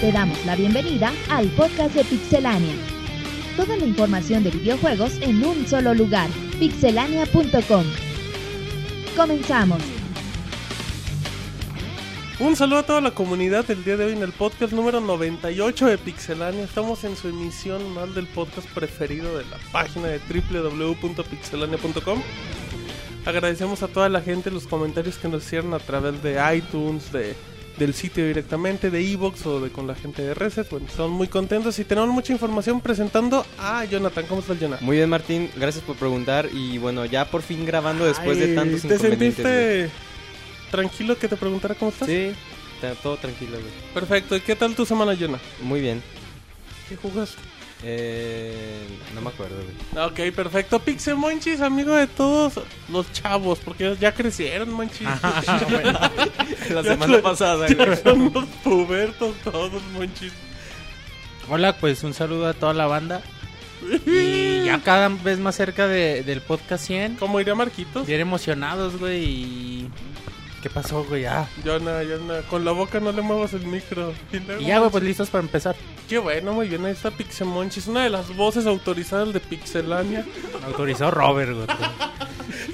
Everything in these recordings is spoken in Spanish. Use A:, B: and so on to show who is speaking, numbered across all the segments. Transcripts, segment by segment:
A: Te damos la bienvenida al podcast de Pixelania. Toda la información de videojuegos en un solo lugar, pixelania.com. Comenzamos.
B: Un saludo a toda la comunidad el día de hoy en el podcast número 98 de Pixelania. Estamos en su emisión más del podcast preferido de la página de www.pixelania.com. Agradecemos a toda la gente los comentarios que nos hicieron a través de iTunes, de, del sitio directamente, de Evox o de con la gente de Reset. Bueno, son muy contentos y tenemos mucha información presentando a Jonathan. ¿Cómo estás, Jonathan?
C: Muy bien, Martín. Gracias por preguntar. Y bueno, ya por fin grabando después
B: Ay,
C: de tantos
B: ¿Te
C: inconvenientes. güey.
B: sentiste tranquilo que te preguntara cómo estás?
C: Sí, está todo tranquilo, güey.
B: Perfecto. ¿Y qué tal tu semana, Jonathan?
C: Muy bien.
B: ¿Qué jugas?
C: Eh, no me acuerdo, güey.
B: Ok, perfecto. Pixel Monchis, amigo de todos los chavos, porque ya crecieron, Monchis.
C: La
B: semana
C: pasada,
B: Ya son los pubertos todos, Monchis.
D: Hola, pues un saludo a toda la banda. Y ya cada vez más cerca de- del podcast 100.
B: ¿Cómo iría Marquitos?
D: Bien emocionados, güey. Y... ¿Qué pasó, güey? Ah.
B: Yona, Yona, con la boca no le muevas el micro. Y luego,
D: Y ya, güey, pues listos para empezar.
B: Qué bueno, muy bien. Ahí está Pixel Monchis, una de las voces autorizadas de Pixelania.
D: Autorizó Robert, güey.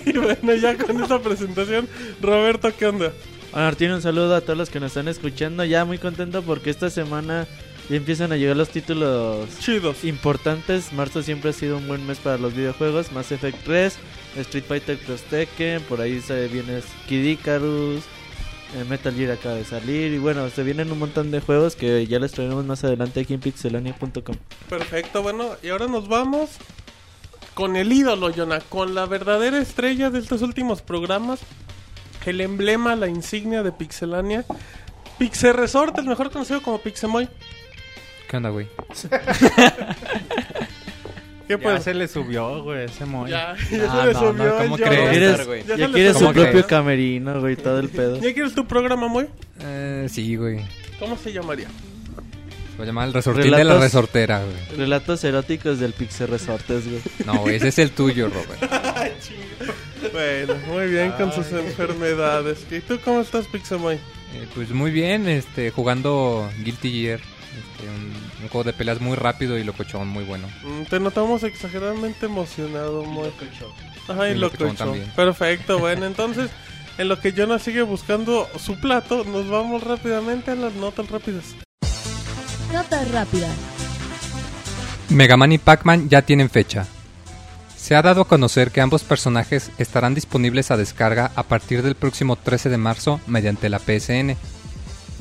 B: Y bueno, ya con esta presentación, Roberto, ¿qué onda?
E: A Martín, un saludo a todos los que nos están escuchando. Ya muy contento porque esta semana ya empiezan a llegar los títulos
B: Chidos.
E: importantes. Marzo siempre ha sido un buen mes para los videojuegos. Mass Effect 3, Street Fighter Cross Tekken, por ahí se viene Kid Icarus, eh, Metal Gear acaba de salir. Y bueno, se vienen un montón de juegos que ya les traeremos más adelante aquí en pixelania.com.
B: Perfecto, bueno, y ahora nos vamos con el ídolo, Jonah, con la verdadera estrella de estos últimos programas, el emblema, la insignia de Pixelania, Pixel Resort, el mejor conocido como Pixemoy.
F: ¿Qué onda, güey?
B: ¿Qué
D: Ya
B: pues?
D: se le subió, güey, ese moy.
B: Ya, ya se
F: No,
B: le
F: Ah, no,
B: subió
F: no,
B: el
F: ¿cómo
B: Jonah.
F: crees?
E: ¿Quieres-
C: estar, güey.
B: Ya
E: Ya,
B: se
E: quiere
B: les
E: su
B: ocurrió.
E: propio camerino, güey, todo el pedo.
B: ¿Ya quieres tu programa, Moy?
F: Eh, sí, güey.
B: ¿Cómo se llamaría?
F: Voy a llamar el resortín de la
E: Relatos.
F: resortera, güey.
E: Relatos eróticos del Pixel Resortes, güey.
F: No, güey, ese es el tuyo, Robert.
B: Bueno, muy bien con sus enfermedades. ¿Y tú cómo estás, Pixemoy?
F: Eh, pues muy bien, este, jugando Guilty Gear. Este, un, un juego de peleas muy rápido y locochón, muy bueno.
B: Mm, Te notamos exageradamente emocionado, Moy. Ajá, y
F: Y
B: locochón.
F: locochón también.
B: Perfecto, bueno, entonces, en lo que Jonah sigue buscando su plato, nos vamos rápidamente a las notas rápidas.
A: Notas rápidas.
F: Mega Man y Pac-Man ya tienen fecha. Se ha dado a conocer que ambos personajes estarán disponibles a descarga a partir del próximo 13 de marzo mediante la PSN.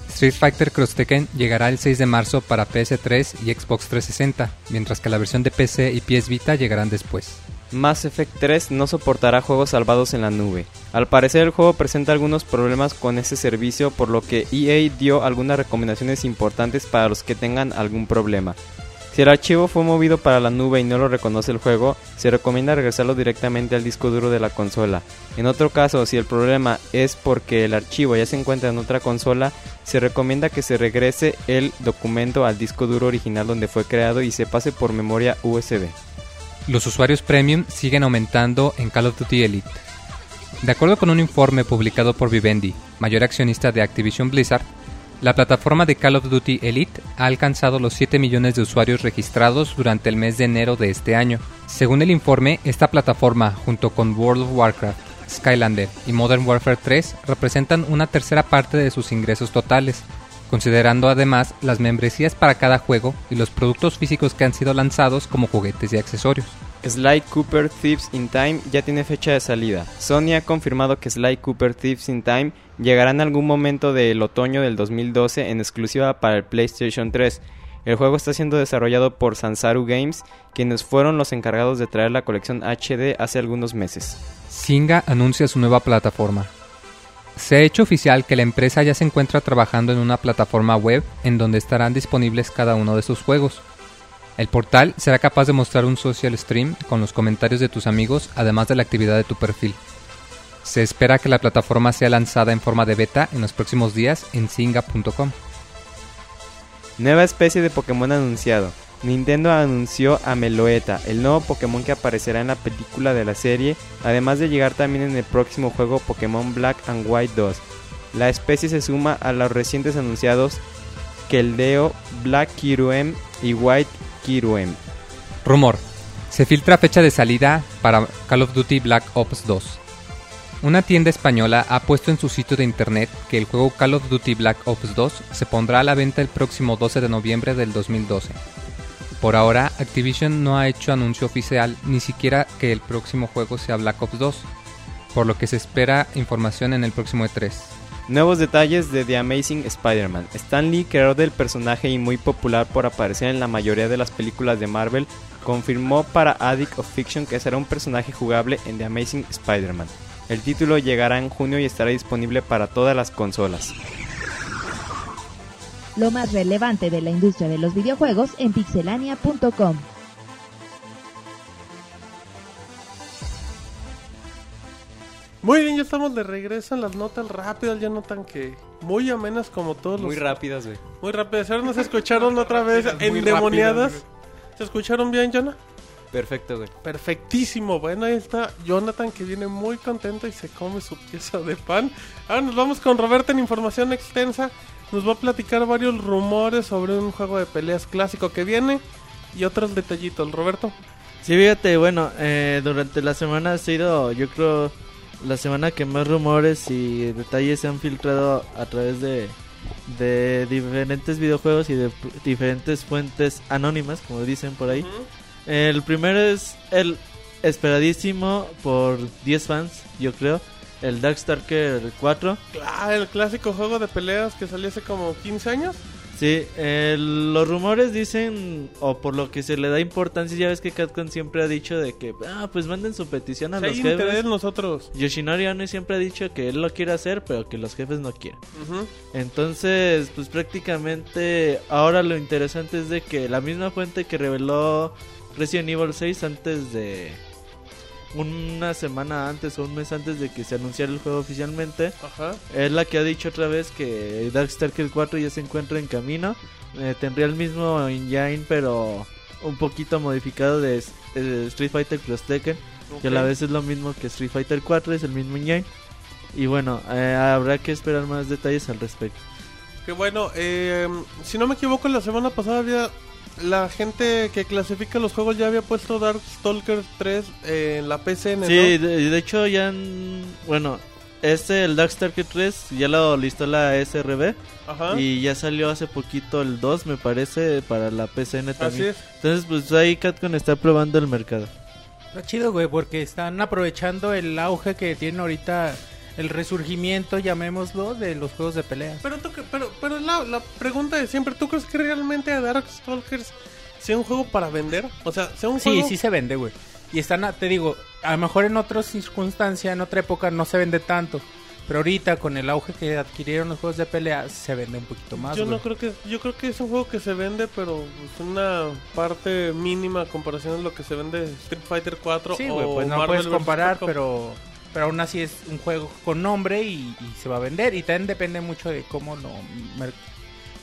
F: Street Fighter Cross Tekken llegará el 6 de marzo para PS3 y Xbox 360, mientras que la versión de PC y PS Vita llegarán después.
C: Mass Effect 3 no soportará juegos salvados en la nube. Al parecer el juego presenta algunos problemas con ese servicio, por lo que EA dio algunas recomendaciones importantes para los que tengan algún problema. Si el archivo fue movido para la nube y no lo reconoce el juego, se recomienda regresarlo directamente al disco duro de la consola. En otro caso, si el problema es porque el archivo ya se encuentra en otra consola, se recomienda que se regrese el documento al disco duro original donde fue creado y se pase por memoria USB.
F: Los usuarios premium siguen aumentando en Call of Duty Elite. De acuerdo con un informe publicado por Vivendi, mayor accionista de Activision Blizzard, la plataforma de Call of Duty Elite ha alcanzado los 7 millones de usuarios registrados durante el mes de enero de este año. Según el informe, esta plataforma, junto con World of Warcraft, Skylander y Modern Warfare 3, representan una tercera parte de sus ingresos totales, considerando además las membresías para cada juego y los productos físicos que han sido lanzados como juguetes y accesorios.
C: Sly Cooper Thieves in Time ya tiene fecha de salida. Sony ha confirmado que Sly Cooper Thieves in Time llegará en algún momento del otoño del 2012 en exclusiva para el PlayStation 3. El juego está siendo desarrollado por Sansaru Games, quienes fueron los encargados de traer la colección HD hace algunos meses.
F: Singa anuncia su nueva plataforma. Se ha hecho oficial que la empresa ya se encuentra trabajando en una plataforma web en donde estarán disponibles cada uno de sus juegos. El portal será capaz de mostrar un social stream con los comentarios de tus amigos, además de la actividad de tu perfil. Se espera que la plataforma sea lanzada en forma de beta en los próximos días en singa.com.
C: Nueva especie de Pokémon anunciado. Nintendo anunció a Meloeta, el nuevo Pokémon que aparecerá en la película de la serie, además de llegar también en el próximo juego Pokémon Black and White 2. La especie se suma a los recientes anunciados Keldeo, Black Kiruem y White Kiruem.
F: Rumor. Se filtra fecha de salida para Call of Duty Black Ops 2. Una tienda española ha puesto en su sitio de internet que el juego Call of Duty Black Ops 2 se pondrá a la venta el próximo 12 de noviembre del 2012. Por ahora, Activision no ha hecho anuncio oficial ni siquiera que el próximo juego sea Black Ops 2, por lo que se espera información en el próximo E E3.
C: Nuevos detalles de The Amazing Spider-Man. Stan Lee, creador del personaje y muy popular por aparecer en la mayoría de las películas de Marvel, confirmó para Addict of Fiction que será un personaje jugable en The Amazing Spider-Man. El título llegará en junio y estará disponible para todas las consolas.
A: Lo más relevante de la industria de los videojuegos en pixelania.com.
B: Muy bien, ya estamos de regreso en las notas rápidas, ya notan que muy amenas como todos
C: Muy
B: los...
C: rápidas, güey.
B: Muy rápidas, ahora nos escucharon otra vez
D: muy
B: endemoniadas.
D: rápidas,
B: ¿Se escucharon bien, Jonah?
C: Perfecto, güey.
B: Perfectísimo, bueno, ahí está Jonathan que viene muy contento y se come su pieza de pan. Ahora nos vamos con Roberta en información extensa. Nos va a platicar varios rumores sobre un juego de peleas clásico que viene y otros detallitos. Roberto,
E: Sí, fíjate, bueno, eh, durante la semana ha sido, yo creo, la semana que más rumores y detalles se han filtrado a través de, de diferentes videojuegos y de pr- diferentes fuentes anónimas, como dicen por ahí. El primero es el esperadísimo por 10 fans, yo creo, el Darkstalker 4.
B: ah, el clásico juego de peleas que salió hace como 15 años.
E: Sí, eh, los rumores dicen, o por lo que se le da importancia, ya ves que Capcom siempre ha dicho de que, ah, pues manden su petición a
B: Si
E: los
B: hay
E: jefes.
B: interés nosotros.
E: Yoshinori Ono siempre ha dicho que él lo quiere hacer, pero que los jefes no quieren.
B: Ujú.
E: Entonces, pues prácticamente ahora lo interesante es de que la misma fuente que reveló Resident Evil 6 antes de... Una semana antes o un mes antes de que se anunciara el juego oficialmente,
B: Ajá.
E: es la que ha dicho otra vez que Darkstalker 4 ya se encuentra en camino. Eh, tendría el mismo engine, pero un poquito modificado de S- eh, Street Fighter Plus Tekken. Que a la
B: Ok.
E: vez es lo mismo que Street Fighter 4, es el mismo engine. Y bueno, eh, habrá que esperar más detalles al respecto.
B: Que bueno, eh, si no me equivoco, la semana pasada había. La gente que clasifica los juegos ya había puesto Darkstalker 3 en la PCN, ¿no?
E: Sí, de, de hecho ya... han- Bueno, este, el Darkstalker 3, ya lo listó la SRB.
B: Ajá.
E: Y ya salió hace poquito el 2, me parece, para la PCN
B: Así
E: también.
B: es.
E: Entonces, pues ahí Catcon está probando el mercado.
D: Está chido, güey, porque están aprovechando el auge que tienen ahorita el resurgimiento, llamémoslo, de los juegos de pelea.
B: Pero, tú, que- pero, pero la, la pregunta de siempre, ¿tú crees que realmente a Darkstalkers sea un juego para vender? O sea, sea un
D: Sí,
B: juego...
D: sí se vende, güey. Y están, a- te digo, a lo mejor en otras circunstancias, en otra época no se vende tanto. Pero ahorita con el auge que adquirieron los juegos de pelea se vende un poquito más.
B: yo
D: güey.
B: no creo que yo creo que es un juego que se vende pero es una parte mínima a comparación de lo que se vende Street Fighter 4
D: Sí,
B: o
D: güey, pues no
B: Marvel
D: puedes
B: vs.
D: comparar,
B: Capcom.
D: pero, pero aún así es un juego con nombre y, y se va a vender. Y también depende mucho de cómo lo mer-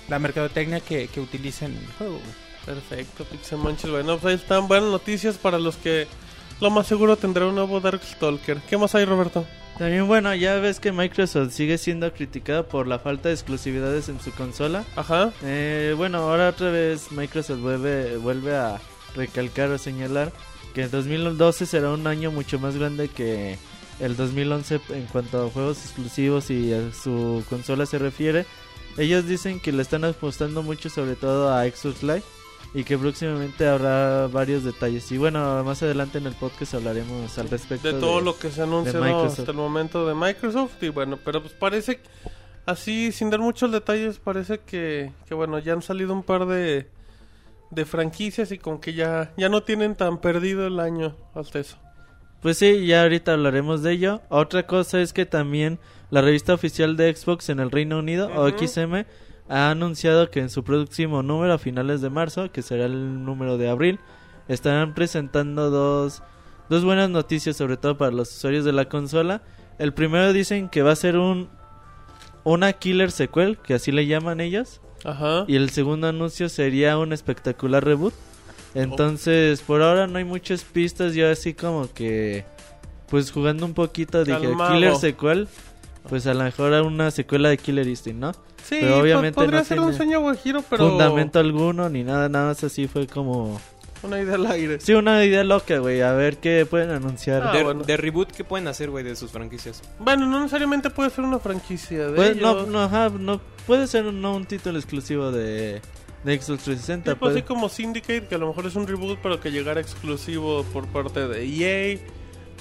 D: la mercadotecnia que, que utilicen el juego. güey.
B: perfecto Pixel Manches bueno pues ahí están buenas noticias para los que lo más seguro tendrá un nuevo Darkstalker ¿qué más hay Roberto?
E: También bueno, ya ves que Microsoft sigue siendo criticada por la falta de exclusividades en su consola.
B: ajá
E: Eh, bueno, ahora otra vez Microsoft vuelve, vuelve a recalcar o señalar que el 2012 será un año mucho más grande que el 2011 en cuanto a juegos exclusivos y a su consola se refiere. Ellos dicen que le están apostando mucho sobre todo a Xbox Live y que próximamente habrá varios detalles. Y bueno, más adelante en el podcast hablaremos al respecto.
B: de todo lo que se ha anunciado
E: Microsoft.
B: hasta el momento de Microsoft y bueno, pero pues parece así sin dar muchos detalles parece que, que bueno, ya han salido un par de de franquicias y con que ya ya no tienen tan perdido el año hasta eso.
E: Pues sí, ya ahorita hablaremos de ello. Otra cosa es que también la revista oficial de Xbox en el Reino Unido,
B: Ujú.
E: OXM, ha anunciado que en su próximo número a finales de marzo, que será el número de abril, estarán presentando dos, dos buenas noticias, sobre todo para los usuarios de la consola. El primero dicen que va a ser un una killer sequel, que así le llaman ellos.
B: Ajá.
E: Y el segundo anuncio sería un espectacular reboot. Entonces, por ahora no hay muchas pistas. Yo así como que, pues jugando un poquito, dije,
B: Calmado.
E: Killer Sequel. pues a lo mejor a una secuela de Killer Instinct, ¿no?
B: Sí,
E: Pero
B: po-
E: obviamente
B: podría
E: no
B: ser un
E: tiene
B: sueño guajiro, pero
E: Fundamento alguno ni nada, nada más así fue como...
B: una idea al aire.
E: Sí, una idea loca, güey, a ver qué pueden anunciar.
B: Ah,
C: de,
B: bueno.
C: de reboot, ¿qué pueden hacer, güey, de sus franquicias?
B: Bueno, no necesariamente puede ser una franquicia de
E: Pues, no,
B: ellos.
E: no, ajá, no, puede ser un, no un título exclusivo de, de Xbox 360.
B: Tipo así
E: puede-
B: pues, como Syndicate, que a lo mejor es un reboot, pero que llegara exclusivo por parte de EA.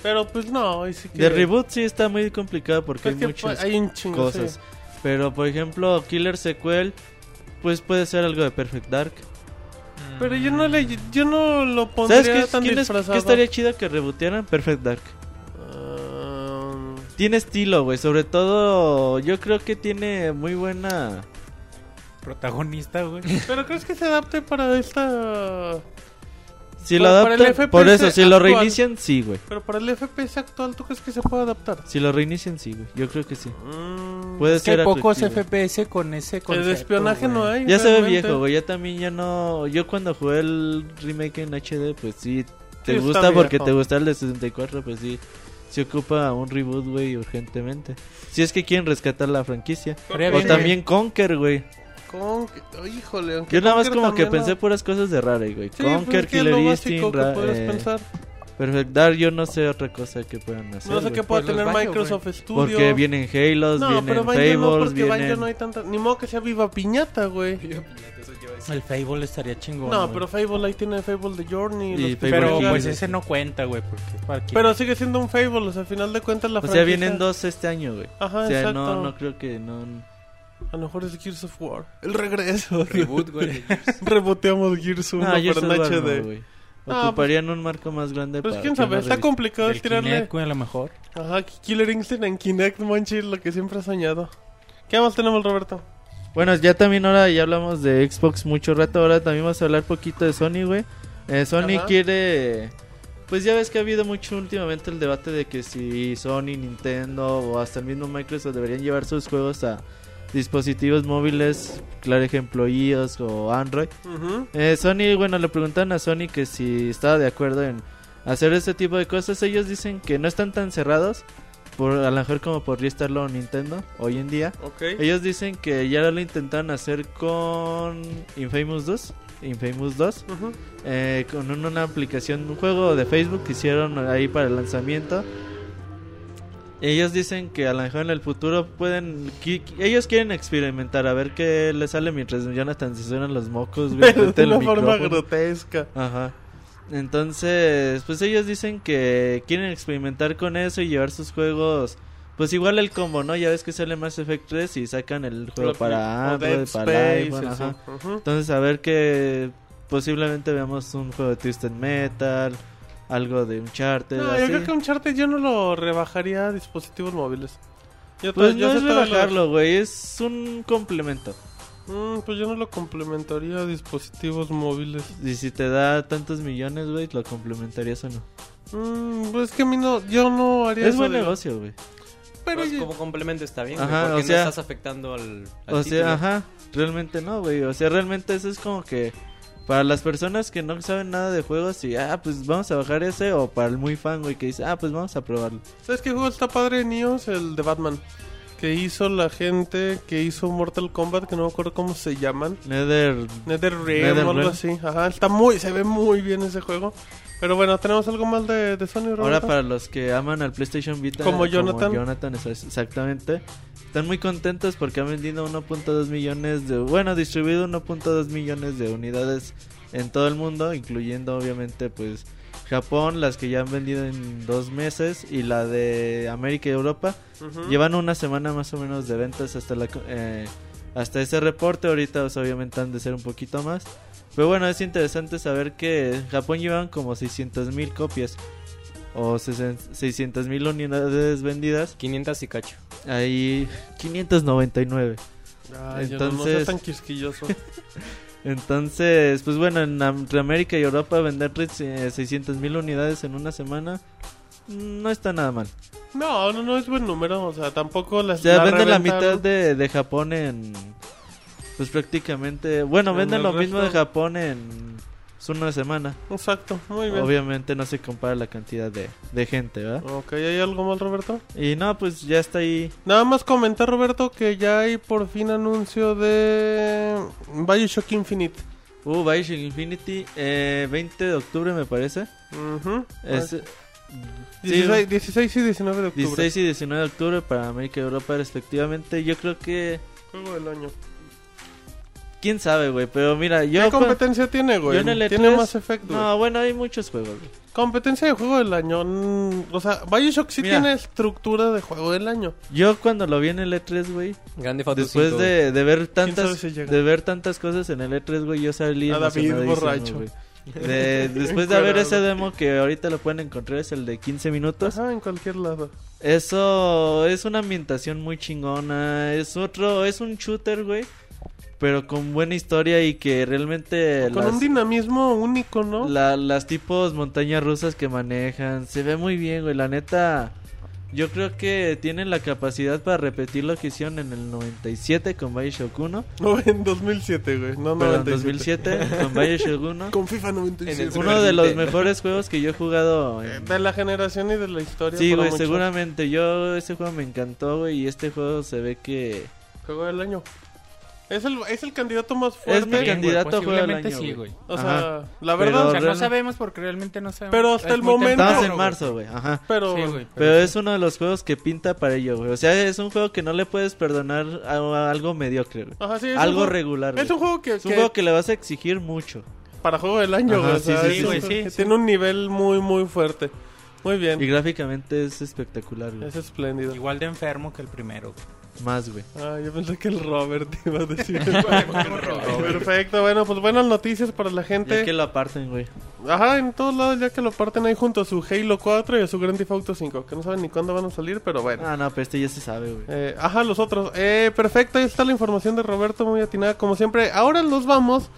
B: Pero pues no, ahí sí que...
E: De reboot sí está muy complicado porque
B: Pues
E: hay
B: que
E: muchas
B: hay un chingo,
E: cosas.
B: sí.
E: Pero por ejemplo, Killer Sequel, pues puede ser algo de Perfect Dark.
B: Pero yo no, le, yo no lo pondría
E: ¿Sabes qué,
B: tan
E: quién es- qué
B: disfrazado.
E: estaría chido que rebotearan? Perfect Dark.
B: Ah,
E: Tiene estilo, güey. Sobre todo, yo creo que tiene muy buena.
D: Protagonista, güey.
B: Pero crees que se adapte para esta...
E: Si lo
B: Para- para el
E: adaptan,
B: FPS
E: por eso, si lo
B: actual.
E: reinician, sí, güey.
B: Pero para el FPS actual, ¿tú crees que se puede adaptar?
E: Si lo reinician, sí, güey. Yo creo que sí.
B: Mm,
E: Puede
D: Es que
E: ser.
D: hay pocos
E: atractivo.
D: FPS con ese
B: el
D: concepto,
B: de espionaje no
D: güey.
B: hay.
E: Ya se ve
B: realmente.
E: viejo, güey. Ya también ya no. Yo cuando jugué el remake en HD, pues sí. Te
B: Sí, está
E: gusta porque
B: viejo.
E: te gusta el de 64, pues sí. Se ocupa un reboot, güey, urgentemente. Si es que quieren rescatar la franquicia.
D: Estaría
E: O
D: bien,
E: también Conker, güey.
B: Con... oh, híjole, aunque
E: Yo nada más
B: Conker
E: como que
B: también,
E: pensé
B: ¿no?
E: puras cosas de rara, güey.
B: Sí, pues,
E: Conker,
B: es que es lo
E: Killer
B: básico
E: Instinct,
B: que
E: ra-
B: puedes
E: eh,
B: pensar.
E: Perfect Dark. Yo no sé otra cosa que puedan hacer.
B: No sé
E: güey.
B: qué pueda
D: Pues los
B: tener
D: Banjo,
B: Microsoft Studio.
E: Porque vienen Halos,
B: No, pero
E: vienen
B: Banjo no,
E: Fables,
B: porque Banjo
E: vienen.
B: no hay tanta... Ni modo que sea Viva Piñata, güey.
D: El Fable estaría chingón.
B: No,
D: güey.
B: pero Fable ahí tiene Fable de Journey.
E: Y
B: los que-
E: Fable
D: Pero
E: King,
D: pues
E: güey.
D: ese no cuenta, güey, porque es para quien-
B: Pero sigue siendo un Fable, o sea, al final de cuentas la
E: O sea,
B: franquicia-
E: vienen dos este año, güey.
B: Ajá,
E: O sea,
B: exacto.
E: no, no creo que no.
B: A lo mejor es Gears of War. El regreso.
C: Reboot, güey.
B: Reboteamos Gears 1
E: No, yo
B: para en
E: estoy
B: HD.
E: bueno, Ah, güey.
B: Ah, pues-
E: Ocuparían un marco más grande
B: pues
E: para
B: quién
E: que
B: sabe,
E: no
B: está
E: revi-
B: complicado
D: del
B: el tirarle.
D: Kinect, güey, a lo mejor.
B: Ajá, Killer Instinct en Kinect, Monchi, lo que siempre he soñado. ¿Qué más tenemos, Roberto?
E: Bueno, ya también ahora ya hablamos de Xbox mucho rato, ahora también vamos a hablar poquito de Sony, güey. Eh, Sony
B: Ajá.
E: quiere... Pues ya ves que ha habido mucho últimamente el debate de que si Sony, Nintendo o hasta el mismo Microsoft deberían llevar sus juegos a dispositivos móviles, claro ejemplo iOS o Android.
B: Ujú.
E: Eh, Sony, bueno, le preguntaron a Sony que si estaba de acuerdo en hacer este tipo de cosas. Ellos dicen que no están tan cerrados, por, a lo mejor como podría estarlo Nintendo hoy en día.
B: Ok.
E: Ellos dicen que ya lo intentaron hacer con Infamous 2. Infamous 2
B: Ujú.
E: eh, con un- una aplicación, un juego de Facebook que hicieron ahí para el lanzamiento. Ellos dicen que a lo mejor en el futuro pueden. qui- qui- ellos quieren experimentar, a ver qué les sale mientras Jonathan se suenan los mocos, güey,
B: Pero
E: frente
B: de
E: al
B: una forma
E: micrófono.
B: grotesca.
E: Ajá. Entonces, pues ellos dicen que quieren experimentar con eso y llevar sus juegos. Pues igual el combo, ¿no? Ya ves que sale Mass Effect 3 y sacan el juego
B: Lo que-
E: para
B: o Dead
E: Android, para
B: Space,
E: iPhone,
B: eso.
E: ajá.
B: Ujú.
E: Entonces, a ver que posiblemente veamos un juego de Twisted Metal, algo de Uncharted,
B: No, yo
E: así.
B: creo que un charter yo no lo rebajaría a dispositivos móviles. Yo
E: Pues
B: to-
E: no
B: yo
E: es
B: sé todo lo-
E: rebajarlo, güey, es un complemento.
B: Mm, pues yo no lo complementaría a dispositivos móviles.
E: Y si te da tantos millones, güey, lo complementarías o no.
B: Mm, pues es que a mí no, yo no haría
E: Es
B: eso.
E: buen
B: digo.
E: negocio, güey.
B: Pero
C: Pues
B: yo-
C: como complemento está bien, güey,
E: Ajá,
C: porque
E: o sea-
C: no estás afectando al, al título.
E: O sea, ajá, realmente no, güey. O sea, realmente eso es como que para las personas que no saben nada de juegos y, ah, pues vamos a bajar ese, o para el muy fan, güey, que dice, ah, pues vamos a probarlo.
B: ¿Sabes qué juego está padre en iOS? El de Batman. Que hizo la gente que hizo Mortal Kombat, que no me acuerdo cómo se llaman.
E: Nether,
B: NetherRealm o
E: NetherRealm.
B: algo así. Ajá, está muy, se ve muy bien ese juego. Pero bueno, tenemos algo más de, de Sony, Roberto?
E: ahora para los que aman al PlayStation Vita,
B: Como Jonathan.
E: Jonathan, eso es, exactamente. Están muy contentos porque han vendido 1.2 millones de, bueno, distribuido 1.2 millones de unidades en todo el mundo, incluyendo obviamente, pues, Japón, las que ya han vendido en dos meses, y la de América y Europa.
B: Ujú.
E: Llevan una semana más o menos de ventas hasta la co- eh, hasta ese reporte. Ahorita pues, obviamente han de ser un poquito más. Pero bueno, es interesante saber que en Japón llevan como 600 mil copias. O 600 mil unidades vendidas.
C: 500 y cacho.
E: Ahí 599.
B: Ay, yo no, no
E: Entonces-
B: seas tan quisquilloso.
E: Entonces, pues bueno, en Am- entre América y Europa vender 600 mil unidades en una semana mm, no está nada mal.
B: No, no, no es buen número. O sea, tampoco las.
E: O sea, venden la
B: reventaron.
E: mitad de, de Japón en. Pues prácticamente. Bueno,
B: En
E: venden
B: el
E: lo mismo de
B: resto.
E: Japón en. pues una semana.
B: Exacto, muy bien.
E: Obviamente no se compara la cantidad de, de gente, ¿verdad?
B: Ok, ¿hay algo más, Roberto?
E: Y no, pues ya está ahí.
B: Nada más comentar, Roberto, que ya hay por fin anuncio de Bioshock Infinite.
E: Uh, Bioshock Infinity, eh, 20 de octubre me parece.
B: Ujú.
E: Es, sí,
B: 16, 16 y 19 de octubre.
E: 16 y 19 de octubre para América y Europa respectivamente. Yo creo que...
B: Juego del año.
E: ¿Quién sabe, güey? Pero mira,
B: ¿Qué
E: yo... cua-
B: competencia tiene,
E: yo
B: güey?
E: en el
B: Tiene
E: E3
B: más efecto.
E: No, bueno, hay muchos juegos. güey.
B: Competencia de juego del año. mm, o sea, Bioshock sí
E: Mira.
B: tiene estructura de juego del año.
E: Yo cuando lo vi en el E3, güey,
F: Grande Foto
E: después de, de ver
B: sabe
E: tantas
B: si llega?
E: de ver tantas cosas en el E3, güey, yo salí
B: A David
E: emocionadísimo,
B: borracho.
E: güey. De- después de ver
B: Encuerado.
E: ese demo que ahorita lo pueden encontrar es el de 15 minutos.
B: Ajá, en cualquier lado.
E: Eso es una ambientación muy chingona, es otro es un shooter, güey, pero con buena historia y que realmente
B: Con un dinamismo único, ¿no?
E: la- las tipos montañas rusas que manejan. Se ve muy bien, güey. La neta, yo creo que tienen la capacidad para repetir lo que hicieron en el 97 con Bioshock 1.
B: No, en 2007, güey. No,
E: Pero en
B: 97.
E: 2007 con Bioshock 1.
B: Con FIFA
F: En el
B: 97.
E: Uno de los
F: Nintendo.
E: mejores juegos que yo he jugado.
B: Eh,
E: en-
B: De la generación y de la historia.
E: Sí,
B: por
E: güey,
B: mucho.
E: seguramente. Yo, ese juego me encantó, güey. Y este juego se ve que.
B: Juego del año. Es el, es el candidato más
E: Es
B: fuerte.
E: mi candidato a juego del
D: posiblemente
E: año.
D: sí,
E: güey.
D: güey.
B: O sea,
E: Ajá.
B: la
D: O
B: verdad.
E: Pero-
D: sea, no
E: Real-
D: sabemos porque realmente no sabemos.
B: Pero hasta
D: Es
B: el
D: muy
B: momento-
D: temprano,
E: Estamos en
D: güey.
E: marzo, güey. Ajá.
B: Pero.
D: Sí, güey,
E: Pero es uno de los juegos que pinta para ello, güey. O sea, es un juego que no le puedes perdonar a, a algo mediocre, güey.
B: Ajá, sí, es un
E: Algo
B: juego-
E: regular.
B: Ah, Es
E: güey.
B: un juego que,
E: Es un
B: que-
E: juego que le vas a exigir mucho.
B: para juego del año,
E: Ajá,
B: güey. o
E: sí,
B: sea,
E: sí,
B: es
E: sí,
B: un
E: güey,
B: juego
D: sí,
B: que
D: sí.
B: Tiene un nivel muy, muy fuerte. Muy bien.
E: Y gráficamente es espectacular, güey.
B: Es espléndido.
D: Igual de enfermo que el primero. güey.
E: Más, güey.
B: Ah, yo pensé que el Robert te iba a decir. Perfecto, bueno, pues buenas noticias para la
E: Ya
B: gente.
E: que lo aparten, güey.
B: Ajá, en todos lados ya que lo parten ahí junto a su Halo 4 y a su Grand Theft Auto 5, que no saben ni cuándo van a salir, pero bueno.
E: Ah, no, pero este ya se sabe, güey.
B: Eh, ajá, los otros. Eh, perfecto, ahí está la información de Roberto, muy atinada como siempre. Ahora nos vamos.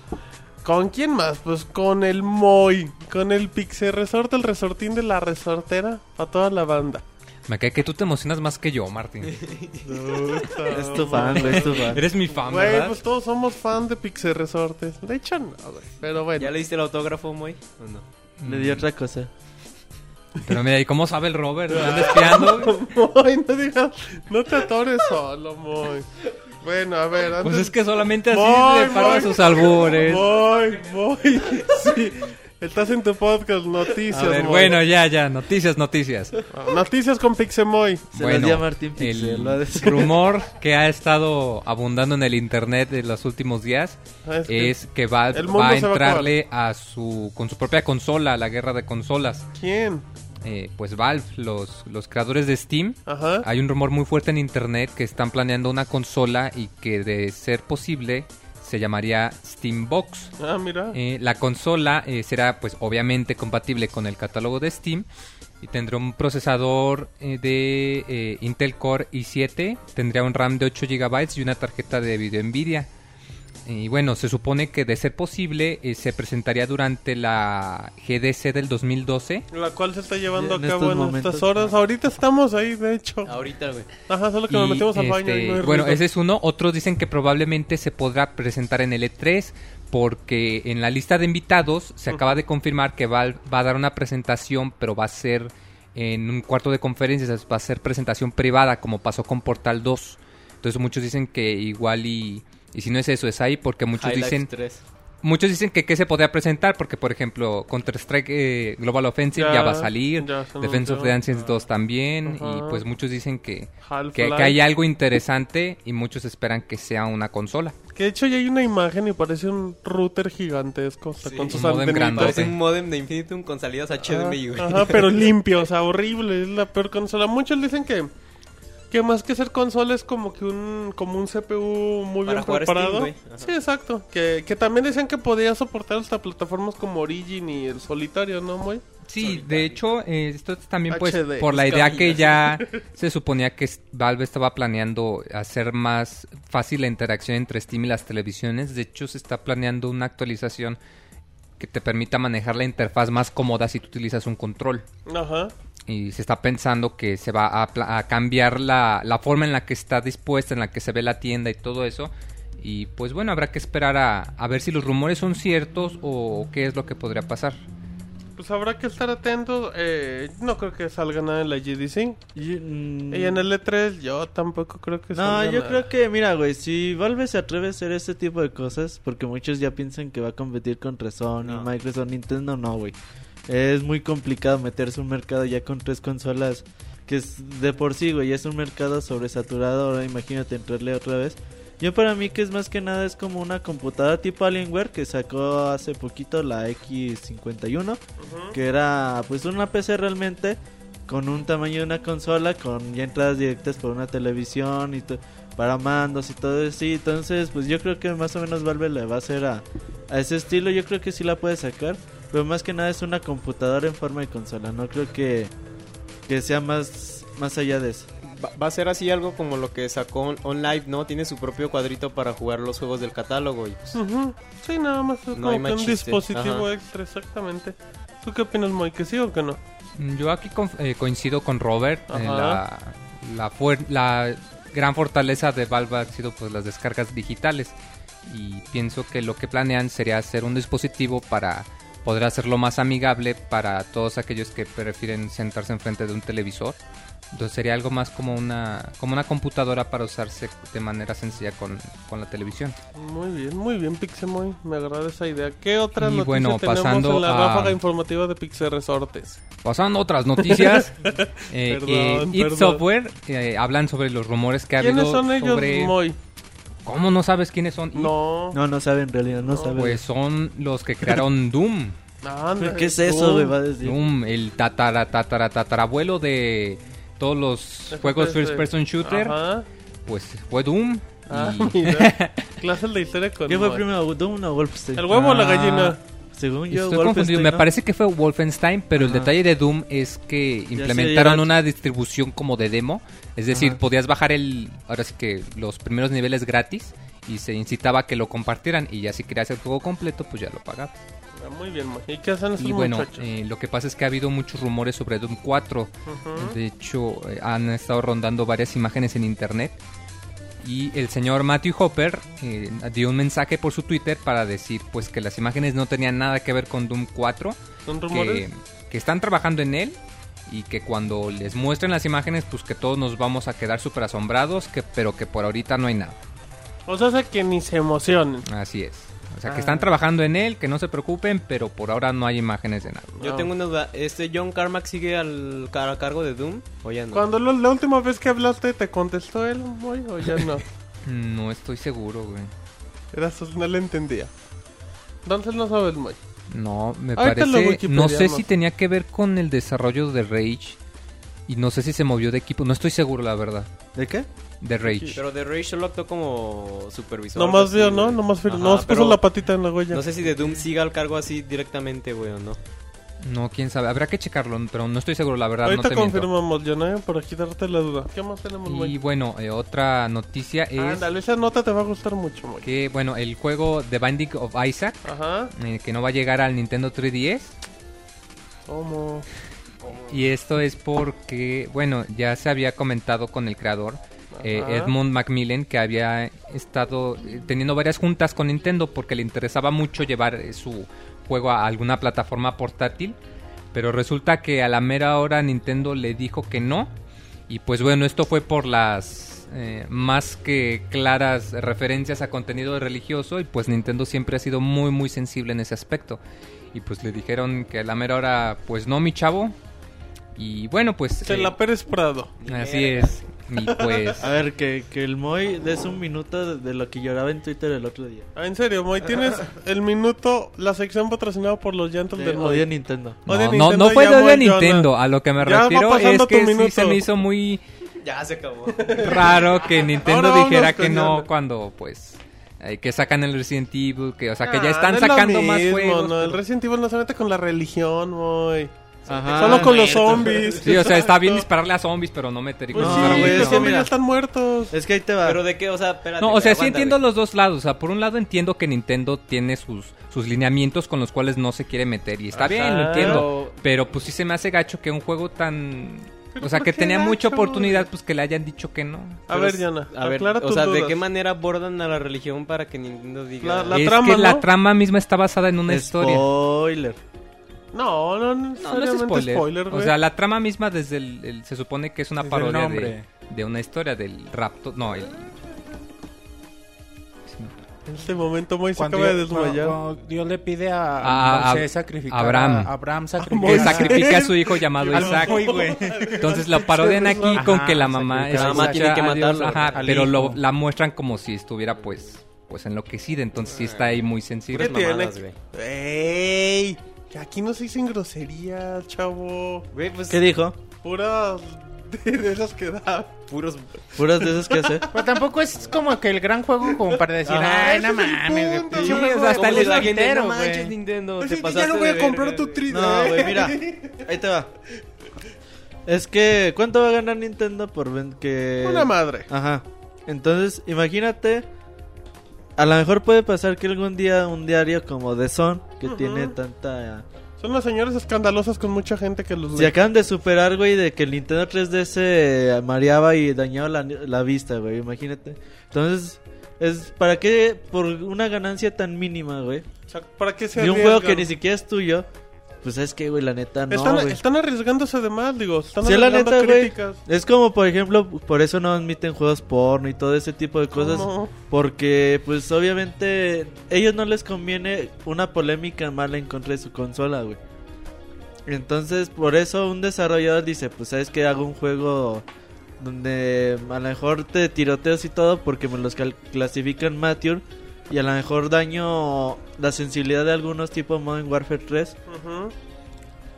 B: ¿Con quién más? Pues con el Moy, con el Pixel Resort, el resortín de la resortera, para toda la banda.
F: Me cae que tú te emocionas más que yo, Martín.
E: Es tu fan, güey, es tu fan.
F: Eres mi fan,
B: Güey,
F: ¿verdad?
B: pues todos somos fan de Pixel Resortes. De hecho, no, güey. Pero bueno.
C: ¿Ya le diste el autógrafo, Moy? ¿O no?
E: Le di otra cosa.
F: Pero mira, ¿y cómo sabe el Robert? ¿Lo anda espiando? güey?
B: Moy, no digas, no te atores solo, Moy. Bueno, a ver, antes...
F: Pues es que solamente así
B: Voy,
F: le paga
B: voy.
F: sus albures.
B: Moy, Moy, sí. Estás en tu podcast, noticias,
F: A ver,
B: Moy. Ah,
F: bueno, ya, ya, noticias, noticias.
B: Noticias con Pixemoy.
E: Se las di a Martín Pixel, lo ha de
F: el
E: ser.
F: rumor que ha estado abundando en el internet en los últimos días
B: Ah, es que-
F: es que va,
B: el mundo
F: va a
B: se va a acabar.
F: entrarle a su con su propia consola, la guerra de consolas.
B: ¿Quién?
F: Eh, pues Valve, los, los creadores de Steam,
B: Ajá.
F: hay un rumor muy fuerte en internet que están planeando una consola y que de ser posible se llamaría Steam Box.
B: Ah, mira.
F: Eh, la consola eh, será pues obviamente compatible con el catálogo de Steam y tendrá un procesador eh, de eh, Intel Core i7, tendría un RAM de 8 GB y una tarjeta de video Nvidia. Y bueno, se supone que de ser posible eh, se presentaría durante la GDC del 2012.
B: La cual se está llevando
E: En
B: a cabo
E: estos
B: en
E: momentos.
B: estas horas. Ahorita estamos ahí, de hecho.
C: Ahorita, güey.
B: Ajá, solo que nos
F: Y,
B: metemos al baño.
F: este,
B: y no hay
F: bueno,
B: ruido.
F: ese es uno. Otros dicen que probablemente se podrá presentar en el E3 porque en la lista de invitados se acaba de confirmar que Valve va a dar una presentación, pero va a ser en un cuarto de conferencias, va a ser presentación privada como pasó con Portal 2. Entonces muchos dicen que igual y, y si no es eso, es ahí porque muchos
C: Highlights
F: dicen
C: 3.
F: muchos dicen que qué se podría presentar porque por ejemplo Counter-Strike eh, Global Offensive ya, va a salir,
B: ya se
F: Defense of the
B: anunció.
F: Ancients 2 también
B: Ajá.
F: y pues muchos dicen que que,
B: Half-Life.
F: que hay algo interesante y muchos esperan que sea una consola.
B: Que de hecho ya hay una imagen y parece un router gigantesco. O sea,
C: Sí,
B: con sus
F: un modem
B: antenitas.
F: grandote.
C: Parece un modem de Infinitum con salidas HDMI, güey.
B: Ajá, pero limpio, o sea, horrible. Es la peor consola. Muchos dicen que, que más que ser consola es como que un, como un CPU muy
C: Para
B: bien
C: jugar
B: preparado.
C: Steam, güey. Ajá.
B: sí, exacto. Que, que también decían que podía soportar hasta plataformas como Origin y el solitario, ¿no, muy?
F: Sí, de hecho, eh, esto también pues
B: HD,
F: por la idea que
C: cabinas.
F: ya se suponía que s- Valve estaba planeando hacer más fácil la interacción entre Steam y las televisiones. De hecho, se está planeando una actualización que te permita manejar la interfaz más cómoda si tú utilizas un control.
B: Ajá.
F: y se está pensando que se va a, pla- a cambiar la, la forma en la que está dispuesta, en la que se ve la tienda y todo eso. Y pues bueno, habrá que esperar a, a ver si los rumores son ciertos o qué es lo que podría pasar.
B: Pues habrá que estar atentos. eh, no creo que salga nada en la GDC.
E: Y, mm,
B: Y en el E3 yo tampoco creo que
E: No,
B: salga
E: yo
B: nada.
E: creo que, mira, güey, si Valve se atreve a hacer este tipo de cosas, porque muchos ya piensan que va a competir contra Sony,
B: No.
E: Microsoft, Nintendo, no, güey. Es muy complicado meterse un mercado ya con tres consolas, que es de por sí, güey, es un mercado sobresaturado, ahora imagínate entrarle otra vez. Yo para mí que es más que nada es como una computadora tipo Alienware que sacó hace poquito la X51, que era pues una PC realmente con un tamaño de una consola, con ya entradas directas por una televisión y to- para mandos y todo eso. Sí, entonces pues yo creo que más o menos Valve le va a hacer a, a ese estilo, yo creo que sí la puede sacar, pero más que nada es una computadora en forma de consola, no creo que, que sea más, más allá de eso.
C: Va, va a ser así algo como lo que sacó on, OnLive, ¿no? Tiene su propio cuadrito para jugar los juegos del catálogo y pues,
B: Ujú. Sí, nada más es
C: No
B: como
C: hay
B: que
C: más
B: un
C: chiste,
B: dispositivo
C: ajá.
B: extra, exactamente. ¿Tú qué opinas, Mike? ¿Que sí o que no?
F: Mm, Yo aquí conf- eh, coincido con Robert. eh,
B: Ajá.
F: la, la fuer- la gran fortaleza de Valve ha sido pues, las descargas digitales. Y pienso que lo que planean sería hacer un dispositivo para poder hacerlo más amigable para todos aquellos que prefieren sentarse enfrente de un televisor. Entonces sería algo más como una, como una computadora para usarse de manera sencilla con, con la televisión.
B: Muy bien, muy bien, Pixemoy. Me agrada esa idea. ¿Qué otras
F: Y
B: noticias
F: bueno,
B: tenemos
F: pasando
B: en la
F: a-
B: ráfaga informativa de Pixel Resortes?
F: Pasando a otras noticias, eh,
B: Perdón,
F: eh, id
B: perdón.
F: Software eh, hablan sobre los rumores que ha habido
B: ¿Quiénes son ellos,
F: sobre ¿Mm?
B: Moy?
F: ¿Cómo no sabes quiénes son?
B: No.
E: No, no saben en realidad, no, saben.
F: Pues son los que crearon Doom.
B: Anda,
E: ¿Qué es eso, güey?
B: tú.
E: Va a decir.
F: Doom, el tatara, tatara, tatarabuelo de todos los juegos
B: Este-
F: first person shooter.
B: Ajá.
F: Pues fue Doom.
B: Ah,
F: y,
B: mira. Clases de historia con
E: ¿Qué fue
B: Moy.
E: primero, Doom o Wolfenstein?
B: ¿El huevo o la
F: Ah.
B: gallina?
E: Según yo,
F: estoy confundido.
E: Wolfenstein,
F: Me
E: ¿no?
F: parece que fue Wolfenstein, pero
E: Ajá.
F: el detalle de Doom es que implementaron
E: era-
F: una distribución como de demo. Es decir,
E: Ajá.
F: podías bajar el. Ahora sí que los primeros niveles gratis. Y se incitaba a que lo compartieran. Y ya si querías el juego completo, pues ya lo pagabas.
B: Ah, muy bien, Moy. ¿Y qué hacen esos
F: Y bueno,
B: Pues muchachos?
F: eh, lo que pasa es que ha habido muchos rumores sobre Doom 4.
B: Ujú.
F: De hecho, eh, han estado rondando varias imágenes en internet. Y el señor Matthew Hopper eh, dio un mensaje por su Twitter para decir pues que las imágenes no tenían nada que ver con Doom 4,
B: ¿Son
F: que,
B: rumores?
F: que están trabajando en él y que cuando les muestren las imágenes pues que todos nos vamos a quedar súper asombrados, que, pero que por ahorita no hay nada.
B: O sea, hace que ni se emocionen.
F: Así es. O sea, que están trabajando en él, que no se preocupen, pero por ahora no hay imágenes de nada.
C: yo
B: No.
C: tengo una duda. ¿Este John Carmack sigue al car- a cargo de Doom o ya no?
B: Cuando lo- la última vez que hablaste, ¿te contestó él, Moy, o ya no?
F: No estoy seguro, güey.
B: Era sus- no le entendía. Entonces no sabes, Moy.
F: No, me
B: Ahorita lo
F: parece. No sé
B: wikipediamos.
F: si tenía que ver con el desarrollo de Rage. Y no sé si se movió de equipo. No estoy seguro, la verdad.
E: ¿De qué?
F: De Rage.
C: Sí, Pero de Rage solo actuó como supervisor.
B: Nomás
C: algo
B: vio,
C: así,
B: ¿no?
C: güey.
B: Nomás, fir-
C: Ajá,
B: nomás puso
C: pero
B: la patita en la huella.
C: No sé si de Doom siga al cargo así directamente, güey, o no.
F: No, quién sabe. Habrá que checarlo, pero no estoy seguro, la verdad.
B: Ahorita
F: no te miento.
B: confirmamos, John, ¿eh? para quitarte la duda. ¿Qué más tenemos,
F: Y
B: Moy?
F: bueno, eh, otra noticia es
B: Ándale, esa nota te va a gustar mucho, Moy.
F: que, bueno, el juego The Binding of Isaac,
B: Ajá.
F: eh, que no va a llegar al Nintendo 3DS.
B: ¿Cómo?
F: Y esto es porque, bueno, ya se había comentado con el creador eh,
B: Ajá.
F: Edmund Macmillan que había estado eh, teniendo varias juntas con Nintendo porque le interesaba mucho llevar eh, su juego a alguna plataforma portátil. Pero resulta que a la mera hora Nintendo le dijo que no. Y pues bueno, esto fue por las eh, más que claras referencias a contenido religioso. Y pues Nintendo siempre ha sido muy, muy sensible en ese aspecto. Y pues le dijeron que a la mera hora, pues no, mi chavo. Y bueno, pues.
B: Se
F: eh,
B: la Pérez Prado.
F: así es. Y pues.
E: A ver, que, que el Moy des un minuto de, de lo que lloraba en Twitter el otro día.
B: Ah, en serio, Moy, tienes el minuto, la sección patrocinada por los llantos
E: De
B: del
E: odio
B: Moy.
E: a Nintendo.
F: No,
B: Odia
F: no,
B: Nintendo,
F: no fue
B: ya
F: de odio a
B: voy, Jonah.
F: Nintendo. A lo que me
B: Ya va
F: refiero es
B: pasando tu
F: que sí
B: minuto.
F: se me hizo muy
C: Ya se acabó.
F: raro que Nintendo
B: vámonos
F: dijera
B: con
F: que no
B: Jonah.
F: cuando, pues, eh, que sacan el Resident Evil, que, o sea, que
B: Ah,
F: ya están
B: no es lo
F: sacando más
B: mismo,
F: juegos.
B: no, El
F: pero-
B: Resident Evil no se mete con la religión, Moy.
E: Ajá.
B: Solo con los zombies.
F: Sí, o sea, está bien dispararle a zombies, pero no meter
B: Pues
E: No,
B: sí,
E: güey,
B: los
E: es que
B: zombies
E: mira.
B: ya están muertos.
E: Es que ahí te
B: Ah.
E: va.
C: Pero de qué, o sea, espérate.
F: No, o
C: güey,
F: sea, sí
C: aguanta,
F: entiendo
C: güey.
F: los dos lados. O sea, por un lado entiendo que Nintendo tiene sus, sus lineamientos con los cuales no se quiere meter. Y está bien, lo
B: Ajá.
F: entiendo. Pero pues sí se me hace gacho que un juego tan O sea, que tenía mucha oportunidad, pues que le hayan dicho que no.
B: A ver, Yana,
C: A ver,
B: aclara
C: o
B: tus
C: sea, ¿de
B: dudas.
C: qué manera abordan a la religión para que Nintendo diga...
B: La- la-
F: es
B: trama,
F: que la
B: ¿no?
F: trama misma está basada en una historia.
E: Spoiler.
B: No, no, no,
F: No, no es
B: necesariamente
F: spoiler.
B: spoiler,
F: o
B: güey.
F: sea, la trama misma desde el, el- se supone que es una
D: Desde el
F: parodia de,
D: nombre.
F: de una historia del rapto, no, el
B: En este momento Moy se
D: Cuando,
B: acaba de
D: Dios-
B: desmayar.
D: cuando- cuando Dios le pide Ah, a,
F: A- a-
D: Moisés sacrificar
F: Abraham.
D: a Abraham sacrificar
F: que
B: Ah, Moisés.
F: sacrifica a su hijo llamado
D: Al
F: Isaac.
D: Moy, güey.
F: Entonces lo parodian aquí
D: Ajá,
F: con que la mamá,
D: sacrificar.
C: La mamá
F: escucha
C: tiene que
F: a Dios,
C: matarlo.
F: ajá,
D: Al
F: pero lo-
D: hijo.
F: la muestran como si estuviera pues pues enloquecida, entonces sí está ahí muy sensible.
B: ¿Qué
C: puras
B: tiene?
C: mamadas,
B: ¡Ey! Que Aquí no se dicen groserías, chavo.
C: Güey, pues
E: ¿Qué dijo?
B: Puras de, de esas que da.
C: puros...
E: Puras de esas que hace.
D: Pero pues, tampoco es como que el gran juego como para decir,
B: Ajá,
D: ay,
B: ese
D: no
B: es el
D: mames,
B: punto,
D: güey,
B: güey.
D: pinche juego
B: Hasta
D: de
B: el
D: los
B: la
D: entero,
C: no
D: güey".
C: manches, Nintendo, te
B: Así que ya
C: pasaste
B: no voy a
C: de
B: comprar
C: verga,
B: tu
C: güey.
B: 3
E: No, güey, mira. Ahí te va. Es que, ¿cuánto va a ganar Nintendo por ven- que...
B: Una madre.
E: Ajá. Entonces, imagínate. A lo mejor puede pasar que algún día un diario como The Sun, que
B: Ujú.
E: tiene tanta...
B: Son las señoras escandalosas con mucha gente que los
E: Se
B: lee.
E: acaban de superar, güey, de que el Nintendo 3DS se mareaba y dañaba la, la vista, güey, imagínate. Entonces, es ¿para qué por una ganancia tan mínima, güey?
B: O sea, ¿Para qué se
E: De un
B: arriesgan?
E: juego que ni siquiera es tuyo, pues es que, güey, la neta, no,
B: están,
E: güey.
B: están arriesgándose de más, digo. Están
E: Sí, la
B: arriesgando
E: neta, güey.
B: críticas.
E: Es como, por ejemplo, por eso no admiten juegos porno y todo ese tipo de cosas.
B: ¿Cómo?
E: Porque, pues, obviamente, ellos no les conviene una polémica mala en contra de su consola, güey. Entonces, por eso un desarrollador dice, pues, ¿sabes que Hago un juego donde a lo mejor te tiroteos y todo porque me los cal- clasifican mature y a lo mejor daño la sensibilidad de algunos tipo Modern Warfare 3,
B: Ujú.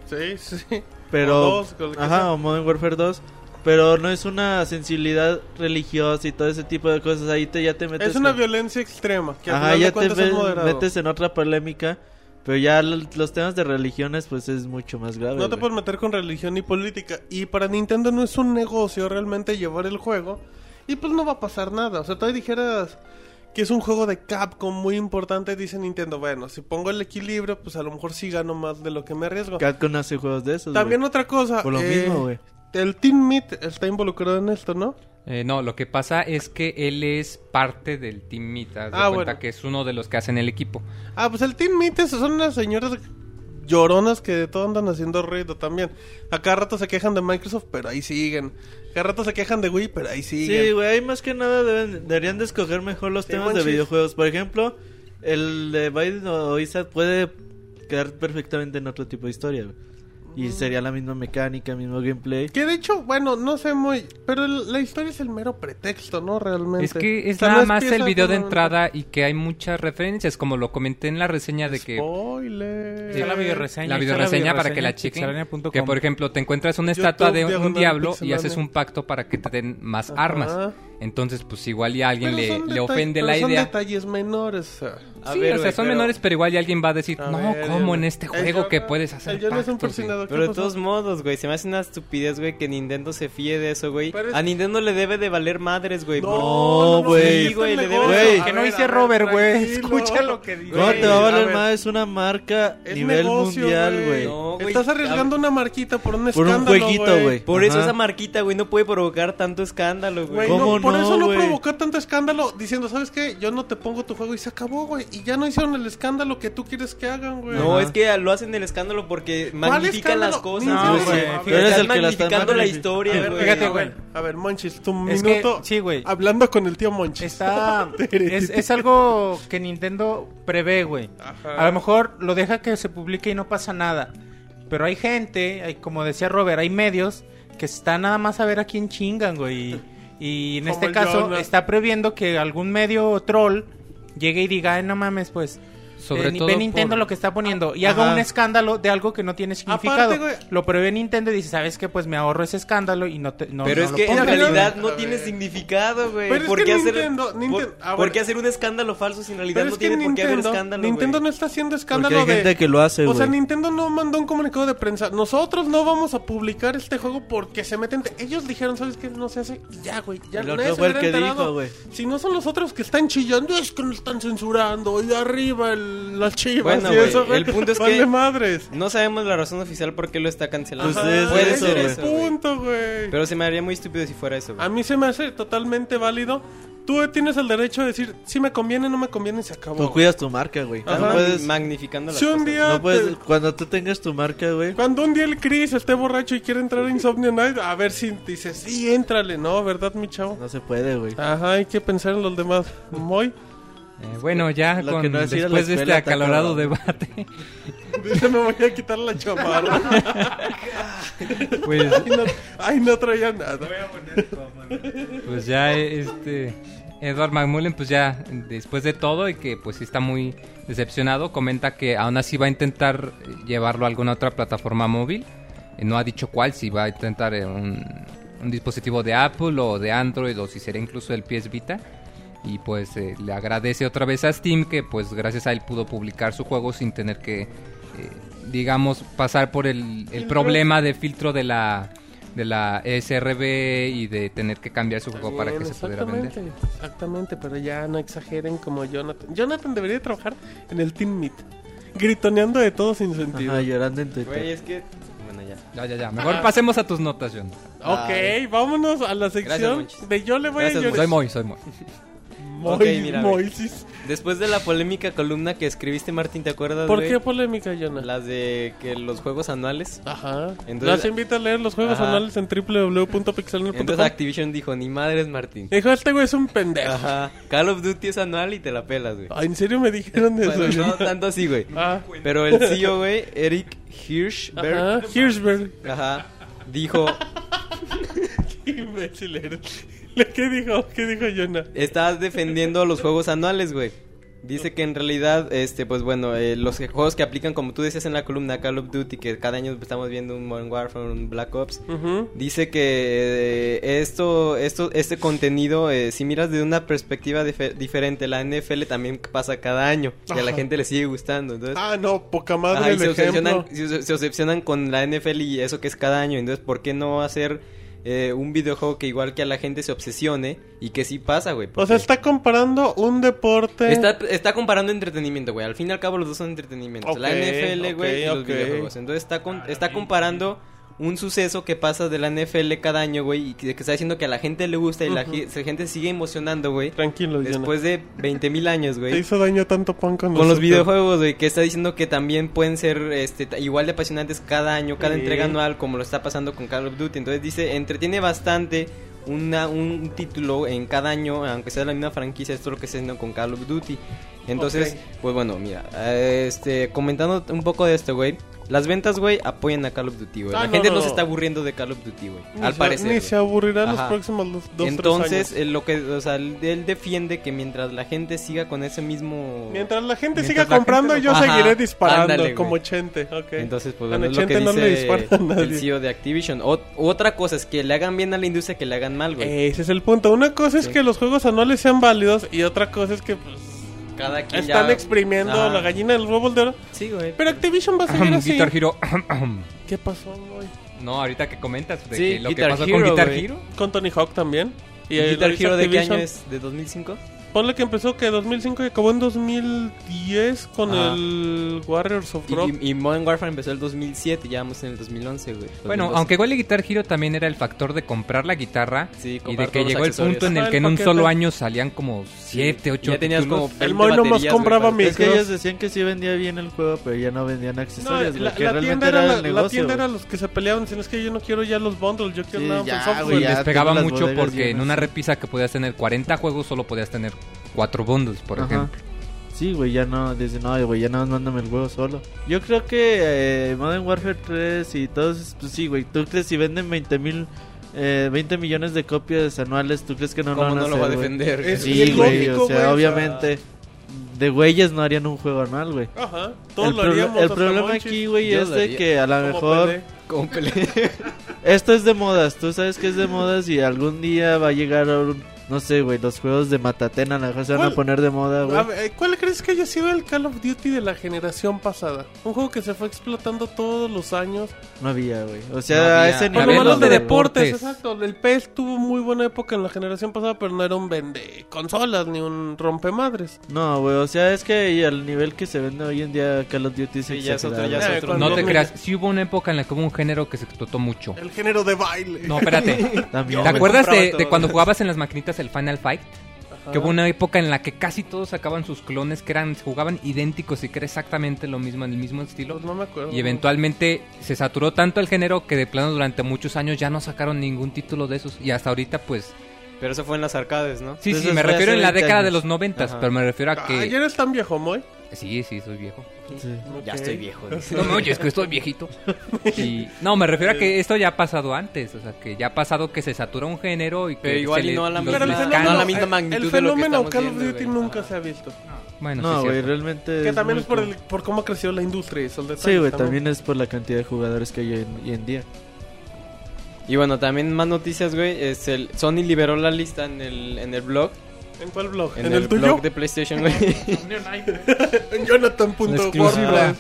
B: Sí, sí.
E: pero...
B: O dos, con el que sea.
E: Ajá, o Modern Warfare 2. Pero no es una sensibilidad religiosa y todo ese tipo de cosas. Ahí te, ya te metes.
B: Es una
E: con-
B: violencia extrema. Que
E: Ajá, ya te
B: cuentas es
E: ves-
B: moderado.
E: metes en otra polémica. Pero ya l- los temas de religiones, pues es mucho más grave.
B: No te
E: güey.
B: puedes meter con religión ni política. Y para Nintendo no es un negocio realmente llevar el juego. Y pues no va a pasar nada. O sea, todavía dijeras que es un juego de Capcom muy importante. Dice Nintendo, bueno, si pongo el equilibrio, pues a lo mejor sí gano más de lo que me arriesgo.
E: Capcom no hace juegos de esos.
B: También
E: güey.
B: otra cosa.
E: Por lo
B: eh,
E: mismo, güey.
B: El Team Meat está involucrado en esto, ¿no?
F: Eh, no, lo que pasa es que él es parte del Team Mita, de
B: Ah,
F: cuenta
B: bueno.
F: que es uno de los que hacen el equipo.
B: Ah, pues el Team Meat es- son unas señoras lloronas que de todo andan haciendo ruido también. A cada rato se quejan de Microsoft, pero ahí siguen. A cada rato se quejan de Wii, pero ahí siguen.
E: Sí, güey, ahí más que nada deben- deberían de escoger mejor los
B: Sí,
E: temas de
B: manches.
E: videojuegos. Por ejemplo, el de Biden o Isaac puede quedar perfectamente en otro tipo de historia, güey.
B: Mm.
E: Y sería la misma mecánica, mismo gameplay.
B: Que de hecho, bueno, no sé muy. Pero el- la historia es el mero pretexto, ¿no? Realmente.
F: Es que es
B: O sea,
F: nada
B: no
F: más
B: pieza
F: el video de
B: fundamental.
F: entrada y que hay muchas referencias, como lo comenté en la reseña de que
B: Spoiler.
D: Está la videoreseña.
F: la
D: está
F: videoreseña para que la
D: en
F: chequen.
D: pixelania.com.
F: Que por ejemplo te encuentras una estatua de un- un,
B: diagonal,
F: diablo y
B: pixelania.
F: haces un pacto para que te den más
B: Ajá.
F: armas. Entonces pues igual y a alguien
B: Pero
F: le,
B: son
F: le
B: detalles-
F: ofende
B: pero
F: la
B: Son
F: idea.
B: detalles menores. o sea.
C: A
F: sí,
C: ver,
F: o sea,
C: güey,
F: son
C: pero-
F: menores, pero igual y alguien va a decir,
B: A
F: no,
B: ver,
F: ¿cómo
B: el-
F: en este
B: el
F: juego que
B: Jonah-
F: puedes hacer
B: El Jonah es un
F: pactos, güey?
B: porcinador. ¿qué
C: Pero de
B: pasó?
C: todos modos, güey, se me hace una estupidez, güey, que Nintendo se fíe de eso, güey.
B: Pero es-
C: A Nintendo le debe de valer madres, güey.
E: No, güey.
B: sí, güey, le
E: Güey.
B: debo eso.
D: Que
B: A
D: no
B: ver, a
D: hice
B: ver,
D: Robert, güey.
B: tranquilo.
D: Escucha lo que digo.
E: No
B: Güey,
E: te va a
B: a
E: valer
B: ver.
E: más? Es una marca
B: Es
E: nivel
B: negocio,
E: mundial, güey.
C: No, güey.
B: Estás arriesgando una marquita por un
E: Por
B: escándalo.
E: un jueguito, güey.
C: Por eso
E: Ajá.
C: esa marquita, güey, no puede provocar tanto escándalo,
B: Güey,
C: güey.
B: no,
E: ¿Cómo
B: por
E: no,
B: eso no
E: güey?
B: provocó tanto escándalo diciendo, ¿sabes qué? Yo no te pongo tu juego y se acabó, güey. Y ya no hicieron el escándalo que tú quieres que hagan, güey.
C: No,
E: Ajá.
C: es que lo hacen el escándalo porque magnifican
B: escándalo?
C: las cosas,
B: No,
C: güey.
B: güey,
C: Estás
B: tú eres
E: el que la estás
C: magnificando la
E: magnificando.
B: A
C: historia,
B: ver,
C: güey.
D: fíjate,
B: a
D: güey.
B: ver, A ver, Monchis, tu
D: Es que-
B: minuto.
D: sí, güey.
B: Hablando con el tío Monchis.
D: Está, es, es algo que Nintendo prevé, güey. A lo mejor lo deja que se publique y no pasa nada. Pero hay gente, hay, como decía Robert, hay medios que están nada más a ver a quién chingan, güey. Y, y en
B: Como
D: este
B: el
D: caso
B: Jonas.
D: está previendo que algún medio troll llegue y diga, "Ay, no mames, pues.
F: Sobre
D: eh, ni-
F: todo
D: ve Nintendo
F: por-
D: lo que está poniendo y
E: Ajá.
D: haga un escándalo de algo que no tiene significado.
B: güey.
D: lo prevé Nintendo y dice, ¿sabes qué? Pues me ahorro ese escándalo y no te. no-
C: Pero
D: no
C: es
D: lo
C: que en
D: pongas, güey".
C: realidad
B: güey.
C: no
B: A
C: tiene
B: ver. Pero
C: significado, güey.
B: es
C: ¿Por
B: que
C: qué hacer
B: Nintendo- Ninten-
C: por-
B: ah,
C: por qué
B: bueno.
C: hacer un escándalo falso si en realidad
B: Pero
C: no
B: es que
C: tiene por qué haber
B: Nintendo,
C: escándalo, güey?
B: Nintendo no está haciendo
E: Porque
B: escándalo
E: hay gente
B: de...
E: que lo hace,
B: o sea,
E: güey.
B: Nintendo no mandó un comunicado de prensa. Nosotros no vamos a publicar este juego porque se meten. Ellos dijeron, ¿sabes qué? No se hace. Y Ya, güey. Ya
E: El otro
B: nadie se
E: fue el
B: hubiera
E: que
B: enterado.
E: dijo, güey.
B: Si no son los otros que están chillando, es que nos están censurando. Y arriba el el- las chivas
G: Bueno,
B: y
G: güey,
B: eso, güey.
G: el punto es que-
B: Vale madres.
G: No sabemos la razón oficial por qué lo está cancelando.
E: Pues es
G: Puede
E: eso,
G: ser
E: güey.
G: eso, güey.
B: punto, güey.
G: Pero se me haría muy estúpido si fuera eso,
B: A
G: güey.
B: mí se me hace totalmente válido. Tú tienes el derecho de decir si me conviene, no me conviene, se acabó.
E: Tú cuidas tu marca, güey.
B: Ajá.
E: No puedes,
G: Magnificando las
B: Si un
G: cosas.
B: día
E: no puedes-
B: te-
E: cuando tú tengas tu marca, güey.
B: Cuando un día el Chris esté borracho y quiere entrar a Insomnia Night, a ver si dices, sí, éntrale, ¿no? ¿Verdad, mi chavo?
E: No se puede, güey.
B: Ajá, hay que pensar en los demás. Muy.
F: Eh, bueno, ya
E: Lo
F: con-
E: que no es ir a la
F: después de este
E: escuela está
F: acalorado
E: cabrón.
F: debate,
B: Dice, me voy a quitar la chamarra.
F: pues,
B: Ay, no, ay, no traía nada.
F: pues ya eh, este Edward McMullen, pues ya después de todo y que pues sí está muy decepcionado, comenta que aún así va a intentar eh, llevarlo a alguna otra plataforma móvil. Eh, No ha dicho cuál, si va a intentar eh, un, un dispositivo de Apple o de Android o si será incluso el PS Vita. Y pues eh, le agradece otra vez a Steam que pues gracias a él pudo publicar su juego sin tener que, eh, digamos, pasar por el, el problema de filtro de la de la SRB y de tener que cambiar su juego para que se pudiera vender.
B: Exactamente, Exactamente, pero ya no exageren como Jonathan. Jonathan debería trabajar en el Team Meet. Gritoneando de todo sin sentido.
E: Ajá, llorando en Twitter.
G: Güey, es que... Bueno, ya.
F: Ya, ya, ya.
B: Ah.
F: Mejor pasemos a tus notas, John.
B: ok,
G: Ay.
B: vámonos a la sección
G: Monchis.
B: de yo le voy
G: Gracias,
B: a
F: Soy
B: llorar.
F: Moy, soy Moy.
B: Moy-
G: Ok, mira, güey.
B: Moisis.
G: Después de la polémica columna que escribiste, Martín, ¿te acuerdas,
B: ¿Por
G: güey?
B: qué polémica, Jonathan?
G: Las de que los juegos anuales.
B: Ajá.
G: Entonces-
B: Los invito a leer los juegos
G: Ajá.
B: anuales en
G: Entonces
B: www.pixelner.com.
G: Activision dijo, ni madres, Martín.
B: Dijo, este güey es un pendejo.
G: Ajá. Call of Duty es anual y te la pelas, güey.
B: Ah, ¿En serio me dijeron eso?
G: Bueno, no tanto así, güey.
B: Ah,
G: Pero el CEO, güey, Eric Hirschberg,
B: ajá. Hirschberg.
G: ajá. dijo,
B: Qué imbécil eres. ¿Qué dijo? ¿Qué dijo Jonah?
G: estás defendiendo los juegos anuales, güey. Dice que en realidad, este, pues bueno, eh, los que- juegos que aplican, como tú decías en la columna, Call of Duty, que cada año estamos viendo un Modern Warfare, un Black Ops,
B: Ujú.
G: Dice que eh, esto, esto, este contenido, eh, si miras de una perspectiva dife- diferente, la NFL también pasa cada año y a la
B: Ajá.
G: gente le sigue gustando. Entonces,
B: Ah, no, poca
G: ajá,
B: madre
G: y
B: el
G: se,
B: ejemplo.
G: obsesionan, se- se obsesionan con la NFL y eso que es cada año. Entonces, ¿por qué no hacer eh, un videojuego que igual que a la gente se obsesione y que sí pasa, güey?
B: O sea,
G: Porque
B: está comparando un deporte.
G: Está, está comparando entretenimiento, güey. Al fin y al cabo, los dos son entretenimiento. la
B: Ok,
G: NFL, güey, y los
B: ok, ok.
G: videojuegos. Entonces está, con- está comparando un suceso que pasa de la NFL cada año, güey, y que, que está diciendo que a la gente le gusta y la, ge- la gente sigue emocionando, güey.
B: Tranquilo, Jonah.
G: Después de 20 mil años,
B: Te
G: güey.
B: hizo daño tanto pan con,
G: Con los
B: nosotros.
G: videojuegos, güey, que está diciendo que también pueden ser este, ta- igual de apasionantes cada año, cada
B: Sí.
G: entrega anual, como lo está pasando con Call of Duty. Entonces dice, entretiene bastante una, un título en cada año, aunque sea de la misma franquicia, esto es lo que está haciendo con Call of Duty. Entonces, pues bueno, mira, eh, este, comentando un poco de esto, güey. Las ventas, güey, apoyan a Call of Duty, güey.
B: Ah,
G: la
B: no,
G: gente
B: no,
G: no, se
B: no.
G: está aburriendo de Call of Duty, güey.
B: Ni
G: Al
B: se-
G: parecer.
B: Ni
G: güey.
B: se aburrirá los
G: Ajá.
B: próximos dos, dos
G: Entonces,
B: tres años.
G: eh, lo que, o sea, él él defiende que mientras la gente siga con ese mismo...
B: Mientras la gente
F: Mientras
B: siga
F: la gente
B: comprando,
F: lo-
B: yo
G: Ajá,
B: seguiré disparando
G: ándale, güey.
B: como Chente. ok.
G: Entonces, pues
B: Con
G: bueno, es lo que
B: Chente no le
G: dice
B: dispara a nadie.
G: el CEO de Activision. Ot- otra cosa es que le hagan bien a la industria que le hagan mal, güey.
B: Ese es el punto. Una cosa es
G: Sí.
B: que los juegos anuales sean válidos y otra cosa es que pues,
G: Cada quien
B: están
G: ya-
B: exprimiendo
G: Ajá.
B: la gallina del huevo de oro.
G: Sí, güey.
B: Pero Activision va a seguir así.
F: Guitar Hero.
B: ¿Qué pasó güey?
F: no, ahorita que comentas de
G: Sí,
F: que lo que
G: Guitar
F: pasó
G: Hero,
F: con Guitar
G: güey.
F: Hero.
B: Con Tony Hawk también.
G: ¿Y
B: eh,
G: Guitar
B: lo hizo
G: Hero de qué año
B: Activision.
G: es? ¿De 2005?
B: Ponle que empezó que 2005 y acabó en 2010 con
G: Ajá.
B: el Warriors of Rock.
G: Y, y- y Modern Warfare empezó el 2007, ya vamos en el 2011, güey.
F: Bueno,
G: 2012.
F: aunque igual el Guitar Hero también era el factor de comprar la guitarra
G: Sí,
F: y
G: comprar
F: de que
G: todos los
F: llegó el
G: accesorios.
F: punto en el
B: Ajá,
F: que
B: el
F: en un
B: paquete.
F: solo año salían como 7, 8
G: ya tenías como
F: títulos.
G: 20
B: El Moy nomás
G: baterías, güey,
B: compraba
G: para-
B: mi-
E: Es que
B: creo-
E: ellos decían que sí vendía bien el juego, pero ya no vendían
B: No,
E: accesorios.
B: la,
E: güey, que
B: la
E: realmente
B: tienda era,
E: el
B: la, la
E: negocio,
B: tienda
E: güey.
B: era los que se peleaban. Dicen, es que yo no quiero ya los bundles, yo quiero
E: Sí,
B: nada más
E: ya,
B: el software".
E: güey,
F: Y
E: ya.
F: les pegaba
E: todas las
F: mucho
E: bodegas
F: porque en
E: llenas,
F: una
E: sí.
F: repisa que podías tener 40 juegos solo podías tener 4 bundles, por
E: Ajá.
F: ejemplo.
E: Sí, güey, ya no. Dice, no, güey, ya nada más mándame el juego solo. Yo creo que eh, Modern Warfare 3 y todos, pues sí, güey. ¿Tú crees si venden 20 mil, eh, 20 millones de copias anuales, tú crees que no lo
G: ¿Cómo
E: van a
G: no lo
E: hacer,
G: va a
E: güey?
G: defender? güey?
B: Es-
E: Sí,
B: Es
E: güey,
B: lógico,
E: o sea,
B: güey, o
E: obviamente. De güeyes no harían un juego anual, güey.
B: Ajá, todos
E: el
B: lo
E: proble-
B: haríamos.
E: el
B: hasta
E: problema
B: Monchis.
E: aquí, güey,
G: Yo
E: es
G: lo
E: de
G: haría.
E: que a lo
B: Como
E: mejor.
B: Pelé.
G: Como pelea.
E: Esto es de modas, tú sabes que es de modas y algún día va a llegar un No sé, güey, los juegos de Matatena a lo mejor se van
B: ¿Cuál?
E: a poner de moda,
B: A
E: güey.
B: ver, eh, ¿Cuál crees que haya sido el Call of Duty de la generación pasada? Un juego que se fue explotando todos los años.
E: No había, güey. O
F: No
E: sea,
F: había.
E: a ese
B: Por
F: Por lo
B: lo
E: nivel.
F: menos
B: menos
E: no,
B: de
E: güey.
B: deportes,
F: deportes.
B: exacto. El PES tuvo muy buena época en la generación pasada, pero no era un vende consolas ni un rompemadres.
E: No, güey, o sea, es que y al nivel que se vende hoy en día Call of Duty se
G: Sí, ya es otro, ya
E: exageraron.
G: es
B: Eh,
G: otro.
B: cuando-
F: No te
B: Mira.
F: creas, sí hubo una época en la que hubo un género que se explotó mucho.
B: El género de baile.
F: No, espérate.
E: También,
F: ¿Te
E: güey.
F: acuerdas
B: compraba
F: de,
B: todo.
F: de cuando jugabas en las maquinitas el Final Fight? Que hubo una época en la que casi todos sacaban sus clones que eran, se jugaban idénticos y que era exactamente lo mismo, en el mismo estilo.
B: Pues no me acuerdo.
F: Y eventualmente se saturó tanto el género que de plano durante muchos años ya no sacaron ningún título de esos. Y hasta ahorita, pues.
G: Pero eso fue en las arcades, ¿no?
F: Sí, sí,
E: Entonces
F: me
E: fue
F: refiero
E: hace
F: en la
E: 20
F: década de
E: años.
F: los noventas,
G: Ajá.
F: pero me refiero a
B: Ah, ¿ya
F: que.
B: eres tan viejo, Moy?
F: Sí, sí, soy viejo.
E: Sí.
G: Ya
B: Ok.
G: estoy viejo. dice.
F: No me oyes, que estoy viejito. Y- no, me refiero a que esto ya ha pasado antes. O sea, que ya ha pasado que se satura un género y que.
G: Pero igual
F: se
G: y no a la
F: los
G: misma-
B: el
G: no
F: mexicanos-
G: a la misma
B: eh,
G: magnitud
B: El
G: de lo que
B: fenómeno
G: estamos
B: Call of
G: viendo,
B: Duty
G: güey.
B: nunca se ha visto.
F: Bueno, sí,
E: No,
F: es
E: güey,
F: cierto.
E: realmente.
B: que
E: es
B: también
E: muy
B: es por, el,
E: común.
B: por cómo ha crecido la industria. Es el detalle,
E: Sí, güey,
B: ¿no?
E: también es por la cantidad de jugadores que hay hoy en, hoy en día.
G: Y bueno, también más noticias, güey. Es el Sony liberó la lista en el, en el blog.
B: ¿En cuál blog?
G: En,
B: ¿En,
G: el,
B: el, tuyo?
G: blog de PlayStation, güey.
B: En Jonathan.wordpress.
E: Exclusiva.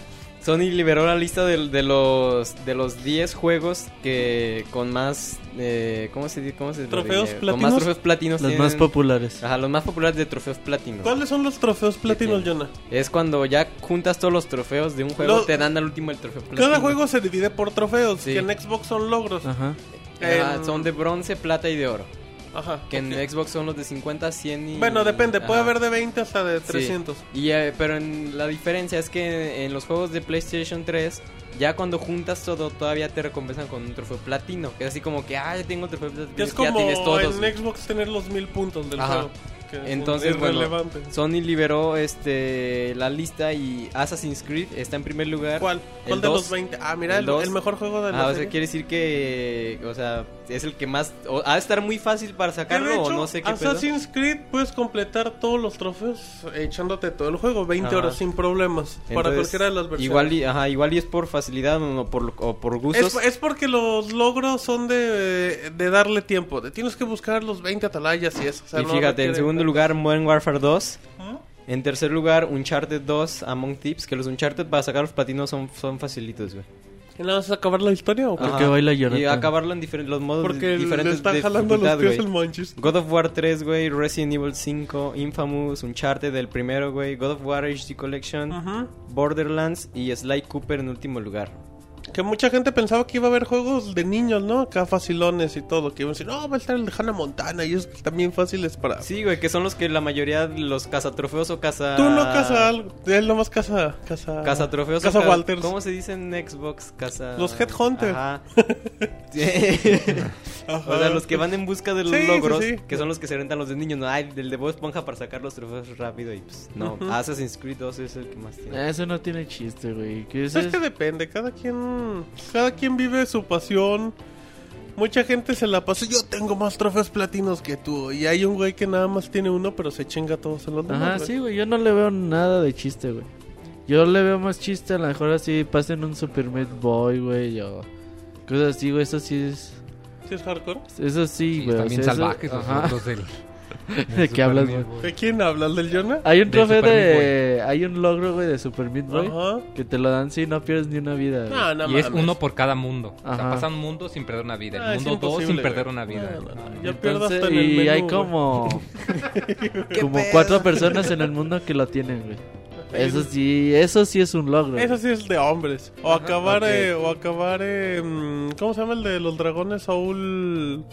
G: Sony liberó la lista del- de, los de los 10 juegos que con más eh, ¿cómo se di- cómo se
B: Trofeos
G: diría? con
B: platinos.
G: más trofeos platinos
E: Los
G: tienen-
E: más populares.
B: Ah.
G: Ajá, los más populares de trofeos platinos.
B: ¿Cuáles son los trofeos platinos,
G: tiene?
B: Jonah?
G: Es cuando ya juntas todos los trofeos de un juego,
B: Lo-
G: te dan al último el trofeo platino.
B: Cada juego se divide por trofeos,
G: Sí.
B: que en Xbox son logros.
E: Ajá.
G: Ajá,
B: en-
G: son de bronce, plata y de oro.
B: Ajá,
G: Que
B: ok.
G: en Xbox son los de 50, 100 y...
B: Bueno, depende, puede
G: Ajá.
B: haber de 20 hasta de 300.
G: Y, eh, pero en, la diferencia es que en los juegos de PlayStation 3, ya cuando juntas todo, todavía te recompensan con un trofeo platino. Que es así como que, ah, ya tengo trofeo platino.
B: Que es
G: que
B: como
G: ya tienes todos.
B: en
G: güey.
B: Xbox tener los 1000 puntos del
G: Ajá.
B: juego. que es-
G: Entonces,
B: es
G: bueno,
B: relevante.
G: Sony liberó este la lista y Assassin's Creed está en primer lugar.
B: ¿Cuál? ¿Cuál
G: el
B: de
G: dos.
B: los 20? Ah, mira,
G: El
B: el,
G: dos.
B: el mejor juego de la
G: Ah, o sea,
B: serie.
G: quiere decir que, o sea, es el que más... o- ha de estar muy fácil para
B: Que de
G: sacarlo o
B: hecho,
G: no sé qué pedo.
B: Assassin's Creed puedes completar todos los trofeos eh, echándote todo el juego, 20
G: Ajá.
B: horas sin problemas, para
G: Entonces,
B: cualquiera de las versiones.
G: Igual y, ajá, igual y es por facilidad o por, o por gustos.
B: Es, es porque los logros son de, de darle tiempo. De, tienes que buscar los 20 atalayas y eso. o sea,
G: y
B: no
G: fíjate,
B: requiere-
G: en segundo lugar, Modern Warfare 2.
B: ¿Mm?
G: En tercer lugar, Uncharted 2 Among Tips. Que los Uncharted para sacar los platinos son, son facilitos, güey.
B: ¿Y nada más acabar la historia o por
G: Ajá.
E: qué baila
G: Y
E: Jonathan?
G: acabarlo en diferen- los modos
B: Porque
G: di-
B: le
G: diferentes
B: están
G: de
B: jalando los
G: dificultad,
B: pies el
G: güey.
B: Monchis.
G: God of War 3, güey. Resident Evil 5. Infamous. Uncharted, el primero, güey. God of War HD Collection.
B: Ajá.
G: Borderlands y Sly Cooper en último lugar.
B: Que mucha gente pensaba que iba a haber juegos de niños, ¿no? Acá facilones y todo. Que iban a decir, no, va a estar el de Hannah Montana y es también fáciles para.
G: Sí, güey, que son los que la mayoría de los cazatrofeos o caza...
B: pues. Tú no casa algo. Él nomás casa. Casa,
G: Cazatrofeos
B: Casa
G: o ca-
B: Walters.
G: ¿Cómo se dice en Xbox? Casa...
B: Los Headhunter.
G: Ajá.
B: Ajá.
G: o sea, los que van en busca de los
B: Sí, sí,
G: logros,
B: sí.
G: que son los que se rentan los de niños. No, ay, del de Bob Esponja para sacar los trofeos rápido y pues... No,
B: Ujú.
G: Assassin's Creed 2 es el que más tiene.
E: Eso no tiene chiste, güey. ¿Qué es
B: Pues es que
E: eso?
B: depende, cada quien, cada quien vive su pasión. Mucha gente se la pasa, yo tengo más trofeos platinos que tú. Y hay un güey que nada más tiene uno, pero se chinga a todos en los demás.
E: Ajá,
B: güey.
E: sí, güey. Yo no le veo nada de chiste, güey. Yo le veo más chiste, a lo mejor así pasen un Super Meat Boy, güey, o cosas así, güey. Eso sí es.
B: ¿Sí es hardcore?
E: Eso sí,
F: Sí,
E: güey. o
F: también
E: sea, eso-
F: salvajes los,
E: Ajá.
F: los del.
E: ¿De qué hablas,
F: Super
E: güey?
F: Meat Boy.
B: ¿De quién hablas? ¿Del Jonah?
E: Hay un
F: De
E: trofeo
F: Super
E: de. Hay un logro, güey, de Super Meat Boy.
B: Ajá. Ah,
E: Que te lo dan si no pierdes ni una vida. güey.
B: No, no
F: y es
B: mames.
F: uno por cada mundo. O sea,
E: Ajá.
F: pasa un mundo sin perder una vida. El
B: Ah, es
F: mundo dos sin
B: imposible,
F: perder
B: güey.
F: una vida.
B: No, no, no,
F: No,
B: yo pierdo
E: Entonces,
B: hasta en el
E: y
B: menú,
E: hay
B: güey.
E: como como cuatro personas en el mundo que lo tienen, güey. Eso sí, eso sí es un logro.
B: Eso
E: güey.
B: sí es de hombres. O acabar,
E: ok.
B: eh, o acabar, eh, mm, ¿cómo se llama el de los dragones? Soul.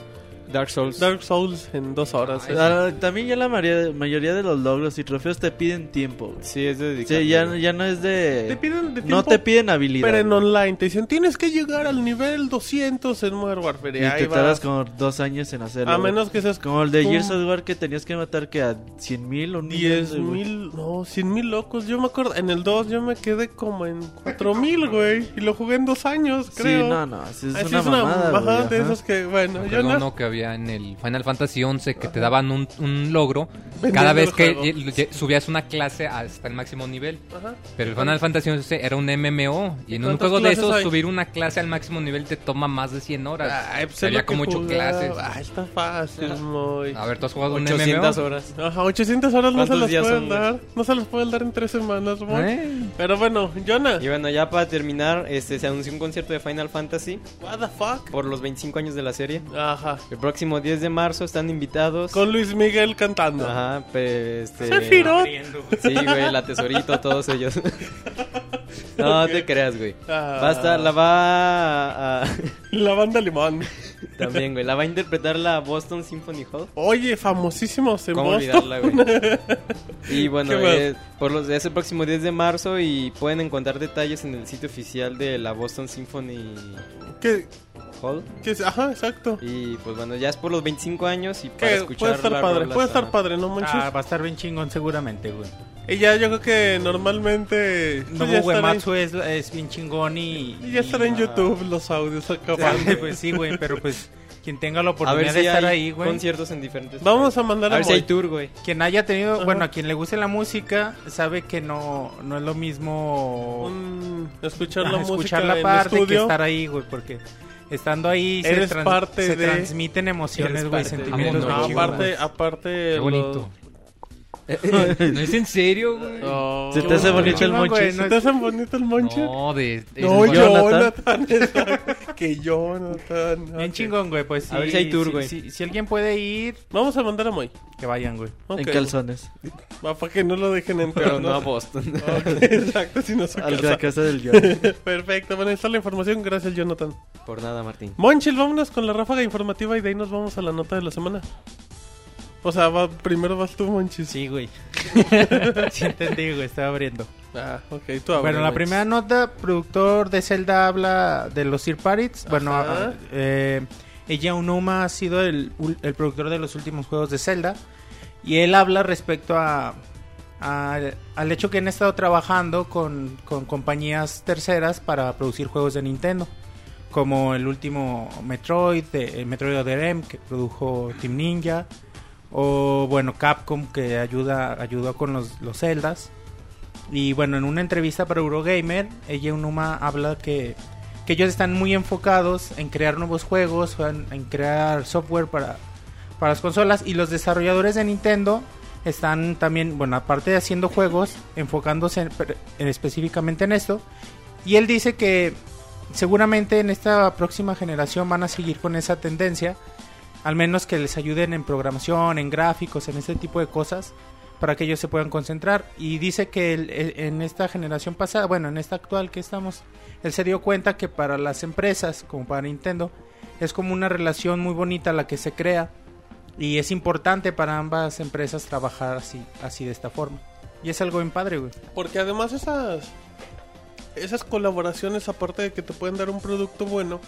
G: Dark Souls.
B: Dark Souls en dos horas.
F: Ay,
E: Ah, también ya la mayoría, mayoría de los logros y trofeos te piden tiempo. güey.
G: Sí, es de
E: Sí, ya, ya no es de...
B: Te piden de
E: no
B: tiempo,
E: te piden habilidad.
B: Pero en online te dicen, tienes que llegar al nivel 200 en Modern Warfare. Y
E: y
B: ahí
E: te
B: vas.
E: tardas como dos años en hacerlo.
B: A
E: güey.
B: menos que seas
E: Como el de
B: como
E: Gears of War que tenías que matar que a 100 mil o un millón
B: 10
E: de, güey.
B: mil, no, 100 mil locos. Yo me acuerdo, en el 2 yo me quedé como en 4 mil, güey. Y lo jugué en dos años,
E: Sí,
B: creo.
E: no, no, sí, es
B: Así
E: una mamada,
B: ajá,
E: güey,
B: de
E: ajá.
B: esos que, bueno,
F: Aunque
B: yo no.
F: luego no, que había en el Final Fantasy XI que te daban un, un logro cada vez
B: el
F: que
B: juego.
F: lle- lle- subías una clase hasta el máximo nivel.
B: Ajá.
F: Pero el Final Fantasy XI era un MMO y en un
B: ¿Cuántas
F: juego de
B: clases
F: esos
B: hay?
F: subir una clase al máximo nivel te toma más de 100 horas.
B: Ay, pues es
F: Sería
B: lo
F: como
B: que
F: 8
B: jugaba.
F: clases.
B: Ah, está fácil, muy.
F: A ver, ¿tú has jugado un
C: 800
F: MMO?
C: horas.
B: Ajá, 800 horas no se
C: ¿Cuántos
B: las
C: días
B: pueden
C: son, güey?
B: dar. No se las pueden dar en tres semanas, Moy.
F: Eh.
B: Pero bueno, Jonah.
C: Y bueno, ya para terminar, este se anunció un concierto de Final Fantasy
B: What the fuck?
C: por los 25 años de la serie.
B: Ajá.
C: El próximo 10 de marzo están invitados.
B: Con Luis Miguel cantando.
C: Ajá, pues, este...
B: Sephiroth.
C: Sí, güey, la tesorito, todos ellos. no, no te creas, güey.
B: Ah.
C: Va a estar, la va a- a-
B: La banda Limón.
C: También, güey. La va a interpretar la Boston Symphony Hall.
B: Oye, famosísimos en
C: ¿Cómo
B: Boston.
C: olvidarla, güey? Y bueno,
B: ¿Qué más?
C: eh, por los es el próximo 10 de marzo y pueden encontrar detalles en el sitio oficial de la Boston Symphony
B: ¿Qué,
C: Hall.
B: qué es? Ajá, exacto.
C: Y pues bueno, ya es por los 25 años y para
B: Que
C: escuchar
B: puede estar
C: las
B: padre,
C: rolas,
B: puede estar
C: ajá.
B: padre, no manches.
D: Ah, va a estar bien chingón seguramente, güey.
B: y ya yo creo que normalmente. pues,
D: No,
B: ya
D: güey,
B: estará en-
D: Matsu es, es bien chingón y...
B: y ya estará
C: Ah.
B: en
D: y-
B: YouTube los audios
D: Ah,
B: acabando.
D: pues sí, güey, pero pues quien tenga la
C: A ver
D: oportunidad
C: si
D: de estar
C: hay
D: ahí, güey.
C: conciertos en diferentes.
B: Vamos a mandar
C: a
B: a,
C: ver si hay
B: Moy.
C: tour, güey.
D: Quien haya tenido,
B: Ajá.
D: bueno, a quien le guste la música, sabe que no, no es lo mismo
B: Un- escuchar la
D: ajá,
B: música
D: escuchar la
B: en
D: parte que
B: estudio.
D: estar ahí, güey, porque estando ahí
B: Eres
D: se, trans-
B: parte
D: se
B: de- Ah,
D: transmiten emociones,
B: Eres
D: güey,
B: parte.
D: sentimientos.
F: Vámonos.
B: No,
D: bien chingones.
B: aparte, aparte.
F: Qué
B: los-
F: bonito. ¿No es en serio, güey?
B: No.
E: Se te hace
D: Qué
E: bonito el
D: chingón, güey,
E: monchis.
D: no
B: ¿Se te hace bonito el monche?
F: No, de... es-
B: No,
E: yo-
B: Jonathan. exacto. que Jonathan.
D: Bien
B: ok.
D: chingón, güey, pues
C: A ver si hay tour,
D: si-
C: güey.
D: Si, si alguien puede ir,
B: Vamos a mandar a Moy.
D: que vayan, güey.
B: Ok.
E: En calzones.
B: Va, para que no lo dejen entrar.
C: Pero no a Boston.
B: Ok, Exacto, si no se
E: A la
B: casa.
E: casa del guión.
B: Perfecto, bueno, ahí está la información. Gracias, Jonathan.
C: Por nada, Martín.
B: Monchil, vámonos con la ráfaga informativa y de ahí nos vamos a la nota de la semana. O sea, va- primero vas tú, Monchil.
D: Sí, güey. sí entendí, güey, estaba abriendo.
B: Ah, ok, tú abre,
D: Bueno, la
B: Monchis.
D: primera nota, productor de Zelda habla de los Sir Parrots. Bueno,
B: Ajá.
D: a- eh, ella Unuma ha sido el, ul- el productor de los últimos juegos de Zelda. Y él habla respecto a, a- al hecho que han estado trabajando con, con compañías terceras para producir juegos de Nintendo. Como el último Metroid, de- el Metroid Other M que produjo Team Ninja. O bueno, Capcom que ayuda, ayudó con los, los Zeldas. Y bueno, en una entrevista para Eurogamer, ella Unuma habla que, que ellos están muy enfocados en crear nuevos juegos, en, en crear software para, para las consolas. Y los desarrolladores de Nintendo están también, bueno, aparte de haciendo juegos, enfocándose en- per- en- específicamente en esto. Y él dice que seguramente en esta próxima generación van a seguir con esa tendencia. Al menos que les ayuden en programación, en gráficos, en este tipo de cosas para que ellos se puedan concentrar. Y dice que el- el- en esta generación pasada, bueno, en esta actual que estamos, él se dio cuenta que para las empresas, como para Nintendo, es como una relación muy bonita la que se crea. Y es importante para ambas empresas trabajar así, así de esta forma. Y es algo bien padre, güey.
B: Porque además esas esas colaboraciones, aparte de que te pueden dar un producto bueno,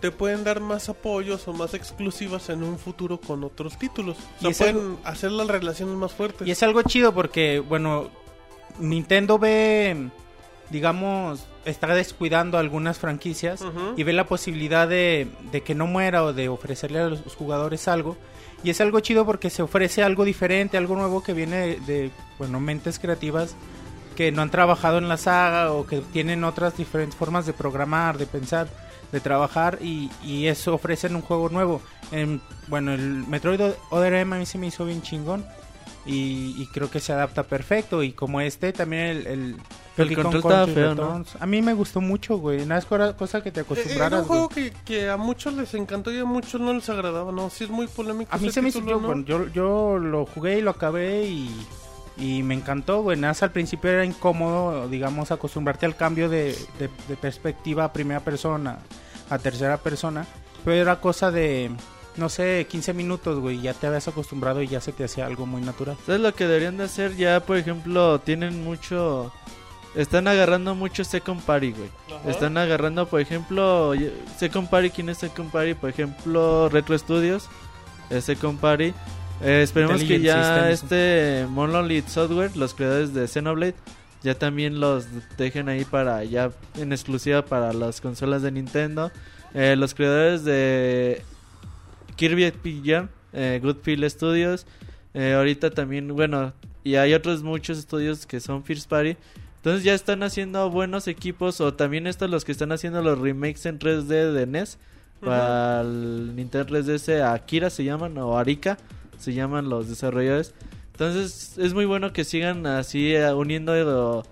B: te pueden dar más apoyos o más exclusivas en un futuro con otros títulos. O
D: Y
B: sea,
D: es
B: pueden hacer las relaciones más fuertes. Eh,
D: Y es algo chido porque, bueno, Nintendo ve, digamos, está descuidando algunas franquicias
B: Ujú.
D: y ve la posibilidad de, de que no muera o de ofrecerle a los jugadores algo. Y es algo chido porque se ofrece algo diferente, algo nuevo que viene de, de, bueno, mentes creativas que no han trabajado en la saga o que tienen otras diferentes formas de programar, de pensar, de trabajar y, y eso ofrecen un juego nuevo. En- bueno, el Metroid Other M a mí se me hizo bien chingón y, y creo que se adapta perfecto y como este también el... el Donkey Kong
E: control estaba
D: Country
E: feo, ¿no?
D: Returns. A mí me gustó mucho, güey. No es cora- cosa que te
B: Eh, Era
D: acostumbraras.
B: un
D: güey.
B: juego que, que a muchos les encantó y a muchos no les agradaba, ¿no? Sí Pues es muy polémico.
D: A mí
B: ese
D: se me hizo,
B: título, ¿no?
D: bueno, yo, yo lo jugué y lo acabé y, y me encantó, güey. Nada más al principio era incómodo, digamos, acostumbrarte al cambio de, de- de perspectiva a primera persona, a tercera persona. Pero era cosa de, no sé, 15 minutos, güey. Ya te habías acostumbrado y ya se te hacía algo muy natural.
E: ¿Sabes lo que deberían de hacer? Ya, por ejemplo, tienen mucho... Están agarrando mucho Second Party, güey.
B: Ajá.
E: Están agarrando, por ejemplo, y- Second Party. ¿Quién es Second Party? Por ejemplo, Retro Studios. Es Second Party. Eh, esperemos que
D: Intelligent
E: ya
D: Systems.
E: este Monolith Software, los creadores de Xenoblade, ya también los dejen ahí para ya en exclusiva para las consolas de Nintendo. Eh, los creadores de Kirby Epic eh, Good Feel Studios. Eh, ahorita también, bueno, y hay otros muchos estudios que son First Party. Entonces ya están haciendo buenos equipos o también estos los que están haciendo los remakes en 3D de NES para el Nintendo 3DS Akira se llaman o Arika se llaman los desarrolladores. Entonces es muy bueno que sigan así eh, uniendo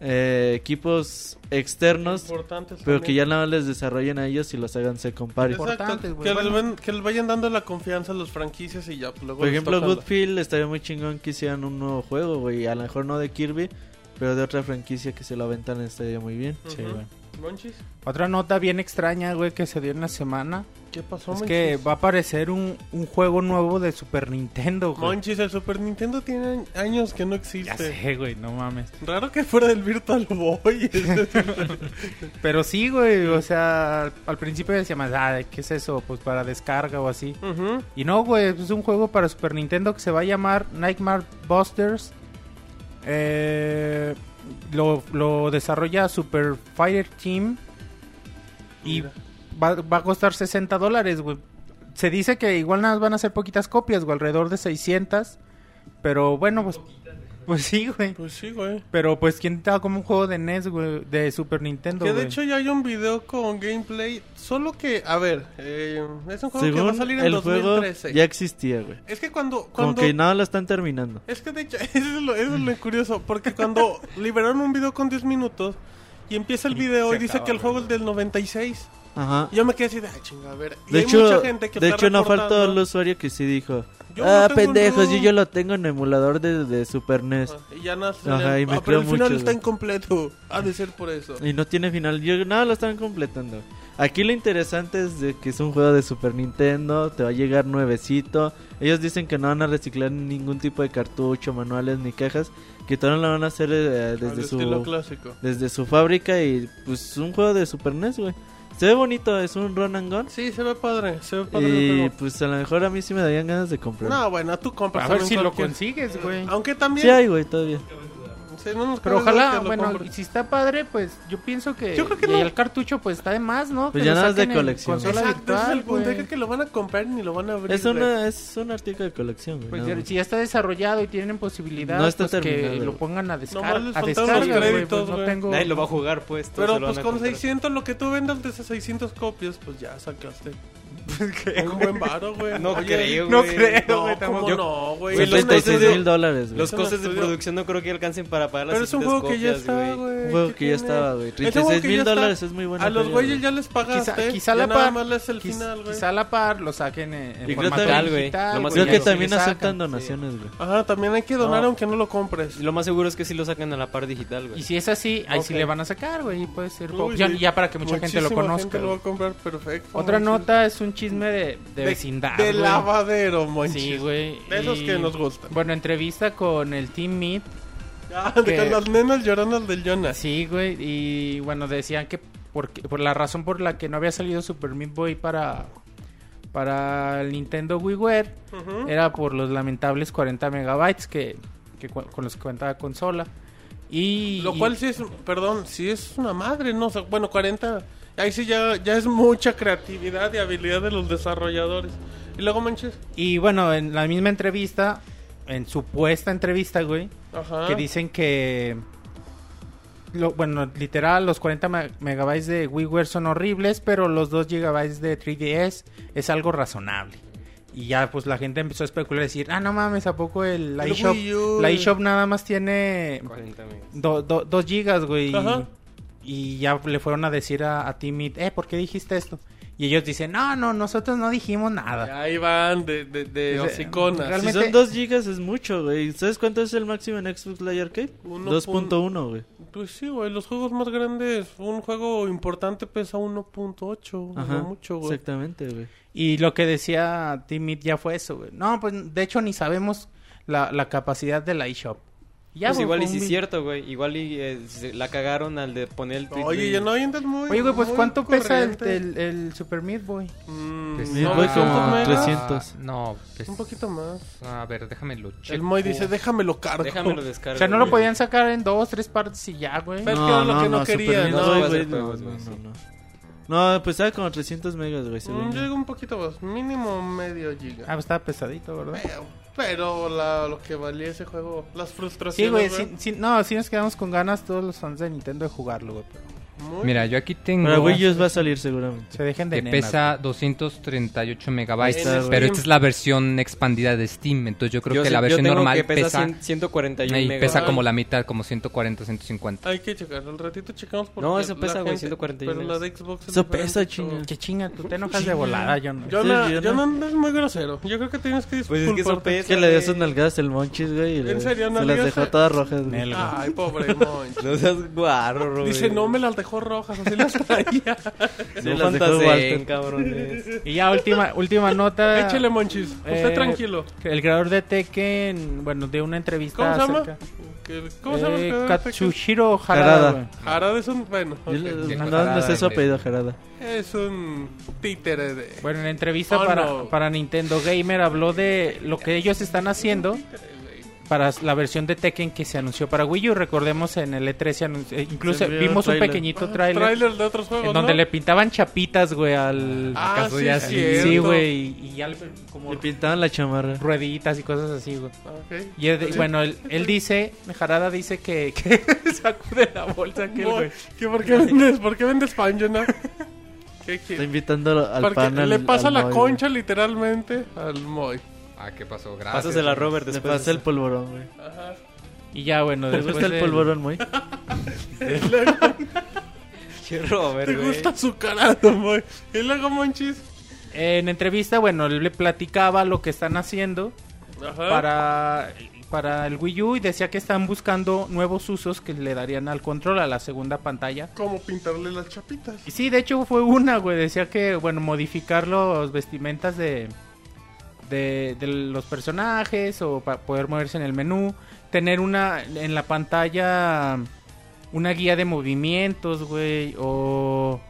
E: eh, equipos externos,
B: Importantes
E: pero
B: también.
E: que ya no les desarrollen a ellos y los hagan second party.
B: Exacto,
D: Importantes, güey,
B: que, les
D: bueno.
B: ven- que les vayan dando la confianza a las franquicias y ya. pues, Luego
E: Por
B: les
E: ejemplo,
B: toca la-
E: Goodfield estaría muy chingón que hicieran un nuevo juego, güey. A lo mejor no de Kirby, pero de otra franquicia que se lo aventan estaría muy bien.
B: Ujú.
E: Sí, güey.
B: Monchis,
D: Otra nota bien extraña, güey, que se dio en la semana.
B: ¿qué pasó,
D: Es
B: Monchis?
D: que va a aparecer un, un juego nuevo de Super Nintendo, güey.
B: Monchis, el Super Nintendo tiene años que no
D: Ya
B: existe.
D: sé, güey, no mames.
B: Raro que fuera del Virtual Boy.
D: Pero sí, güey, o sea, al principio decíamos, ah, ¿qué es eso? Pues para descarga o así.
B: Ujú.
D: Y no, güey, es un juego para Super Nintendo que se va a llamar Nightmare Busters. Eh, lo, lo desarrolla Super Fighter Team. Y
B: Mira.
D: va, va a costar 60 dólares, güey. Se dice que igual nada más van a ser poquitas copias, güey, alrededor de 600. Pero bueno, pues, pues sí, güey.
B: Pues sí, güey.
D: Pero pues, ¿quién te da como un juego de NES, güey? De Super Nintendo,
B: Que de
D: güey?
B: hecho ya hay un video con gameplay. Solo que, a ver, eh, es un juego que va a
E: Según
B: salir en
E: el juego
B: 2013.
E: ya existía, güey.
B: Es que cuando.
E: Como
B: cuando
E: que nada lo están terminando.
B: Es que de hecho, eso es lo, eso es lo curioso. Porque cuando liberaron un video con 10 minutos y empieza el video y dice que el juego es del 96.
E: Ajá.
B: Yo me quedé así de, ah, chinga, a ver. Y
E: De
B: hay
E: hecho,
B: mucha gente que
E: de
B: está
E: hecho no faltó
B: reportando-
E: el usuario que sí dijo,
B: Yo no
E: ah,
B: tengo
E: pendejos,
B: nada".
E: yo, yo lo tengo en emulador de, de Super E NES.
B: Ah, Y ya no
E: Ajá, y me
B: ah, pero
E: creo
B: el final
E: mucho,
B: está
E: güey.
B: incompleto. Ha de ser por eso.
E: Y no tiene final, yo, nada, lo están completando. Aquí lo interesante es de que es un juego de Super Nintendo, te va a llegar nuevecito. Ellos dicen que no van a reciclar ningún tipo de cartucho, manuales ni cajas, que todo lo van a hacer eh,
B: Al
E: desde
B: estilo
E: su
B: clásico.
E: desde su fábrica y pues un juego de Super NES, güey. Se ve bonito, es un run and gun.
B: Sí, se ve padre. Se ve padre. el
E: Y
B: juego.
E: pues a lo mejor a mí sí me darían ganas de comprar.
B: No, bueno, tú compras.
D: A ver
B: también
D: si lo
B: cualquier-
D: consigues, güey.
B: Aunque
E: Sí
B: también.
E: hay, güey, todavía.
B: sí, no nos
D: Pero
B: cabe duda
D: ojalá,
B: que lo
D: bueno,
B: compres.
D: y si está padre, pues yo pienso que,
B: Yo creo que
D: y
B: no.
D: el cartucho pues está de más, ¿no?
E: Pues
D: Que
E: ya
D: lo
E: nada más de
D: saquen en
E: colección.
D: consola
B: Exacto, ese es
D: virtual,
B: el punto.
D: güey.
B: Es que lo van a comprar y ni lo van a abrir.
E: Es,
B: güey.
E: una, es un artículo de colección, güey.
D: Pues
E: nada
D: ya-
E: más.
D: si ya está desarrollado y tienen posibilidad,
E: No está
D: pues que
E: terminado.
D: lo pongan a,
B: Nomás
D: descarga
B: les
D: a
B: faltaron
D: descarga,
B: los
D: güey,
B: créditos,
D: pues, no
B: güey.
D: tengo...
C: Nadie lo va a jugar, pues. todos se
B: Pero
C: lo
B: pues
C: van a
B: con
C: comprar.
B: 600, lo que tú vendas de esas 600 copias, pues ya sacaste. Un buen varo, güey.
C: No
B: Oye,
C: creo,
D: no
C: güey.
D: creo.
B: No,
D: güey,
B: ¿cómo
D: tampoco.
B: no, güey.
C: Güey,
B: Es un-
E: 76
C: los-
E: mil dólares, güey.
C: Los
B: Es un
C: costos de
B: estudio.
C: producción no creo que alcancen para pagar las
B: Pero es un
C: 600
B: juego que ya
C: copias,
B: está,
C: güey.
B: güey.
E: Un juego
B: ¿qué
E: que
B: tiene?
E: ya estaba, güey.
B: Ese juego que
E: 36
B: ya
E: mil
B: está.
E: dólares es muy bueno.
B: A los güeyes ya les pagaste.
D: Quizá, quizá
B: ya
D: la
B: nada
D: par,
B: más es el
D: quiz-
B: final, güey.
D: quizá la par lo saquen en, en
E: Y creo
D: formato
E: también,
D: digital,
C: güey, lo más
D: güey,
E: Creo que
D: así le
E: también
D: sacan.
E: aceptan donaciones, güey.
B: Ajá, también hay que donar
C: No.
B: aunque no lo compres.
C: Y Lo más seguro es que sí lo sacan a la par digital,
D: Y
C: güey.
D: si es así, ahí sí
B: Ok.
D: le van a sacar, güey, y puede ser
B: Uy,
D: opción,
B: sí.
D: y ya para que mucha gente lo
B: Muchísima
D: conozca.
B: gente lo va
D: güey.
B: a comprar perfecto.
D: Otra
B: Monchis.
D: nota es un chisme de, de
B: De-
D: vecindad,
B: De
D: güey.
B: lavadero, monchis.
D: Sí, güey.
B: De esos
D: y-
B: que nos gustan.
D: Bueno, entrevista con el Team Meet.
B: Ah, de
D: que-
B: con las nenas lloronas del Jonas.
D: Sí, güey. Y bueno, decían que por, por la razón por la que no había salido Super Meat Boy para, para el Nintendo WiiWare
B: Ujú.
D: era por los lamentables 40 megabytes que, que cu- con los que cuenta la consola. Y,
B: Lo cual sí es, perdón, sí es una madre, ¿no? O sea, bueno, 40. Ahí sí ya, ya es mucha creatividad y habilidad de los desarrolladores. Y luego manches.
D: y bueno, en la misma entrevista, en supuesta entrevista, güey,
B: Ajá.
D: que dicen que lo- bueno, literal, los 40 me- megabytes de WiiWare son horribles, pero los 2 gigabytes de 3DS es algo razonable. Y ya, pues la gente empezó a especular y decir, ah, no mames, ¿a poco el, la
B: El
D: eShop?
B: Wii U.
D: La eShop nada más tiene
C: 40 megas.
D: 2 gigas, güey.
B: Ajá.
D: Y ya le fueron a decir a, a Timid, eh, ¿por qué dijiste esto? Y ellos dicen, no, no, nosotros no dijimos nada.
B: Ahí van de, de, de
D: Ese-
B: hociconas.
D: realmente-
E: Si son 2 gigas es mucho, güey. ¿Sabes cuánto es el máximo en Xbox Live Arcade?
B: Uno
E: 2.1, güey.
B: Pues sí, güey, los juegos más grandes. Un juego importante pesa 1.8.
E: Ajá.
B: No mucho, güey.
E: Exactamente, güey.
D: Y lo que decía Timid ya fue eso, güey. No, pues de hecho ni sabemos la, la capacidad de la eShop. Ya,
C: pues
D: güey,
C: igual y
D: fue
C: si
D: un
C: es
D: vi-
C: cierto, güey. Igual y eh, se la cagaron al de poner el tweet.
B: Oye,
C: de-
B: ya no hay andas muy.
D: Oye, güey, pues
B: muy
D: ¿cuánto pesa el,
B: corriente.
D: el- el Super Meat Boy?
B: Mm,
F: Pues,
E: no,
F: ah,
E: güey, como
F: ah,
E: 300.
F: No, pues,
B: Un poquito más.
F: A ver, déjame lo
B: El
F: checo.
B: Moy dice, déjamelo cargo.
C: Déjamelo descargar.
D: O sea, no lo podían sacar en dos, tres partes y ya, güey.
B: Pero- Es que era lo que no
E: Super
B: quería,
E: Nintendo,
B: ¿no?
E: güey,
C: No,
E: no,
C: no,
E: no, no. No, pues estaba como 300 megas, güey, según
B: Mm, Yo
E: yo.
B: digo un poquito más, mínimo medio
D: Ah,
B: giga.
D: pues estaba pesadito, ¿verdad?
B: Pero, pero la- lo que valía ese juego, las
D: Sí, güey,
B: frustraciones.
D: sí, sí, no, sí nos quedamos con ganas todos los fans de Nintendo de jugarlo, güey. pero
B: Muy-
F: Mira, yo aquí tengo
E: Para Wii U va a salir seguramente.
D: Se dejen de
F: que
D: nenas,
F: pesa 238
B: Ahí
F: megabytes,
B: está, güey.
F: pero esta es la versión expandida de Steam, entonces yo creo
C: Yo
F: que
C: sé-
F: la
C: yo
F: versión
C: tengo
F: normal
C: que pesa,
F: pesa,
C: 100 141
F: ey,
C: megas.
F: pesa
B: Ay.
F: como la mitad, como 140, 150.
B: Hay que checar, al ratito checamos porque
C: No, eso
B: la
C: pesa, güey,
B: gente-
C: 141
B: Pero la de Xbox es
E: Eso
B: diferente,
E: pesa,
B: chavo.
E: chinga.
D: güey. Que chinga, tú te enojas de volada, yo no.
B: Yo
E: Sí,
B: no,
E: yo
B: yo
E: no.
B: no es muy grosero. Yo creo que tienes que
C: Pues es que eso
B: disculparte.
E: Es que le dio sus nalgadas el Monchis, güey. y le-
B: En serio, no
E: Se las
B: digas-
E: dejó todas rojas, güey.
D: Nel, güey.
B: Ay, pobre Monch.
C: No seas guarro, Robert.
B: Dice, no me las dejó rojas, así las traía.
C: Sí,
E: No
C: las dejó
E: fantaseen,
C: Walter. cabrones.
D: Y ya última, última nota.
B: Échele, Monchis. Usted
D: Ah. Eh,
B: tranquilo.
D: El creador de Tekken, bueno, de una entrevista
B: ¿Cómo se llama?
D: acerca-
B: ¿Qué- ¿Cómo se llama?
D: Eh,
B: el creador de Tekken?
D: Katsushiro
E: Harada.
D: Harada, güey.
B: Harada es un... Bueno,
E: Yo le-
B: ok.
F: Sí,
E: no,
F: Jarada,
E: no sé su
F: güey.
E: apellido, Jarada.
B: es un títere de...
D: Bueno, en la entrevista
B: Oh,
D: para,
B: no.
D: para Nintendo Gamer habló de lo que ellos están haciendo para la versión de Tekken que se anunció para Wii U. Recordemos en el E3 se anunció- eh, incluso
E: Se vio
D: vimos
E: un
D: un
E: tráiler.
D: pequeñito
B: Ah,
D: trailer,
B: de otros juegos,
D: en donde
B: ¿no?
D: le pintaban chapitas, güey, al...
B: Ah,
F: ¿Acaso
B: sí,
F: ya
B: es
F: sí?
B: cierto.
D: sí, güey, y ya le- como
E: Le pintaban la chamarra.
D: rueditas y cosas así, güey.
B: Ok.
D: Y él- bueno, él, él dice, Jarada dice que, que sacude la bolsa aquel,
B: Mo-
D: güey.
B: ¿Qué, ¿Por qué vendes, por qué vendes pan, Jonah? ¿Qué
E: Está
B: quieres?
E: invitando al
B: Porque
E: pan al-
B: le pasa
E: al
B: la
E: Moy, güey.
B: concha literalmente al Moy.
F: Ah, ¿qué pasó? Gracias.
C: Pásasela a Robert
E: Le
C: después.
E: pasa el polvorón, güey.
D: Y ya, bueno,
E: ¿Te
D: después
E: gusta Pues el
D: del-
E: polvorón, Moy?
B: Ah,
C: Che, Robert,
B: Te
C: güey.
B: gusta su cara, don Moy. Y luego, Monchis.
D: En entrevista, bueno, él le platicaba lo que están haciendo
B: Ajá.
D: para, para el Wii U y decía que están buscando nuevos usos que le darían al control a la segunda pantalla.
B: Como pintarle las chapitas.
D: Y sí, de hecho fue una, güey. Decía que, bueno, modificar los vestimentas de, de, de los personajes o para poder moverse en el menú. Tener una en la pantalla una guía de movimientos, güey. O...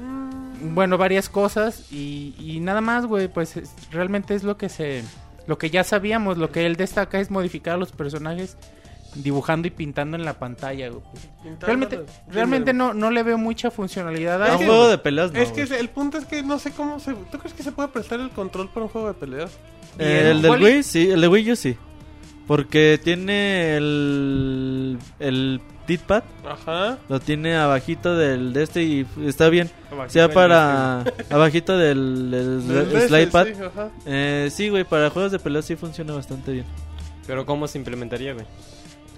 B: Mm,
D: Bueno, varias cosas y, y nada más, güey, pues es- realmente es lo que se... Lo que ya sabíamos, lo que él destaca es modificar a los personajes dibujando y pintando en la pantalla, güey. Realmente,
B: Pintándolas.
D: realmente no, no le veo mucha funcionalidad
E: A
D: a
E: un
B: que-
D: eso.
E: juego de peleas, Ah, no,
B: Es que
E: güey.
B: el punto es que no sé cómo se. ¿Tú crees que se puede prestar el control para un juego de peleas?
E: Eh, el del Wii, sí. El de Wii yo sí. Porque tiene el... El Pad
B: Ajá.
E: Lo tiene abajito del de este y está bien.
B: Abajito este.
E: Sea para... Abajito del, del
B: Del DS,
E: slide pad.
B: sí, ajá.
E: Eh, sí, güey, para juegos de peleas sí funciona bastante bien.
C: Pero ¿cómo se implementaría, güey?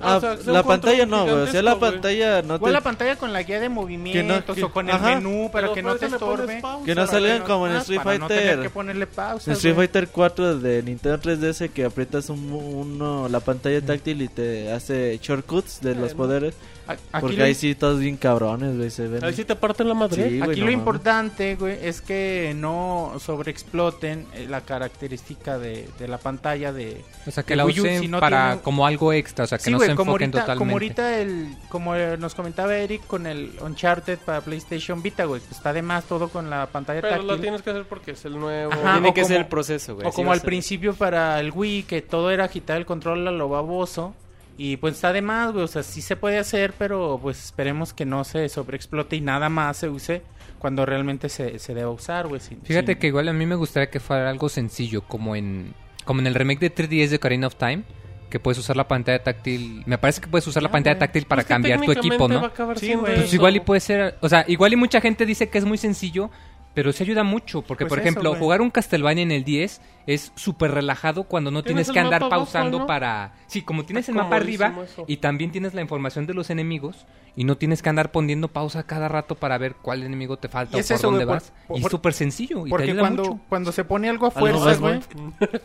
E: Ah,
B: O sea, es un
E: la
B: control
E: pantalla no, güey. O sea, la
B: gigantesco, güey.
E: pantalla no
D: Igual
E: te...
D: la pantalla con la guía de movimientos
E: que-
D: o con
E: ajá.
D: el menú para
B: Pero
D: que no
B: por
D: te
B: eso le pones
D: estorbe.
B: pausa,
E: Que no
B: para
E: salgan
B: no-
E: como en
D: Ah,
E: Street
D: para no tener
E: Fighter.
D: que ponerle pausa.
E: En Street Fighter 4 de Nintendo 3DS que aprietas un, uno, la pantalla táctil y te hace shortcuts de los
B: Bueno.
E: poderes.
D: Eh, Aquí,
E: Porque
D: lo,
E: ahí sí todos bien cabrones, güey, se ven.
B: Ahí sí te parten la madre.
E: Sí, güey,
D: aquí
E: no
D: lo
E: mames.
D: importante, güey, es que no sobreexploten eh, la característica de, de la pantalla de,
F: O sea, que
D: El
F: la
D: Wii U,
F: usen
D: si no
F: para
D: tiene-
F: como algo extra, o sea, que
D: Sí,
F: no
D: güey,
F: se enfoquen
D: como ahorita,
F: totalmente.
D: Como ahorita el, como eh, nos comentaba Eric con el Uncharted para PlayStation Vita, güey, pues está de más todo con la pantalla
B: Pero lo
D: táctil.
B: tienes que hacer porque es el nuevo.
D: Ajá,
C: Tiene
D: o
C: que ser
D: como-
C: el proceso, güey.
D: o
C: sí
D: como
C: va a
D: al
C: ser.
D: principio para el Wii, que todo era agitar el control a lo baboso. Y pues está de más, güey, o sea, sí se puede hacer, pero pues esperemos que no se sobreexplote y nada más se use cuando realmente se, se deba usar, güey. sin-
F: Fíjate
D: sin-
F: que igual a mí me gustaría que fuera algo sencillo, como en como en el remake de 3DS de Ocarina of Time, que puedes usar la pantalla táctil. Me parece que puedes usar la
D: Ya,
F: pantalla
D: güey.
F: táctil para
B: Es que
F: cambiar tu equipo,
B: técnicamente va a
F: ¿no?
B: acabar
D: Sí,
B: siendo
D: güey.
B: eso.
F: Pues igual y puede ser, o sea, igual y mucha gente dice que es muy sencillo, pero sí ayuda mucho, porque
D: Pues
F: por
D: eso,
F: ejemplo,
D: güey.
F: jugar un Castlevania en el 10 es súper relajado cuando no
B: Tienes
F: tienes,
B: el
F: que andar
B: mapa abajo,
F: pausando
B: ¿no?
F: para... Sí, como tienes el
B: Está
F: mapa arriba
B: comodísimo eso.
F: y también tienes la información de los enemigos y no tienes que andar poniendo pausa cada rato para ver cuál enemigo te falta
D: Y
F: o
D: es
F: por
D: eso,
F: dónde
D: güey,
F: vas.
D: por-
F: y
D: por-
F: es súper sencillo y te
D: Porque
F: ayuda
D: cuando,
F: mucho.
D: cuando se pone algo a
E: Algo
D: fuerza,
E: más,
D: güey.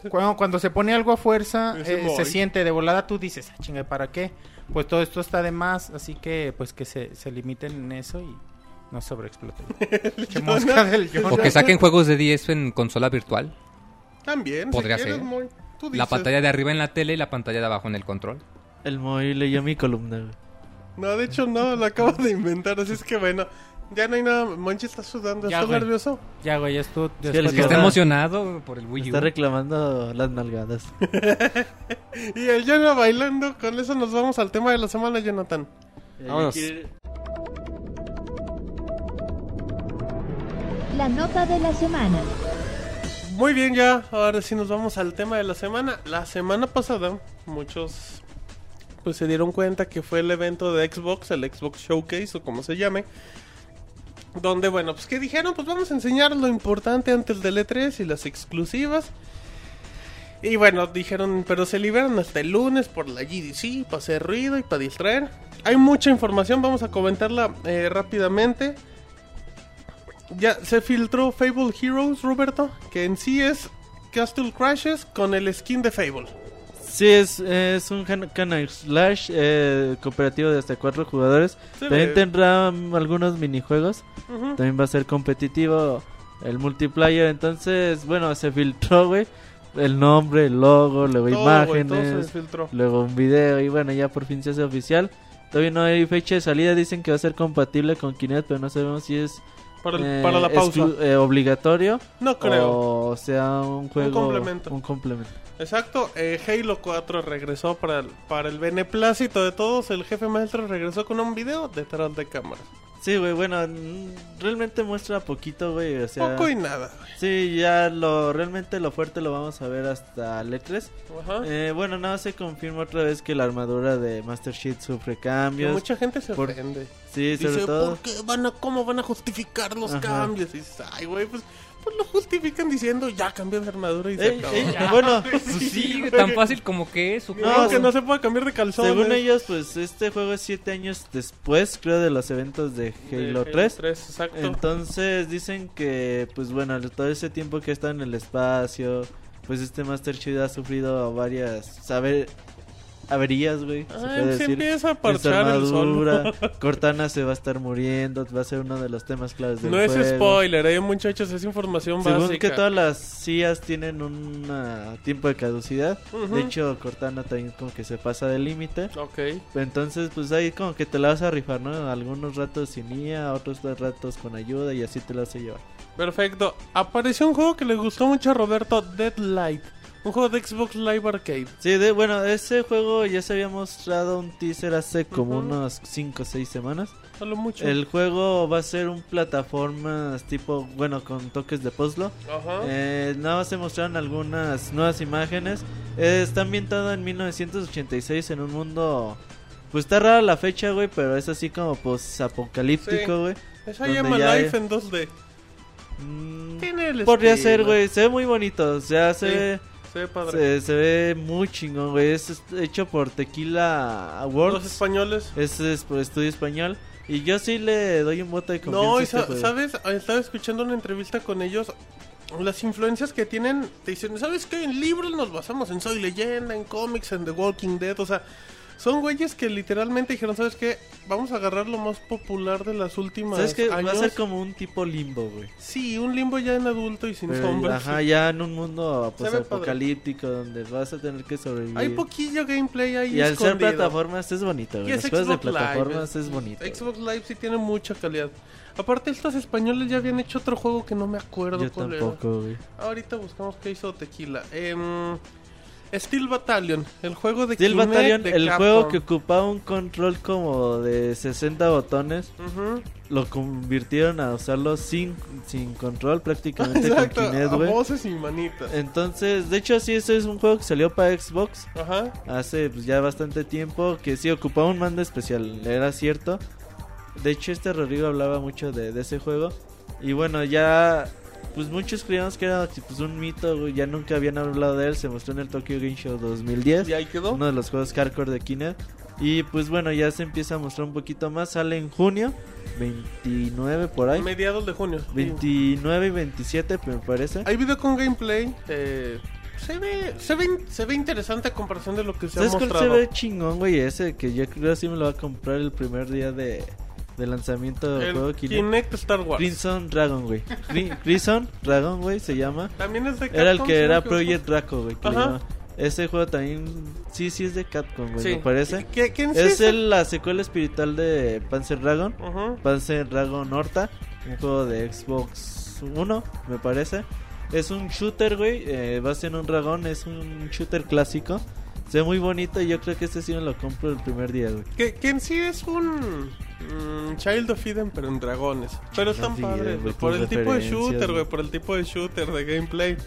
D: Cuando, cuando se pone algo a fuerza,
B: Ese
D: eh,
B: boy.
D: se siente de volada. Tú dices, ah, chinga, ¿para qué? Pues todo esto está de más, así que pues que se, se limiten en eso y no sobreexploten. Qué mosca del Jonah.
F: O que saquen juegos de 10 en consola virtual.
B: También.
F: Podría
B: si quieres,
F: ser.
B: Moy, tú
F: La
B: dices.
F: pantalla de arriba en la tele y la pantalla de abajo en el control.
E: El Moy leyó mi columna, güey.
B: No, de hecho no, lo acabo de inventar, así es que bueno. Ya no hay nada. Monchi está sudando,
D: Ya,
B: está
D: güey.
B: nervioso.
D: Ya, güey, esto...
E: Sí,
D: después
E: el
F: Que
D: de-
F: está
E: Ajá.
F: emocionado por el Wii U.
E: Está reclamando las nalgadas.
B: Y el Jonah bailando, con eso nos vamos al tema de la
D: Eh,
B: semana, Jonathan.
C: Vámonos.
A: la nota de la semana.
B: Muy bien, ya. Ahora sí nos vamos al tema de la semana. La semana pasada, muchos pues se dieron cuenta que fue el evento de Xbox, el Xbox Showcase o como se llame. Donde, bueno, pues que dijeron, pues vamos a enseñar lo importante antes del E3 y las exclusivas. Y bueno, dijeron, pero se liberan hasta el lunes por la GDC, para hacer ruido y para distraer. Hay mucha información, vamos a comentarla eh, rápidamente. Ya se filtró Fable Heroes, Roberto, que en sí es Castle Crashes con el skin de Fable.
E: Sí, es, es un can- Canal Slash eh, cooperativo de hasta cuatro jugadores.
B: Se
E: También
D: eh.
B: ve-
E: tendrá mm, algunos minijuegos.
B: Ujú.
E: También va a ser competitivo el multiplayer. Entonces, bueno, se filtró, güey. El nombre, el logo, luego
B: Todo, güey, todo se
E: imágenes,
B: filtró.
E: luego un video. Y bueno, ya por fin se hace oficial. Todavía no hay fecha de salida. Dicen que va a ser compatible con Kinect, pero no sabemos si es
B: Para, el-
E: eh,
B: para la pausa.
E: exclu- Oh. eh, obligatorio
B: No creo.
E: o sea un juego.
B: complemento.
E: Un complemento.
B: Exacto. eh, Halo 4 regresó para el, para el beneplácito de todos. El jefe maestro regresó con un video detrás de cámara.
E: Sí, güey, bueno, mm, realmente muestra poquito, güey, o sea...
B: Poco y nada. güey.
E: Sí, ya lo, realmente lo fuerte lo vamos a ver hasta el E E3.
B: Ajá.
E: Eh, bueno, nada, se confirma otra vez que la armadura de Master Sheet sufre
B: Y
E: cambios.
B: mucha gente se
E: por-
B: ofende.
E: Sí, sobre
B: Dice,
E: todo...
B: ¿por qué van a, ¿cómo van a justificar los
E: Ajá.
B: cambios? Y dices, ay, güey, pues, pues lo justifican diciendo, ya cambié de armadura y se
E: Ey,
B: acabó.
E: ey, Eh, bueno,
F: Pues sí,
B: güey.
F: tan fácil como que eso.
B: No,
E: No,
B: que no se pueda cambiar de calzones.
E: según ellos, pues este juego es 7 años después, creo, de los eventos de
B: De
E: Halo 3.
B: exacto.
E: Entonces dicen que, pues bueno, todo ese tiempo que está en el espacio, pues este Master Chief ha sufrido varias aver- averías, güey. se
B: Ay,
E: puede
B: se
E: decir.
B: empieza a
E: En su
B: parchar el sol.
E: armadura, Cortana se va a estar muriendo, va a ser uno de los temas claves del
B: No es
E: juego.
B: spoiler, eh, muchachos, es información
E: Según
B: básica.
E: que todas las CIAs tienen un ah, tiempo de caducidad,
B: Ujú.
E: de hecho Cortana también como que se pasa del límite.
B: Ok.
E: Entonces, pues ahí como que te la vas a rifar, ¿no? Algunos ratos sin IA, otros ratos con ayuda y así te la vas a llevar.
B: Perfecto. Apareció un juego que le gustó mucho a Roberto, Deadlight. Un juego de Xbox Live Arcade.
E: Sí, de, bueno, ese juego ya se había mostrado un teaser hace como
B: Ujú.
E: unas 5 o 6 semanas.
B: Solo mucho.
E: El juego va a ser un plataformas tipo, bueno, con toques de puzzle.
B: Ajá.
E: Eh, nada más se mostraron algunas nuevas imágenes. Eh, está ambientado en 1986 en un mundo... Pues está rara la fecha, güey, pero es así como pues apocalíptico, güey.
B: Esa
E: donde
B: llama
E: ya
B: Life
E: hay-
B: en 2D.
E: Mm,
B: Tiene el
E: podría
B: estilo.
E: ser, güey, se ve muy bonito, o sea, se
B: Sí.
E: ve...
B: Se ve padre.
E: Se, se ve muy chingón, güey. Es est- hecho por Tequila
B: Los
E: Awards.
B: españoles.
E: Es, es por estudio español. Y yo sí le doy un voto de confianza.
B: No,
E: a
B: y
E: este
B: sa-
E: juego.
B: sabes, estaba escuchando una entrevista con ellos. Las influencias que tienen, te dicen, ¿sabes qué? En libros nos basamos en Soy Leyenda, en cómics, en The Walking Dead. O sea, son güeyes que literalmente dijeron, ¿sabes qué? Vamos a agarrar lo más popular de las últimas.
E: ¿Sabes qué? Va a
B: años".
E: ser como un tipo limbo, güey.
B: Sí, un limbo ya en adulto y sin
E: Pero,
B: sombras.
E: Eh, ajá, ya en un mundo pues,
B: Se ve padre.
E: apocalíptico donde vas a tener que sobrevivir.
B: Hay poquillo gameplay ahí.
E: y al ser
B: escondido.
E: plataformas es bonito,
B: Y
E: güey.
B: es
E: Los juegos de
B: Xbox Live,
E: plataformas es bonito. güey.
B: Xbox Live sí tiene mucha calidad. Aparte, estos españoles ya habían hecho otro juego que no me acuerdo
E: Yo
B: cuál era.
E: tampoco, güey.
B: Ahorita buscamos qué hizo Tequila. Em, Steel Battalion, el juego de
E: Steel
B: Kinect
E: Battalion,
B: de
E: el
B: Capcom.
E: juego que ocupaba un control como de 60 botones.
B: Ujú.
E: lo convirtieron a usarlo sin, sin control prácticamente
B: Exacto,
E: con Kinect,
B: a
E: güey. Eh,
B: voces y manitas.
E: Entonces, de hecho sí, ese es un juego que salió para Xbox
B: Ajá.
E: hace pues, ya bastante tiempo, que sí ocupaba un mando especial, era cierto. De hecho, este Rodrigo hablaba mucho de, de ese juego. Y bueno, ya, pues muchos creíamos que era pues, un mito, güey, ya nunca habían hablado de él, se mostró en el Tokyo Game Show 2010.
B: Y ahí quedó.
E: Uno de los juegos hardcore de Kinect. Y pues bueno, ya se empieza a mostrar un poquito más. Sale en junio, 29 por ahí.
B: Mediados de junio. sí.
E: 29 y 27 me parece.
B: Hay video con gameplay. eh, se, ve, se, ve, in- se ve interesante a comparación de lo que se ha
E: ¿Sabes cuál
B: mostrado.
E: se ve chingón, güey? Ese que yo creo sí me lo va a comprar el primer día de, de lanzamiento del juego
B: el
E: Kinect.
B: Kinect Star Wars.
E: Crimson Dragon, güey. Cri- Crimson Dragon, güey, se llama.
B: También es de
E: Era el
B: Capcom,
E: que
B: si no
E: era
B: me equivoco.
E: Project Draco, güey. que le
B: Ajá.
E: llama. Ese juego también... Sí, sí es de Capcom, güey,
B: Sí.
E: me parece.
B: ¿Qué- qué en sí
E: Es el- la secuela espiritual de Panzer Dragon.
B: Ujú.
E: Panzer Dragon Horta, un juego de Xbox 1, me parece. Es un shooter, güey, eh, va a ser un dragón, es un shooter clásico. Se ve muy bonito y yo creo que este sí me lo compro el primer día, güey.
B: Que, que en sí es un. Mm, Child of Eden, pero en dragones. Pero están
E: of Eden,
B: padres,
E: güey,
B: güey, Por
E: Ah, eh, tus
B: el tipo de
E: referencias,
B: shooter, güey.
E: güey.
B: Por el tipo de shooter de gameplay.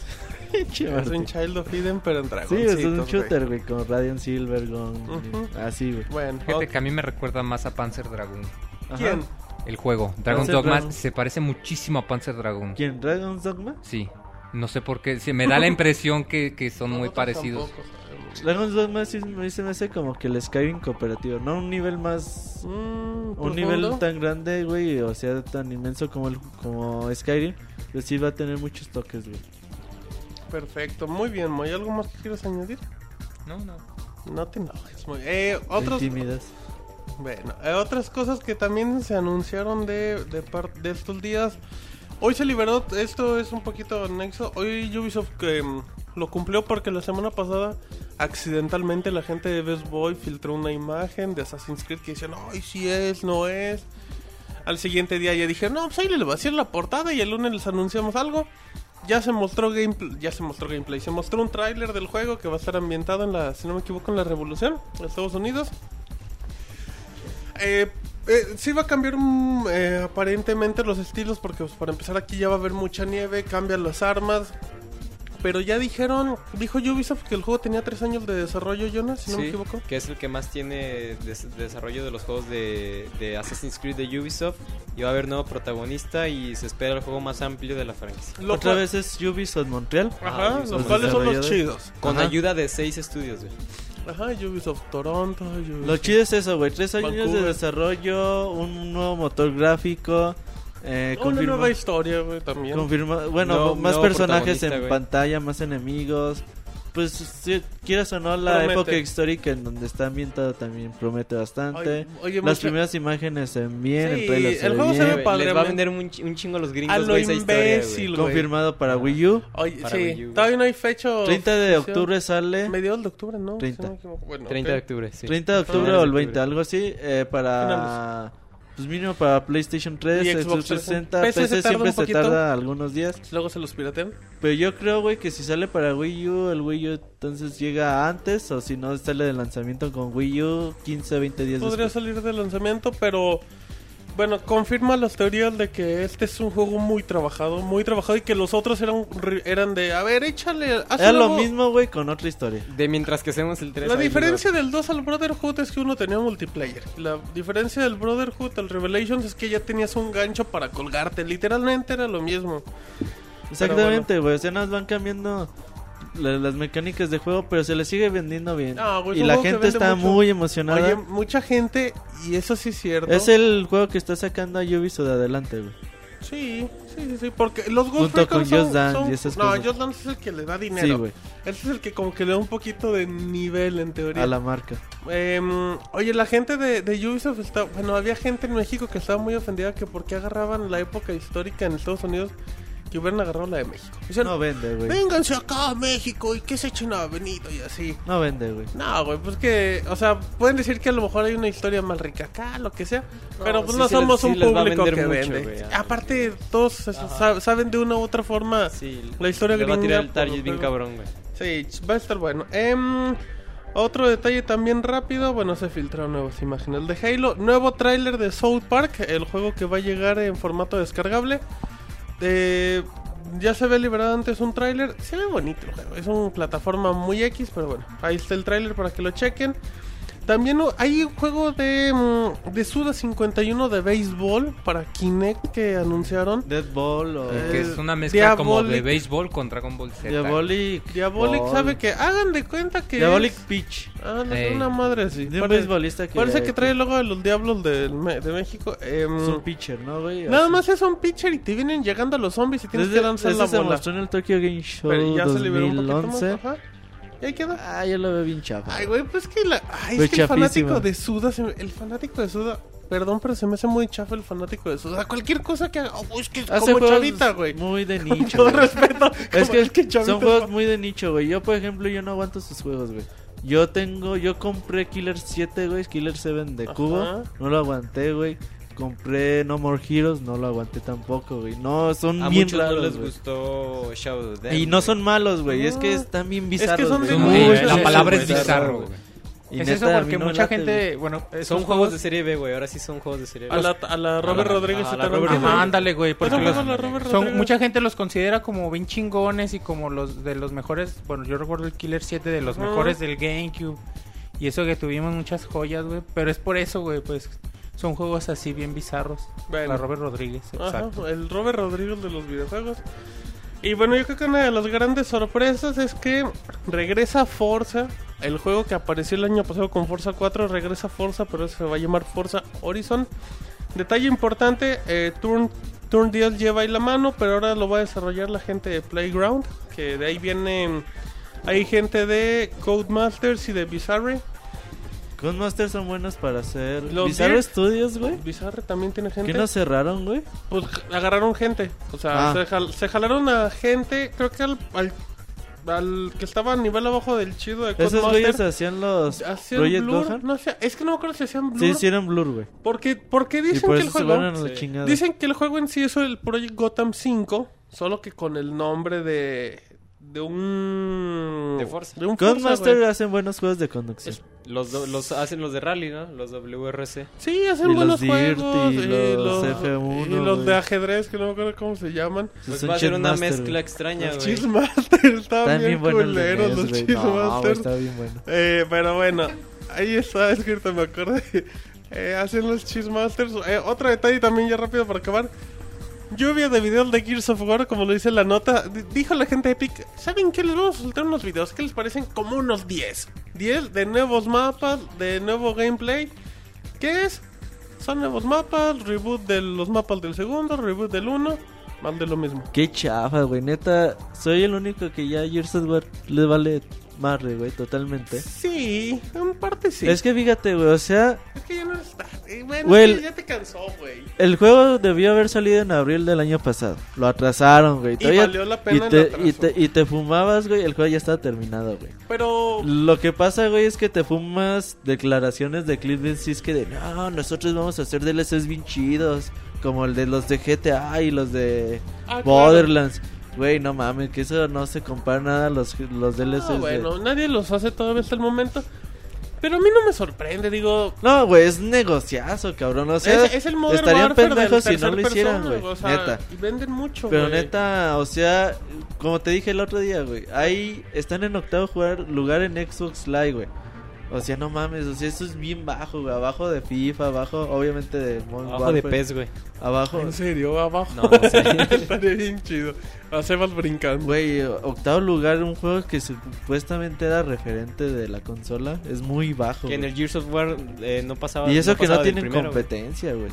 B: es un Child of Eden, pero en
E: Sí,
B: dragones.
E: es un shooter, güey, con Radiant Silver, con...
B: Ujú.
E: Así, güey.
B: Bueno,
F: Fíjate que a mí me recuerda más a Panzer Dragoon.
E: Ajá.
B: ¿quién?
F: El juego. Dragon
E: Panzer
F: Dogma
E: Dragoon.
F: se parece muchísimo a Panzer Dragoon.
E: ¿Quién? ¿Dragon's Dogma?
F: Sí. No sé por qué. se me da la impresión que, que son muy
B: Nosotros
F: parecidos.
B: tampoco sabemos.
E: Dragon's Dogma sí me- se me hace como que el Skyrim cooperativo. No un nivel más...
B: Mm,
E: Un
B: ¿profundo?
E: nivel tan grande, güey, o sea, tan inmenso como, el, como Skyrim. Pero sí va a tener muchos toques, güey.
B: Perfecto, muy bien, Moy. ¿Algo más que quieres añadir?
F: No, no.
B: No te enojes, Moy. Eh, otros,
E: Otros... Tímidas.
B: Bueno, eh, otras cosas que también se anunciaron de, de, par- de estos días. Hoy se liberó, esto es un poquito anexo. Hoy Ubisoft que, mm, lo cumplió porque la semana pasada accidentalmente la gente de Best Boy filtró una imagen de Assassin's Creed que decían, ay, si es, no es. Al siguiente día ya dije, no, pues ahí le va a hacer la portada y el lunes les anunciamos algo. Ya se mostró gameplay, ya se mostró gameplay, se mostró un tráiler del juego que va a estar ambientado en la, si no me equivoco, en la Revolución, en Estados Unidos. Eh, eh, sí va a cambiar mm, eh, aparentemente los estilos porque pues, para empezar aquí ya va a haber mucha nieve, cambian las armas. Pero ya dijeron, dijo Ubisoft que el juego tenía tres años de desarrollo, Jonas, si no me equivoco.
C: que es el que más tiene des- desarrollo de los juegos de, de Assassin's Creed de Ubisoft. Y va a haber nuevo protagonista y se espera el juego más amplio de la franquicia.
B: Lo
E: Otra
B: cual-
E: vez es Ubisoft Montreal.
B: Ajá,
C: Ah,
B: los
C: Ubisoft.
B: cuales son los
E: Desarrolladores.
B: chidos.
C: Con
E: Ajá.
C: ayuda de seis estudios, güey.
B: Ajá, Ubisoft Toronto, Ubisoft...
E: Lo chido es eso, güey. Tres años
B: Vancouver.
E: de desarrollo, un nuevo motor gráfico. Eh,
B: Oh, Una
E: confirma-
B: nueva historia, güey, también.
E: confirma- bueno,
C: Nuevo-
E: más
C: nuevo
E: personajes en
C: protagonista, güey.
E: pantalla, más enemigos. Pues, si quieras o no, la
B: Promete.
E: época histórica en donde está ambientado también promete bastante.
B: Oye, oye,
E: Las
B: mucha-
E: primeras imágenes se ven bien,
B: Sí,
E: el trailer se
B: el
E: ve
B: juego se
E: bien.
B: ve padre,
C: Les va a
B: güey.
C: vender un, chi- un chingo a los
B: A
C: gringos,
B: lo
C: güey, esa historia,
B: imbécil,
C: güey.
B: güey.
E: Confirmado para Wii U.
B: Oye,
C: Para Wii U,
B: sí,
C: güey.
B: todavía no hay fecha.
E: 30 de
B: oficial.
E: octubre sale.
B: Mediados de octubre, ¿no? Si
E: 30.
B: no me equivoco. Bueno,
C: 30
B: ok.
C: de octubre, sí.
E: 30 de octubre
C: Finales
E: o
C: de
E: el
C: octubre.
E: 20, algo así, eh, para... Pues mínimo para PlayStation 3,
B: Y
E: Xbox
B: Xbox 360.
E: 360,
B: PC
E: PC,
B: se tarda
E: siempre
B: un
E: se
B: poquito.
E: tarda algunos días.
B: Luego se los piratean.
E: Pero yo creo, güey, que si sale para Wii U, el Wii U entonces llega antes, o si no, sale de lanzamiento con Wii U 15, 20 días
B: Podría
E: después.
B: salir del lanzamiento, pero bueno, confirma las teorías de que este es un juego muy trabajado, muy trabajado y que los otros eran re- eran de, a ver, échale, haz
E: Era lo
B: algo".
E: mismo, güey, con otra historia.
C: De mientras que hacemos el 3.
B: La diferencia del 2 al Brotherhood es que uno tenía multiplayer. La diferencia del Brotherhood al Revelations es que ya tenías un gancho para colgarte. Literalmente era lo mismo.
E: Exactamente, güey, o sea, nos van cambiando la- las mecánicas de juego, pero se le sigue vendiendo bien.
B: Ah, güey, es
E: y
B: un
E: la
B: juego que
E: gente
B: vende
E: está
B: mucho.
E: muy emocionada.
B: Oye, mucha gente, y eso sí es cierto.
E: es el juego que está sacando a Ubisoft de adelante, güey.
B: Sí, sí, sí, sí, porque los Ghost
E: Junto
B: Recon
E: con
B: son,
E: Just Dance
B: son-
E: y esas
B: No,
E: cosas.
B: Just Dance es el que le da dinero.
E: Sí, güey,
B: Ese es el que como que le da un poquito de nivel en teoría.
E: a la marca.
B: Em, oye, la gente de, de Ubisoft está... Bueno, había gente en México que estaba muy ofendida que por qué agarraban la época histórica en Estados Unidos que hubieran agarrado la de México. Dicen,
E: No vende, güey.
B: vénganse acá a México y que se echen a Benito y así.
E: No vende, güey.
B: No, güey, pues que... O sea, pueden decir que a lo mejor hay una historia mal rica acá, lo que sea. pero pues
C: sí
B: no
C: se les-
B: somos
C: sí
B: un
C: les va a
B: público que
C: vender mucho,
B: vende.
C: güey, ah.
B: Aparte, todos se- sa- saben de una u otra forma...
C: Sí,
B: La historia
C: le va a
B: gringa
C: tirar el
B: por
C: target
B: los
C: bien
B: juegos.
C: cabrón, güey.
B: Sí, va a estar bueno. Em, otro detalle también rápido, bueno, se filtraron nuevas imágenes de Halo. Nuevo tráiler de South Park, el juego que va a llegar en formato descargable. Eh, ya se ve liberado antes un tráiler. Se ve bonito el juego. Es una plataforma muy X, pero bueno, ahí está el tráiler para que lo chequen. También uh, hay un juego de, mm, de Suda 51 de béisbol para Kinect que anunciaron.
E: Deadball o... Eh,
B: Eh,
F: Que es una mezcla como de
B: Diabolic.
F: béisbol con Dragon Ball Z.
E: Diabolic.
B: Diabolic
E: Ball.
B: sabe que hagan de cuenta que...
E: Diabolic
B: es-
E: Peach.
B: Ah, no,
F: Ey.
B: una madre así.
E: De un
B: Parece-
E: beisbolista que.
B: Parece que trae el logo de los Diablos del Me- de, México. em,
E: Es un pitcher, ¿no, güey?
B: nada
E: Así.
B: más es un pitcher y te vienen llegando los zombies y tienes
E: Desde,
B: que lanzar
E: ese
B: la
E: se
B: bola.
E: mostró en el Tokyo Game Show
B: Pero ya
E: 2011.
B: se liberó un poquito más. ajá. Y ahí queda.
E: Ah, yo lo veo bien chafa.
B: Ay, güey, pues que la. Ay,
E: Fue
B: es que el fanático
E: chafísima.
B: de Suda. se me- el fanático de Suda. Perdón, pero se me hace muy chafa el fanático de Suda. Cualquier cosa que haga. oh, es que es
E: Hace
B: como
E: juegos
B: chavita, güey.
E: Muy de
B: Con
E: nicho.
B: todo
E: güey.
B: respeto.
E: es
B: como
E: que,
B: chavita
E: son juegos muy de nicho, güey. Yo, por ejemplo, yo no aguanto sus juegos, güey. Yo tengo, yo compré Killer 7, güey, Killer 7 de
B: Ajá.
E: Cubo. No lo aguanté, güey. Compré No More Heroes, no lo aguanté tampoco, güey. No, son
C: A
E: bien
C: muchos
E: raros,
C: no les
E: güey.
C: gustó Shadow of the Dead,
E: Y no
C: güey.
E: son malos, güey. Es que
B: No.
E: están bien
B: Ah. que
E: bizarros.
B: son
E: güey.
B: de
F: Sí,
B: Muy
F: la
B: bizarro,
F: palabra es
B: güey.
F: bizarro, güey.
E: Y
D: es
E: neta,
D: eso
E: a mí
D: porque
E: no me
D: mucha
E: late,
D: gente, bueno,
C: Son juegos de serie B, güey. Ahora sí son juegos de serie B.
B: A la, a la Robert
C: la-
B: Rodríguez
C: a
B: se
C: la
B: te
C: Robert
B: rompe,
C: Rodríguez.
B: güey.
D: ándale, güey, porque
B: Pero
D: los-
B: juega la Robert
D: son,
B: Rodríguez.
D: mucha gente los considera como bien chingones y como los de los mejores, bueno, yo recuerdo el Killer 7 de los
B: Ajá.
D: mejores del GameCube. Y eso que tuvimos muchas joyas, güey, pero es por eso, güey, pues son juegos así bien bizarros.
B: Bueno.
D: La Robert Rodríguez,
B: Ajá, pues.
D: exacto.
B: el Robert Rodríguez de los videojuegos. Y bueno, yo creo que una de las grandes sorpresas es que regresa Forza, el juego que apareció el año pasado con Forza 4, regresa Forza, pero se va a llamar Forza Horizon. Detalle importante, eh, Turn, Turn 10 lleva ahí la mano, pero ahora lo va a desarrollar la gente de Playground, que de ahí vienen... Hay gente de Codemasters y de Bizarre.
E: Codemasters son buenos para hacer.
B: Los
E: Bizarro
B: diez-
E: Studios, güey.
B: Bizarre también tiene gente.
E: ¿Qué nos cerraron, güey?
B: Pues agarraron gente. O sea,
E: Ah.
B: se, jal- se jalaron a gente. Creo que al, al, al que estaba a nivel abajo del chido de
E: Esos
B: Codemasters,
E: güeyes hacían los
B: Hacían
E: Project
B: blur.
E: Gohan.
B: No, hacía- es que no me acuerdo si hacían blur.
E: Sí, hicieron blur, güey.
B: Porque, porque
E: Y
B: dicen
E: por
B: que el
E: eso se
B: juego.
E: van a la
C: Sí.
E: chingada.
B: Dicen que el juego en sí es el Project Gotham 5. Solo que con el nombre de. De un.
C: De Forza.
B: De un Forza,
E: Codemasters
B: güey.
E: hacen buenos juegos de conducción.
C: Es- Los, do- los hacen los de rally, ¿no? Los WRC.
B: Sí, hacen
E: Y los
B: buenos
E: Dirt,
B: juegos.
E: y los F1,
B: y los de
E: güey.
B: ajedrez, que no me acuerdo cómo se llaman.
C: Pues
E: Es un
C: va a ser una
E: shitmaster,
C: mezcla
E: güey.
C: extraña,
B: Los
C: güey.
B: Cheesemasters
E: Está
B: estaban
E: bien
B: bien
E: bueno el de
B: culeros,
E: NES,
B: los
E: güey. No, güey,
B: Cheesemasters.
E: Está bien bueno.
B: Eh, pero bueno, ahí está escrito, me acordé. Eh, hacen los Cheese Masters. Eh, otro detalle también ya rápido para acabar. Lluvia de videos de Gears of War, como lo dice la nota. D- dijo la gente de Epic, ¿saben qué? Les vamos a soltar unos videos que les parecen como unos 10. 10 de nuevos mapas, de nuevo gameplay. ¿Qué es? Son nuevos mapas, reboot de los mapas del segundo, reboot del uno. Más de lo mismo.
E: Qué chafa, güey. Neta, soy el único que ya Gears of War le vale madre, güey, totalmente.
B: Sí, en parte sí.
E: Es que fíjate, güey, o sea,
B: Es que ya no está. eh, Bueno,
E: Güey,
B: es que ya te cansó, güey.
E: el juego debió haber salido en abril del año pasado. Lo atrasaron, güey. Todavía-
B: valió la pena
E: y
B: el
E: te,
B: atraso.
E: y te- y te fumabas, güey, el juego ya estaba terminado, güey.
B: Pero
E: Lo que pasa, güey, es que te fumas declaraciones de Cliff Benzinski de no, nosotros vamos a hacer DLCs bien chidos, como el de los de GTA y los de
B: Ah, claro.
E: Borderlands. Güey, no mames, que eso no se compara nada a los, los DLCs.
B: Ah,
E: de-
B: bueno, nadie los hace todavía hasta el momento. Pero a mí no me sorprende, digo.
E: No, güey, es negociazo, cabrón. O sea,
B: es, es el Modern
E: estarían
B: Warfare del
E: pendejos si no
B: tercer
E: lo hicieran,
B: persona,
E: güey.
B: o sea,
E: neta.
B: Y venden mucho,
E: Pero
B: güey.
E: neta, o sea, como te dije el otro día, güey, ahí están en octavo jugar, lugar en Xbox Live, güey. O sea, no mames, o sea, eso es bien bajo, güey, abajo de FIFA, abajo, obviamente de Modern
C: Abajo de
E: Warfare,
C: pez, güey.
E: abajo,
B: En serio, abajo.
C: No, o sea,
B: Estaría bien chido. A Sebas brincando.
E: güey, octavo lugar, un juego que supuestamente era referente de la consola, es muy bajo.
C: que en
E: güey.
C: el Gears of War eh, no pasaba.
E: Y eso que no
C: pasaba del
E: tienen
C: primero, güey.
E: competencia, güey.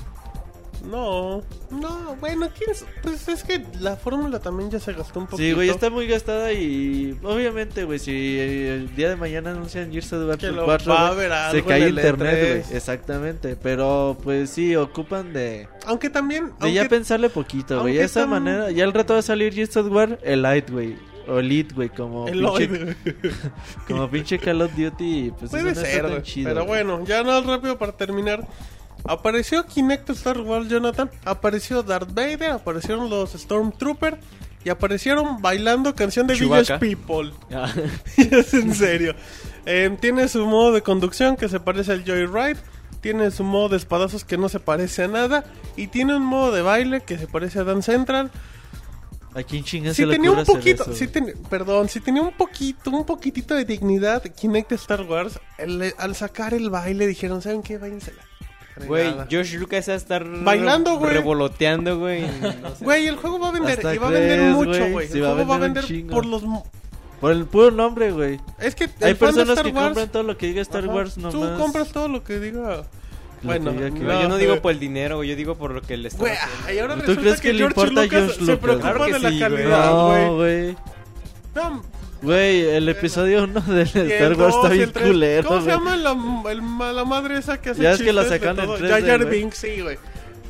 B: No, no, bueno, ¿quién es? Pues es que la fórmula también ya se gastó un poquito.
E: Sí, güey, está muy gastada y obviamente, güey, si eh, el día de mañana anuncian Gears of War
B: Que
E: 4,
B: lo va a
E: güey,
B: haber algo
E: se
B: en
E: cae
B: el E
E: internet,
B: E3.
E: güey. Exactamente, pero pues sí, ocupan de, de
B: Aunque también.
E: ya
B: aunque-
E: pensarle poquito,
B: aunque
E: güey. De esa
B: tan-
E: manera, ya al rato va a salir Gears of War Elite, güey. O Elite, güey, como,
B: el
E: pinche, pues,
B: Lloyd, güey.
E: como pinche Call of Duty. Pues
B: Puede
E: eso no está
B: ser,
E: tan
B: güey.
E: chido,
B: pero
E: güey.
B: bueno, ya no rápido para terminar. Apareció Kinect Star Wars Jonathan, apareció Darth Vader, aparecieron los Stormtrooper y aparecieron bailando canción de
C: Chewbacca.
B: Village People.
C: Ah,
B: es en serio. Eh, tiene su modo de conducción que se parece al Joyride, tiene su modo de espadazos que no se parece a nada y tiene un modo de baile que se parece a Dance Central.
E: ¿A quién chingas
B: Si
E: se le
B: tenía
E: ocurre
B: un
E: hacer
B: poquito,
E: eso,
B: si
E: güey?
B: ten- perdón, si tenía un poquito, un poquitito de dignidad Kinect Star Wars, el- eh, al sacar el baile dijeron, ¿saben qué? Váyanse la
C: Güey,
B: fregada".
C: Josh Lucas va a estar re-
B: Bailando, güey.
C: Revoloteando, güey. No sé.
B: Güey, el juego va a vender,
E: Hasta
B: y va a vender
E: crees,
B: mucho,
E: güey,
B: güey.
E: sí
B: el
E: va a
B: juego va a vender
E: vender un chingo.
B: por los... mo-
E: Por el puro nombre, güey.
B: Es que
E: Hay
B: el fan de
E: personas
B: Star
E: que
B: Wars-
E: compran todo lo que diga Star
B: Ajá,
E: Wars
B: Tú
E: nomás.
B: compras todo lo que diga...
E: que
B: Bueno,
E: diga que-
C: No, yo no digo
B: güey.
C: por el dinero, güey, yo digo por lo que le está
B: Güey,
C: haciendo.
B: ay, ahora
E: pues, ¿Tú
B: resulta
E: crees que le
B: George
E: importa a George
B: se
E: Lucas?
B: preocupa
C: Claro que
B: de la
C: sí, güey.
B: calidad, güey.
E: No, güey.
B: No,
E: Güey, el episodio 1 de Star Wars está bien culero,
B: ¿Cómo se
E: güey.
B: llama la, el ma- la madre esa que hace
E: Ya es que la
B: chistes de
E: sacan en
B: todo?
E: 3D,
B: Jar Jar
E: güey.
B: Binks, sí, güey.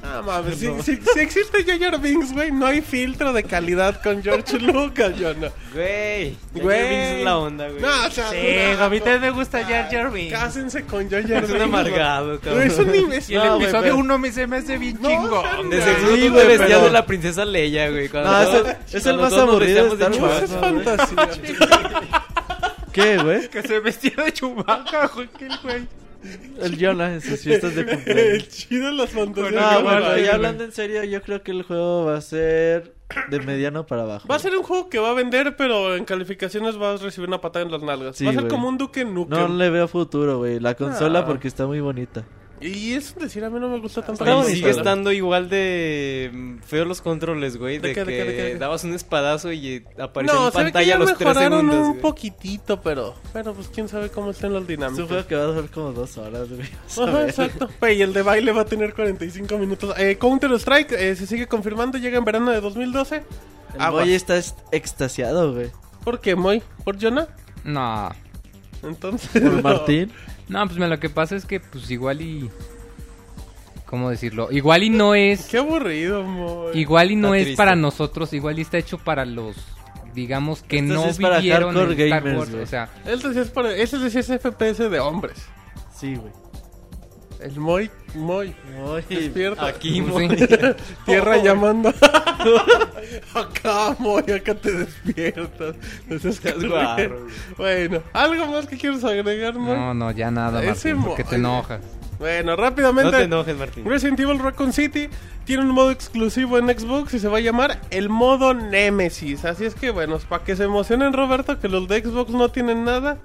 B: Ah, mames, si-
E: No.
B: si, si existe Jar Jar Binks, güey, no hay filtro de calidad con George Lucas, yo no.
C: Güey, Jar
B: Güey.
C: Jar Binks es la onda, güey.
B: No, o sea,
D: Sí,
B: no,
D: Gaby, te
B: no.
D: le gusta Jar Jar Binks.
B: Cásense con Jar Jar
C: es
B: Binks.
C: un amargado,
B: güey.
C: cabrón.
B: Es un im- es-
D: Y el
B: no, güey,
D: episodio
B: pero-
D: 1 me se me hace bien
B: No,
D: chingón.
B: Sandra.
C: De
B: Sí, Ah,
C: seguro
E: güey,
C: tú te vestías
E: pero-
C: de la princesa Leia, güey. cuando-
E: No, es el- es el
C: cuando
E: más
C: todos nos
E: aburrido de
C: vestíamos
E: Star
B: No, eso es
E: Wars,
C: Chewbacca, güey.
B: fantasía.
E: ¿Qué, güey?
D: Que se vestía de chubaca, güey. que el güey.
E: El Jonah en sus fiestas de
B: El
E: cumpleaños.
B: chido las fantasías.
E: No,
B: de
E: bueno,
B: Barbie,
E: ya
B: güey.
E: hablando en serio, yo creo que el juego va a ser de mediano para abajo.
B: Va a ser un juego que va a vender, pero en calificaciones vas a recibir una patada en las nalgas.
E: Sí,
B: va a ser
E: güey.
B: como un Duque Nukem.
E: No le veo futuro, güey. La consola
B: Ah.
E: porque está muy bonita.
B: Y es decir, a mí no me gusta tanto. la
C: Pero
E: bonito,
C: sigue
B: consola.
C: estando igual de mm, feos los controles, güey.
B: ¿De
C: De,
B: qué, de
C: que
B: qué, de qué, de qué?
C: dabas un espadazo y eh, aparecía
B: No,
C: en
B: se ve que
C: pantalla
B: ya
C: a los 3
B: mejoraron
C: segundos.
B: un
C: güey.
B: poquitito, pero... Pero pues quién sabe cómo estén las
E: Es un
B: dinámicas.
E: juego que va a durar como dos horas, güey. Vas a
B: Ajá,
E: ver.
B: exacto. Pe, Y el de baile va a tener 45 minutos. Eh, Counter Strike eh, se sigue confirmando, llega en verano de 2012.
E: El
B: Aguas.
E: Moy está est- extasiado, güey.
B: ¿Por qué, Moy? ¿Por Jonah?
F: No.
B: Entonces...
E: Por
B: no.
E: Martín.
F: No, pues mira, lo que pasa es que pues igual y... ¿Cómo decirlo? Igual y no es...
B: Qué aburrido, Moy.
F: Igual y no
C: Está
F: es
C: triste.
F: para nosotros, igual y está hecho para los... Digamos que
E: Esto sí
F: no
E: es para
F: vivieron el
E: hardcore
F: Star
E: gamers,
F: Wars,
E: güey.
F: o sea,
B: Ese sí es, para- ese sí es FPS de hombres.
E: Sí, güey.
B: El Moy... Moy...
E: Moy.
B: Despierta.
E: Ah,
C: Aquí,
F: Sí.
C: güey.
B: Tierra llamando. acá, Moy, acá te despiertas. No seas
C: Seas
B: culero.
C: guarro, güey.
B: Bueno, ¿algo más que quieres agregar, Moy?
F: no, no, ya nada,
B: Ese
F: Martín, porque
B: mo-
F: te enojas.
B: Bueno,
C: No te
B: rápidamente.
C: enojes, Martín.
B: Resident Evil Raccoon City tiene un modo exclusivo en Xbox y se va a llamar el modo Nemesis. Así es que, bueno, para que se emocionen, Roberto, que los de Xbox no tienen nada,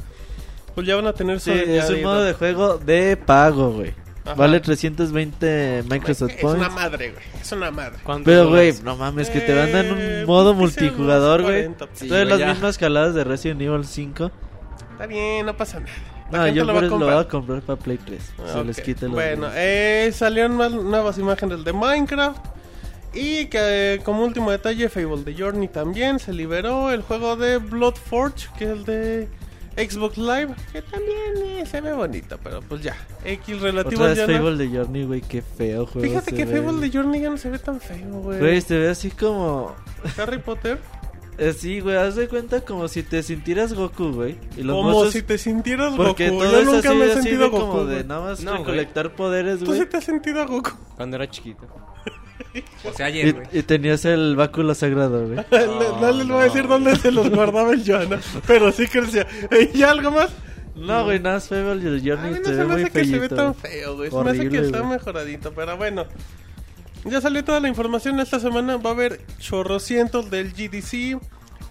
B: pues ya van a tener su
E: Sí, es un modo de juego de pago, güey.
B: Ajá.
E: Vale 320 Microsoft
B: Es una
E: Points.
B: madre, güey. Es una madre.
C: ¿Cuánto
E: Pero,
C: duras?
E: güey, no mames, que te mandan
B: Eh,
E: un modo
B: pues, que sea unos
E: multijugador, güey.
B: 40, pues.
C: Sí,
E: Todas
C: güey,
E: las
C: ya.
E: mismas caladas de Resident Evil 5.
B: Está bien, no pasa nada. La
E: No,
B: gente
E: Ah, yo
B: lo
E: por
B: va a
E: eso lo
B: comprar.
E: voy a comprar para Play 3.
B: Ah,
E: se les
B: ok.
E: quite los
B: Bueno,
E: dedos.
B: eh, salieron más nuevas imágenes de Minecraft. Y que eh, como último detalle, Fable de Journey también se liberó. El juego de Bloodforge, que es el de Xbox Live, que también eh, se ve bonito, pero pues ya. X relativo
E: Otra vez
B: ya no-
E: Fable de Journey, güey, qué feo juego.
B: Fíjate
E: se
B: que
E: ve. Pues,
B: Fable de Journey ya no se ve tan feo,
E: Güey,
B: güey.
E: se ve así como...
B: Harry Potter.
E: Así, güey, haz de cuenta como si te sintieras Goku, güey. Y los
B: Como
E: mozos-
B: si te sintieras Goku.
E: Porque todo
B: Yo
E: es
B: nunca
E: así,
B: me he
E: así de
B: sentido
E: como
B: Goku.
E: de
B: güey.
E: nada más
C: No, güey.
E: recolectar poderes,
B: Tú sí
E: güey.
B: te has sentido Goku.
C: Cuando era chiquito.
F: O sea, ayer, güey.
E: Y, y tenías el báculo sagrado, güey.
B: Le- No, les voy a decir dónde se los guardaba el Joana, pero sí crecía. ¿Y algo más?
E: No, güey, nada más Fable de
B: A
E: Journey
B: mí no
E: se
B: se
E: ve
B: me
E: muy
B: hace que se ve
E: feíto.
B: tan
E: güey.
B: feo, güey. Se me hace que
E: Horrible,
B: está
E: güey.
B: mejoradito, pero bueno. Ya salió toda la información esta semana. Va a haber chorrocientos del GDC.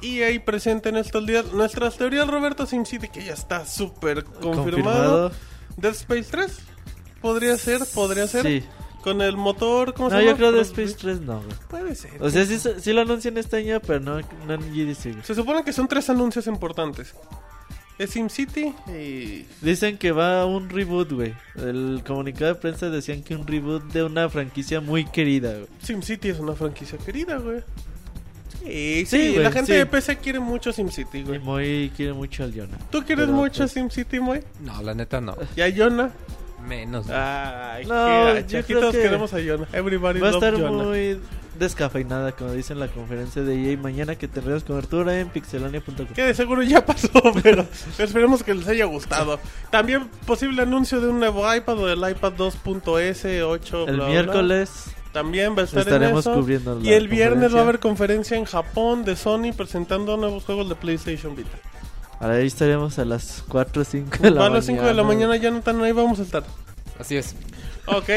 B: Y ahí presente en estos días nuestras teorías, Roberto SimCity, que ya está súper confirmado.
E: Confirmado.
B: Dead Space 3. Podría ser, podría ser.
E: Sí.
B: Con el motor, ¿cómo
E: No,
B: se llama?
E: yo creo de
B: Crosby.
E: Space 3 no, güey.
B: Puede ser.
E: O sea, sí, se- sí lo anuncian este año, pero no, no en GDC. güey.
B: Se supone que son tres anuncios importantes. Es SimCity y...
E: Dicen que va a un reboot, güey. El comunicado de prensa decían que un reboot de una franquicia muy querida, güey.
B: SimCity es una franquicia querida, güey. Sí, sí,
E: Sí, güey,
B: la gente
E: sí.
B: de PC quiere mucho SimCity,
E: Y
B: güey.
E: Moy quiere mucho al Jonah.
B: ¿Tú quieres
E: Pero,
B: mucho
E: pues,
B: SimCity, Moy?
F: No, la neta no.
B: ¿Y a Yona?
F: Menos.
G: Ah.
B: Ay,
E: pues, No,
B: qué
E: Ah, yo
B: gacho. Aquí
E: creo
B: todos
E: que
B: queremos a Yona. Everybody
E: Va a
B: loves
E: estar
B: Yona.
E: muy descafeinada, como dicen en la conferencia de EA mañana que tendremos cobertura en pixelania.com.
B: Que de seguro ya pasó, pero esperemos que les haya gustado. También posible anuncio de un nuevo iPad o del iPad 2.S, 8, bla,
E: El
B: bla.
E: miércoles
B: También va a estar en
E: estaremos
B: eso.
E: cubriendo la
B: Y el viernes va a haber conferencia
E: conferencia.
B: en Japón de Sony presentando nuevos juegos de PlayStation Vita.
E: Ahí estaremos a las 4 o 5 de la
B: Va
E: mañana.
B: a las 5 de la mañana, Jonathan, ahí vamos a estar.
F: Así es.
B: Ok,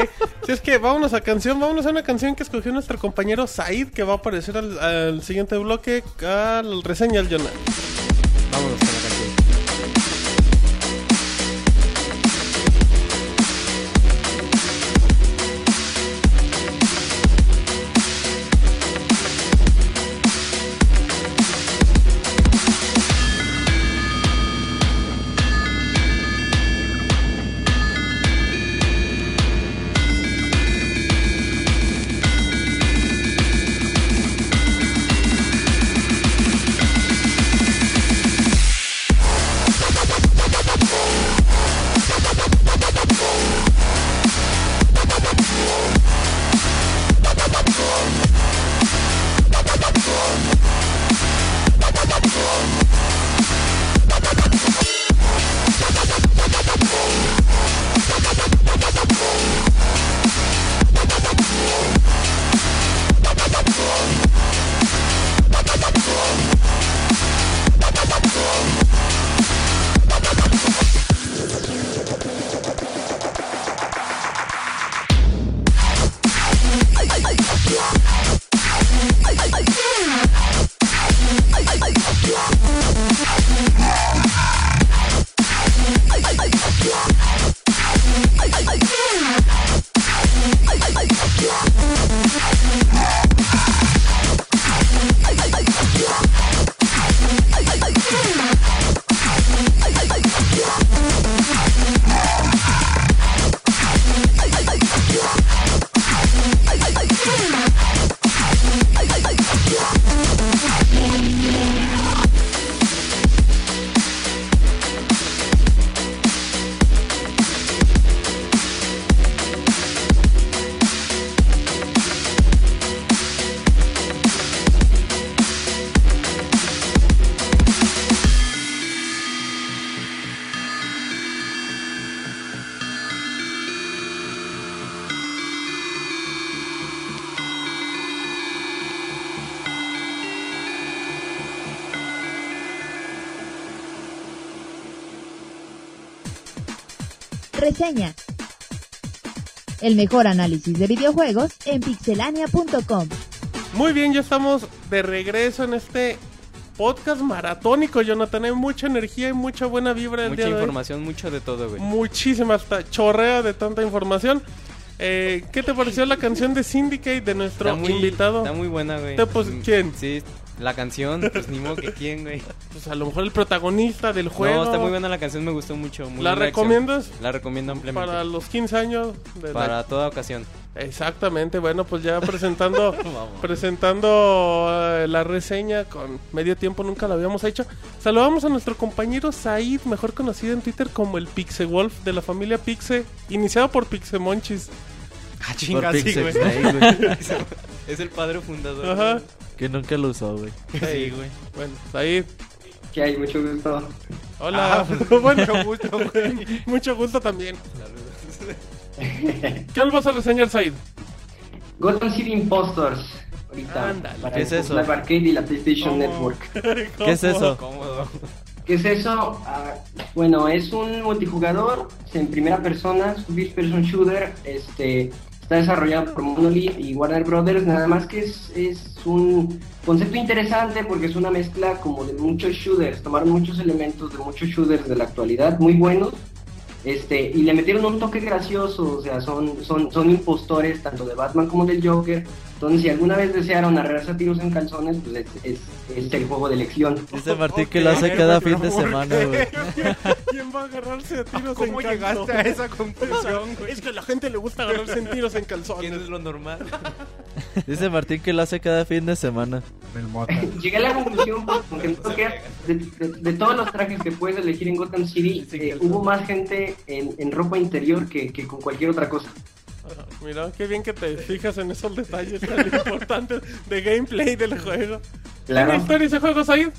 B: si es que vámonos a canción, vámonos a una canción que escogió nuestro compañero Said, que va a aparecer al, al siguiente bloque, al reseña al Jonathan.
C: Vámonos con la canción.
H: Thank
A: reseña. El mejor análisis de videojuegos en pixelania.com.
B: Muy bien, ya estamos de regreso en este podcast maratónico, Jonathan. Hay mucha energía y mucha buena vibra el
C: Mucha
B: día de hoy.
C: información, mucho de todo, güey.
B: Muchísima, hasta chorrea de tanta información. Eh, ¿Qué te pareció la canción de Syndicate de nuestro
C: Está muy,
B: invitado?
C: Está muy buena, güey.
B: Te, pues,
C: Mm,
B: ¿quién?
C: Sí, la canción, pues ni modo que quién, güey.
B: Pues a lo mejor el protagonista del juego.
C: No, está muy buena la canción, me gustó mucho. muy
B: ¿La
C: buena acción.
B: recomiendas?
C: La recomiendo ampliamente.
B: Para
C: Para,
B: los 15 años de la-
C: toda ocasión.
B: Exactamente, bueno, pues ya presentando presentando eh, la reseña con medio tiempo, nunca la habíamos hecho. Saludamos a nuestro compañero Said, mejor conocido en Twitter como el Pixe Wolf de la familia Pixe, iniciado por Pixe Monchis.
C: Ah,
E: Por
C: sí,
E: Pixel
C: güey.
E: Snake, güey.
C: Es el padre fundador.
B: Ajá.
C: güey.
E: que nunca lo usó, güey.
B: Sí, güey. Bueno, Said,
H: Que hay mucho gusto.
B: hola. bueno, Ah, pues, mucho gusto, mucho gusto también. ¿Qué nos vas a reseñar, Said?
H: Gotham City Impostors. Ahorita.
B: Ándale.
H: para
E: ¿Qué es
H: el-
E: eso?
H: La arcade y la PlayStation
B: Oh.
H: Network.
E: ¿Qué es eso?
C: Cómodo.
H: ¿Qué es eso? Ah, bueno, es un multijugador es en primera persona, es un first person shooter. Este, está desarrollado por Monolith y Warner Brothers. Nada más que es, es un concepto interesante porque es una mezcla como de muchos shooters. Tomaron muchos elementos de muchos shooters de la actualidad, muy buenos. Este, y le metieron un toque gracioso, o sea, son, son, son impostores tanto de Batman como del Joker. Entonces, si alguna vez desearon arrearse a tiros en calzones, pues es, es, es el juego de elección.
E: Dice Martín que
D: Ok,
E: lo hace cada fin de
B: ¿por
E: semana,
B: qué?
E: güey.
B: ¿Quién va a agarrarse a tiros
D: ¿Cómo
B: en
D: llegaste a esa conclusión, güey?
B: Es que a la gente le gusta agarrarse en tiros en calzones.
C: ¿Quién es lo normal?
E: Dice Martín que lo hace cada fin de semana.
D: El mota.
H: Llegué a la conclusión por por ejemplo, que de, de- de todos los trajes que puedes elegir en Gotham City,
E: Sí,
H: eh,
E: que el-
H: hubo más gente en, en ropa interior que, que con cualquier otra cosa.
B: Ah, Mira, qué bien que te fijas en esos detalles tan importantes de gameplay del juego. ¿Tiene
H: Claro.
B: historia ese juego, Said?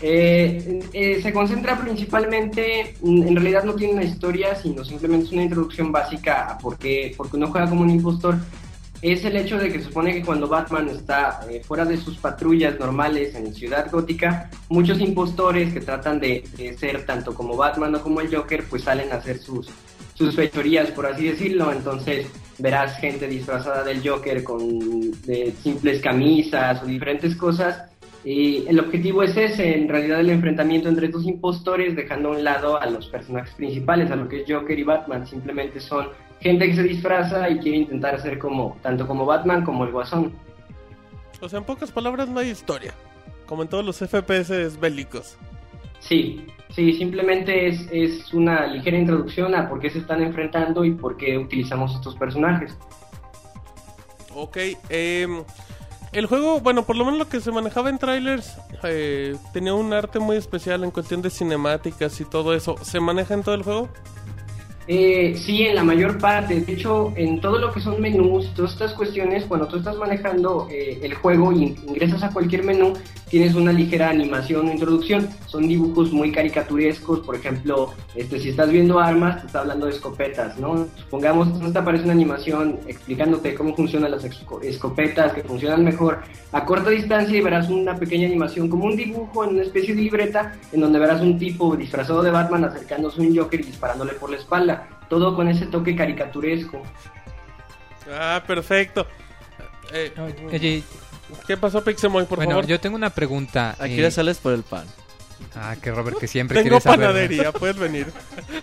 H: Eh, eh, se concentra principalmente, mm, en realidad no tiene una historia, sino simplemente es una introducción básica a por qué, porque uno juega como un impostor. Es el hecho de que se supone que cuando Batman está eh, fuera de sus patrullas normales en Ciudad Gótica, muchos impostores que tratan de, de ser tanto como Batman o como el Joker, pues salen a hacer sus, sus fechorías, por así decirlo. Entonces verás gente disfrazada del Joker con de simples camisas o diferentes cosas. Y Eh, el objetivo es ese, en realidad el enfrentamiento entre estos impostores, dejando a un lado a los personajes principales, a lo que es Joker y Batman. Simplemente son gente que se disfraza y quiere intentar hacer como, tanto como Batman como el Guasón.
B: O sea, en pocas palabras, no hay historia. Como en todos los FPS bélicos.
H: Sí, sí, simplemente es, es una ligera introducción a por qué se están enfrentando y por qué utilizamos estos personajes.
B: Ok, em, el juego, bueno, por lo menos lo que se manejaba en trailers, eh, tenía un arte muy especial en cuestión de cinemáticas y todo eso. ¿Se maneja en todo el juego?
H: Eh, sí, en la mayor parte. De hecho, en todo lo que son menús, todas estas cuestiones, cuando tú estás manejando eh, el juego y ingresas a cualquier menú, tienes una ligera animación o introducción. Son dibujos muy caricaturescos. Por ejemplo, este, si estás viendo armas, te está hablando de escopetas, ¿no? Supongamos, entonces te aparece una animación explicándote cómo funcionan las esco- escopetas, que funcionan mejor a corta distancia y verás una pequeña animación como un dibujo en una especie de libreta en donde verás un tipo disfrazado de Batman acercándose a un Joker y disparándole por la espalda. Todo con ese toque caricaturesco.
B: Ah, perfecto. Eh,
F: Oye,
B: ¿Qué pasó, Pixemoy, por
F: bueno,
B: favor?
F: yo tengo una pregunta.
E: Aquí
F: eh,
E: ya sales por el pan.
F: Ah, que Robert, que siempre
B: Tengo
F: quiere saber. ¿no?
B: panadería, puedes venir.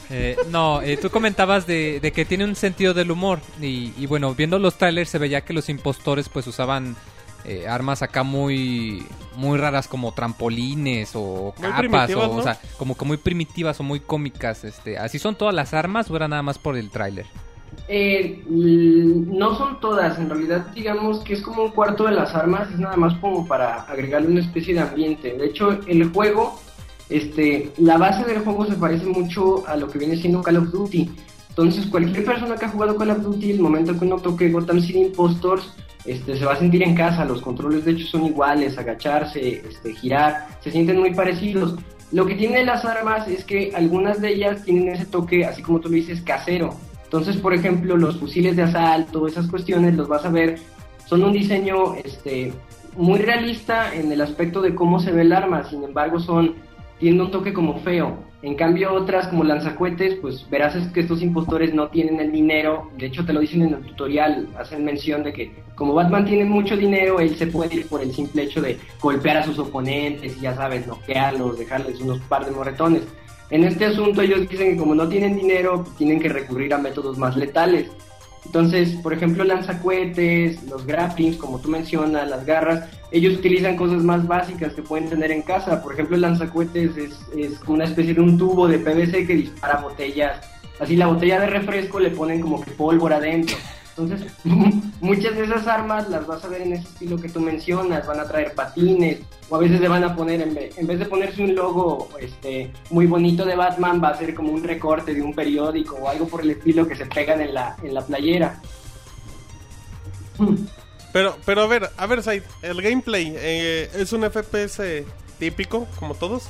F: Eh, no, eh, tú comentabas de, de que tiene un sentido del humor y, y bueno, viendo los trailers se veía que los impostores pues usaban eh, armas acá muy muy raras como trampolines o
B: Muy
F: capas
B: primitivas,
F: o, o
B: ¿no?
F: sea, como que muy primitivas o muy cómicas, este, así son todas las armas o era nada más por el tráiler.
H: Eh, l- no son todas, en realidad digamos que es como un cuarto de las armas, es nada más como para agregarle una especie de ambiente. De hecho, el juego, este, la base del juego se parece mucho a lo que viene siendo Call of Duty. Entonces, cualquier persona que ha jugado Call of Duty, el momento que uno toque Gotham City Impostors, este, se va a sentir en casa. Los controles, de hecho, son iguales, agacharse, este, girar, se sienten muy parecidos. Lo que tienen las armas es que algunas de ellas tienen ese toque, así como tú lo dices, casero. Entonces, por ejemplo, los fusiles de asalto, esas cuestiones, los vas a ver, son un diseño este, muy realista en el aspecto de cómo se ve el arma, sin embargo, son tiene un toque como feo. En cambio, otras como lanzacuetes, pues verás es que estos impostores no tienen el dinero. De hecho, te lo dicen en el tutorial, hacen mención de que como Batman tiene mucho dinero, él se puede ir por el simple hecho de golpear a sus oponentes, ya sabes, noquearlos, dejarles unos par de morretones. En este asunto ellos dicen que como no tienen dinero, pues, tienen que recurrir a métodos más letales. Entonces, por ejemplo, lanzacuetes, los grapplings, como tú mencionas, las garras, ellos utilizan cosas más básicas que pueden tener en casa. Por ejemplo, el lanzacuetes es, es una especie de un tubo de PVC que dispara botellas. Así la botella de refresco le ponen como que pólvora adentro. Entonces, muchas de esas armas las vas a ver en ese estilo que tú mencionas, van a traer patines, o a veces le van a poner, en vez, en vez de ponerse un logo este, muy bonito de Batman, va a ser como un recorte de un periódico o algo por el estilo que se pegan en la, en la playera.
B: Pero, pero a ver, a ver, Said, el gameplay eh, es un FPS típico, como todos.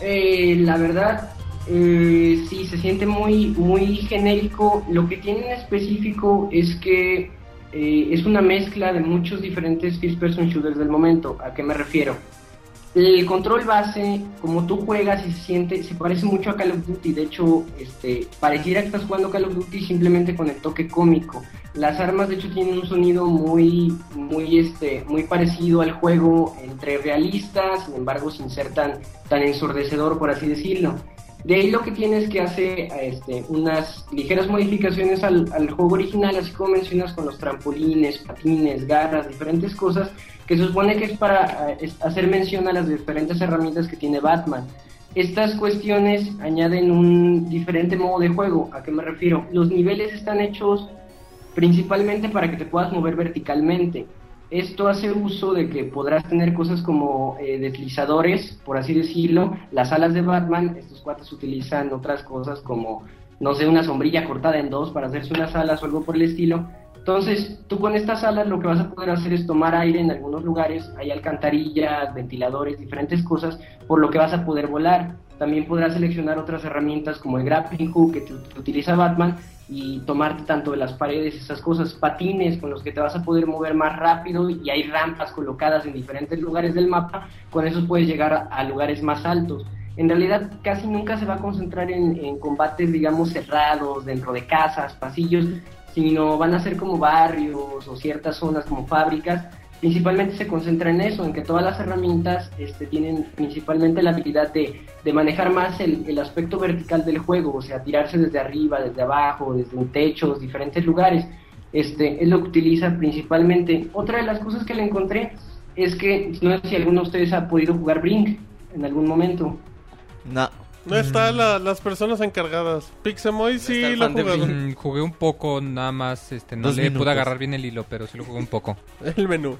H: Eh, la verdad, eh, sí, se siente muy, muy genérico. Lo que tiene en específico es que eh, es una mezcla de muchos diferentes first person shooters del momento. ¿A qué me refiero? El control base, como tú juegas y se siente, se parece mucho a Call of Duty. De hecho, este, pareciera que estás jugando Call of Duty simplemente con el toque cómico. Las armas, de hecho, tienen un sonido muy, muy, este, muy parecido al juego, entre realistas, sin embargo, sin ser tan, tan ensordecedor, por así decirlo. De ahí lo que tienes que hace este, unas ligeras modificaciones al, al, juego original, así como mencionas con los trampolines, patines, garras, diferentes cosas, que se supone que es para eh, es hacer mención a las diferentes herramientas que tiene Batman. Estas cuestiones añaden un diferente modo de juego. ¿A qué me refiero? Los niveles están hechos principalmente para que te puedas mover verticalmente. Esto hace uso de que podrás tener cosas como eh, deslizadores, por así decirlo, las alas de Batman, estos cuates utilizan otras cosas como, no sé, una sombrilla cortada en dos para hacerse unas alas o algo por el estilo. Entonces, tú con estas alas lo que vas a poder hacer es tomar aire en algunos lugares, hay alcantarillas, ventiladores, diferentes cosas, por lo que vas a poder volar. También podrás seleccionar otras herramientas como el grappling hook que, te, que utiliza Batman y tomarte tanto de las paredes, esas cosas, patines con los que te vas a poder mover más rápido y hay rampas colocadas en diferentes lugares del mapa, con esos puedes llegar a, a lugares más altos. En realidad casi nunca se va a concentrar en, en, combates, digamos, cerrados, dentro de casas, pasillos, sino van a ser como barrios o ciertas zonas como fábricas. Principalmente se concentra en eso, en que todas las herramientas este, tienen principalmente la habilidad de de manejar más el, el, aspecto vertical del juego, o sea, tirarse desde arriba, desde abajo, desde un techo, diferentes lugares. Este, es lo que utiliza principalmente. Otra de las cosas que le encontré es que no sé si alguno de ustedes ha podido jugar Brink en algún momento.
E: No.
F: Mm.
B: No están la, las personas encargadas. Pixemoy sí lo ha jugado.
F: Mm, jugué un poco, nada más. Este, no
E: Dos
F: le
E: minutos.
F: pude agarrar bien el hilo, pero sí lo jugué un poco.
B: El menú.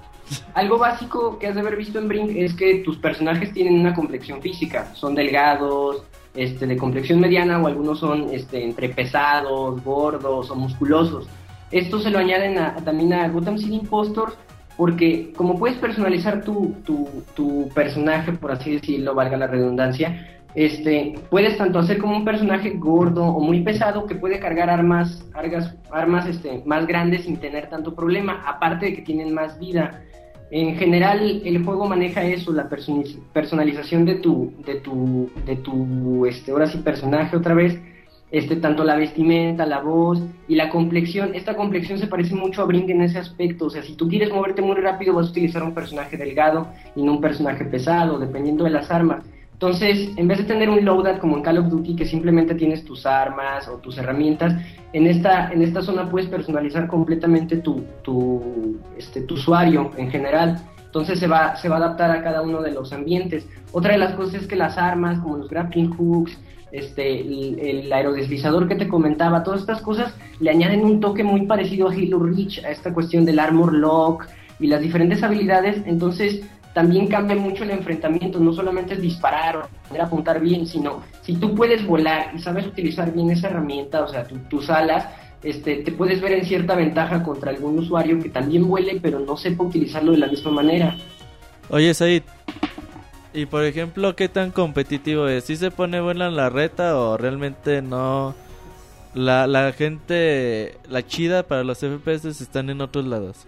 H: Algo básico que has de haber visto en Brink es que tus personajes tienen una complexión física, son delgados, este, de complexión mediana o algunos son este, entre pesados, gordos o musculosos. Esto se lo añaden a- también a Gotham City Impostors porque como puedes personalizar tu, tu, tu personaje, por así decirlo, valga la redundancia, este, puedes tanto hacer como un personaje gordo o muy pesado que puede cargar armas, argas- armas este, más grandes sin tener tanto problema, aparte de que tienen más vida. En general, el juego maneja eso, la personi- personalización de tu, de tu, de tu, este, ahora sí, personaje otra vez, este, tanto la vestimenta, la voz y la complexión. Esta complexión se parece mucho a Brink en ese aspecto, o sea, si tú quieres moverte muy rápido vas a utilizar un personaje delgado y no un personaje pesado, dependiendo de las armas. Entonces, en vez de tener un loadout como en Call of Duty, que simplemente tienes tus armas o tus herramientas, en esta, en esta zona puedes personalizar completamente tu, tu, este, tu usuario en general. Entonces se va, se va a adaptar a cada uno de los ambientes. Otra de las cosas es que las armas, como los grappling hooks, este, el, el aerodeslizador que te comentaba, todas estas cosas le añaden un toque muy parecido a Halo Reach, a esta cuestión del armor lock y las diferentes habilidades. Entonces también cambia mucho el enfrentamiento, no solamente es disparar o poder apuntar bien, sino si tú puedes volar y sabes utilizar bien esa herramienta, o sea, tu- tus alas, este, te puedes ver en cierta ventaja contra algún usuario que también vuele, pero no sepa utilizarlo de la misma manera.
E: Oye, Said. Y por ejemplo, ¿qué tan competitivo es? ¿Sí se pone buena la reta o realmente no? La, la gente, la chida para los FPS están en otros lados.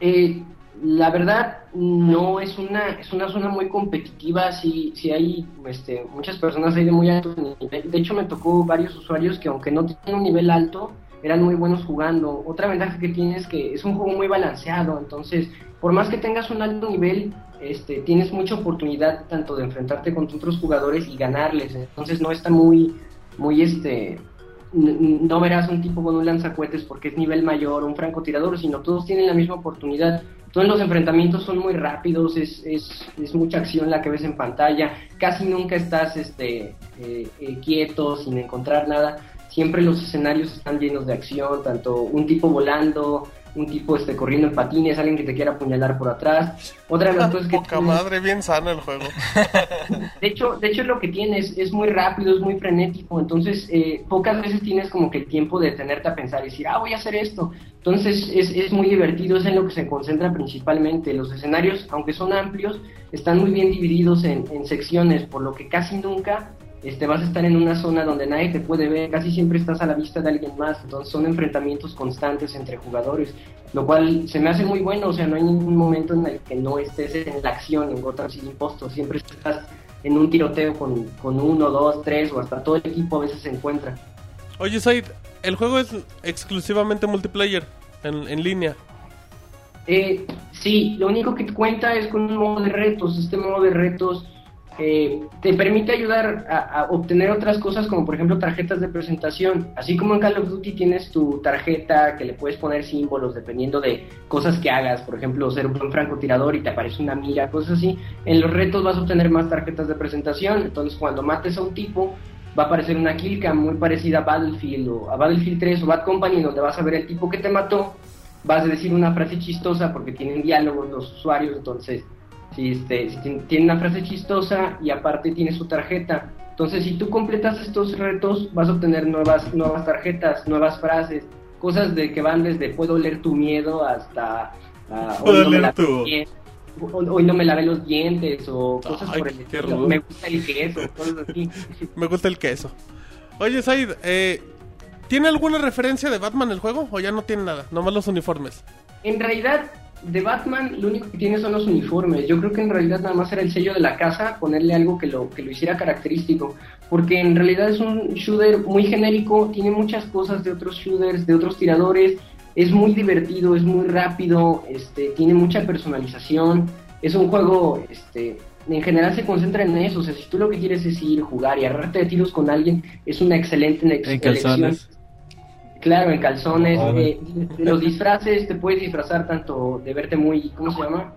H: Eh, la verdad no es una es una zona muy competitiva sí sí hay este, muchas personas ahí de muy alto nivel de hecho me tocó varios usuarios que aunque no tienen un nivel alto eran muy buenos jugando otra ventaja que tiene es que es un juego muy balanceado entonces por más que tengas un alto nivel este, tienes mucha oportunidad tanto de enfrentarte con otros jugadores y ganarles entonces no está muy muy este no verás un tipo con un lanzacuetes porque es nivel mayor, un francotirador, sino todos tienen la misma oportunidad. Todos los enfrentamientos son muy rápidos, es, es, es mucha acción la que ves en pantalla, casi nunca estás este, eh, eh, quieto, sin encontrar nada. Siempre los escenarios están llenos de acción, tanto un tipo volando, un tipo este, corriendo en patines, alguien que te quiera apuñalar por atrás. Otra de las cosas que.
B: Poca tienes... madre, bien sano el juego.
H: de hecho, de hecho lo que tienes es muy rápido, es muy frenético. Entonces, eh, pocas veces tienes como que el tiempo de tenerte a pensar y decir, ah, voy a hacer esto. Entonces, es, es muy divertido, es en lo que se concentra principalmente. Los escenarios, aunque son amplios, están muy bien divididos en, en secciones, por lo que casi nunca este, vas a estar en una zona donde nadie te puede ver, casi siempre estás a la vista de alguien más, entonces son enfrentamientos constantes entre jugadores, lo cual se me hace muy bueno, o sea, no hay ningún momento en el que no estés en la acción en Gotham City Impostor, siempre estás en un tiroteo con, con uno, dos, tres o hasta todo el equipo a veces se encuentra.
B: Oye, Said, ¿el juego es exclusivamente multiplayer en, en línea?
H: Eh, sí, lo único que cuenta es con un modo de retos, este modo de retos... Eh, te permite ayudar a, a, obtener otras cosas como por ejemplo tarjetas de presentación. Así como en Call of Duty tienes tu tarjeta que le puedes poner símbolos dependiendo de cosas que hagas, por ejemplo ser un francotirador y te aparece una mira, cosas así. En los retos vas a obtener más tarjetas de presentación, entonces cuando mates a un tipo va a aparecer una killcam muy parecida a Battlefield o a Battlefield 3 o Bad Company donde vas a ver el tipo que te mató, vas a decir una frase chistosa porque tienen diálogos los usuarios, entonces si, este, si tiene una frase chistosa y aparte tiene su tarjeta. Entonces, si tú completas estos retos, vas a obtener nuevas, nuevas tarjetas, nuevas frases, cosas de que van desde puedo leer tu miedo hasta uh,
B: puedo hoy, no leer tu...
H: Dientes, hoy no me lavé los dientes o cosas Ay, por el estilo. Me gusta el queso, cosas así.
B: me gusta el queso. Oye, Said, eh, ¿tiene alguna referencia de Batman el juego o ya no tiene nada? Nomás los uniformes.
H: En realidad, de Batman lo único que tiene son los uniformes. Yo creo que en realidad nada más era el sello de la casa, ponerle algo que lo, que lo hiciera característico. Porque en realidad es un shooter muy genérico, tiene muchas cosas de otros shooters, de otros tiradores. Es muy divertido, es muy rápido, este, tiene mucha personalización. Es un juego, este, en general se concentra en eso. O sea, si tú lo que quieres es ir, jugar y agarrarte de tiros con alguien, es una excelente elección.
E: En calzones.
H: Claro, en calzones, eh, los disfraces, te puedes disfrazar tanto de verte muy, ¿cómo se llama?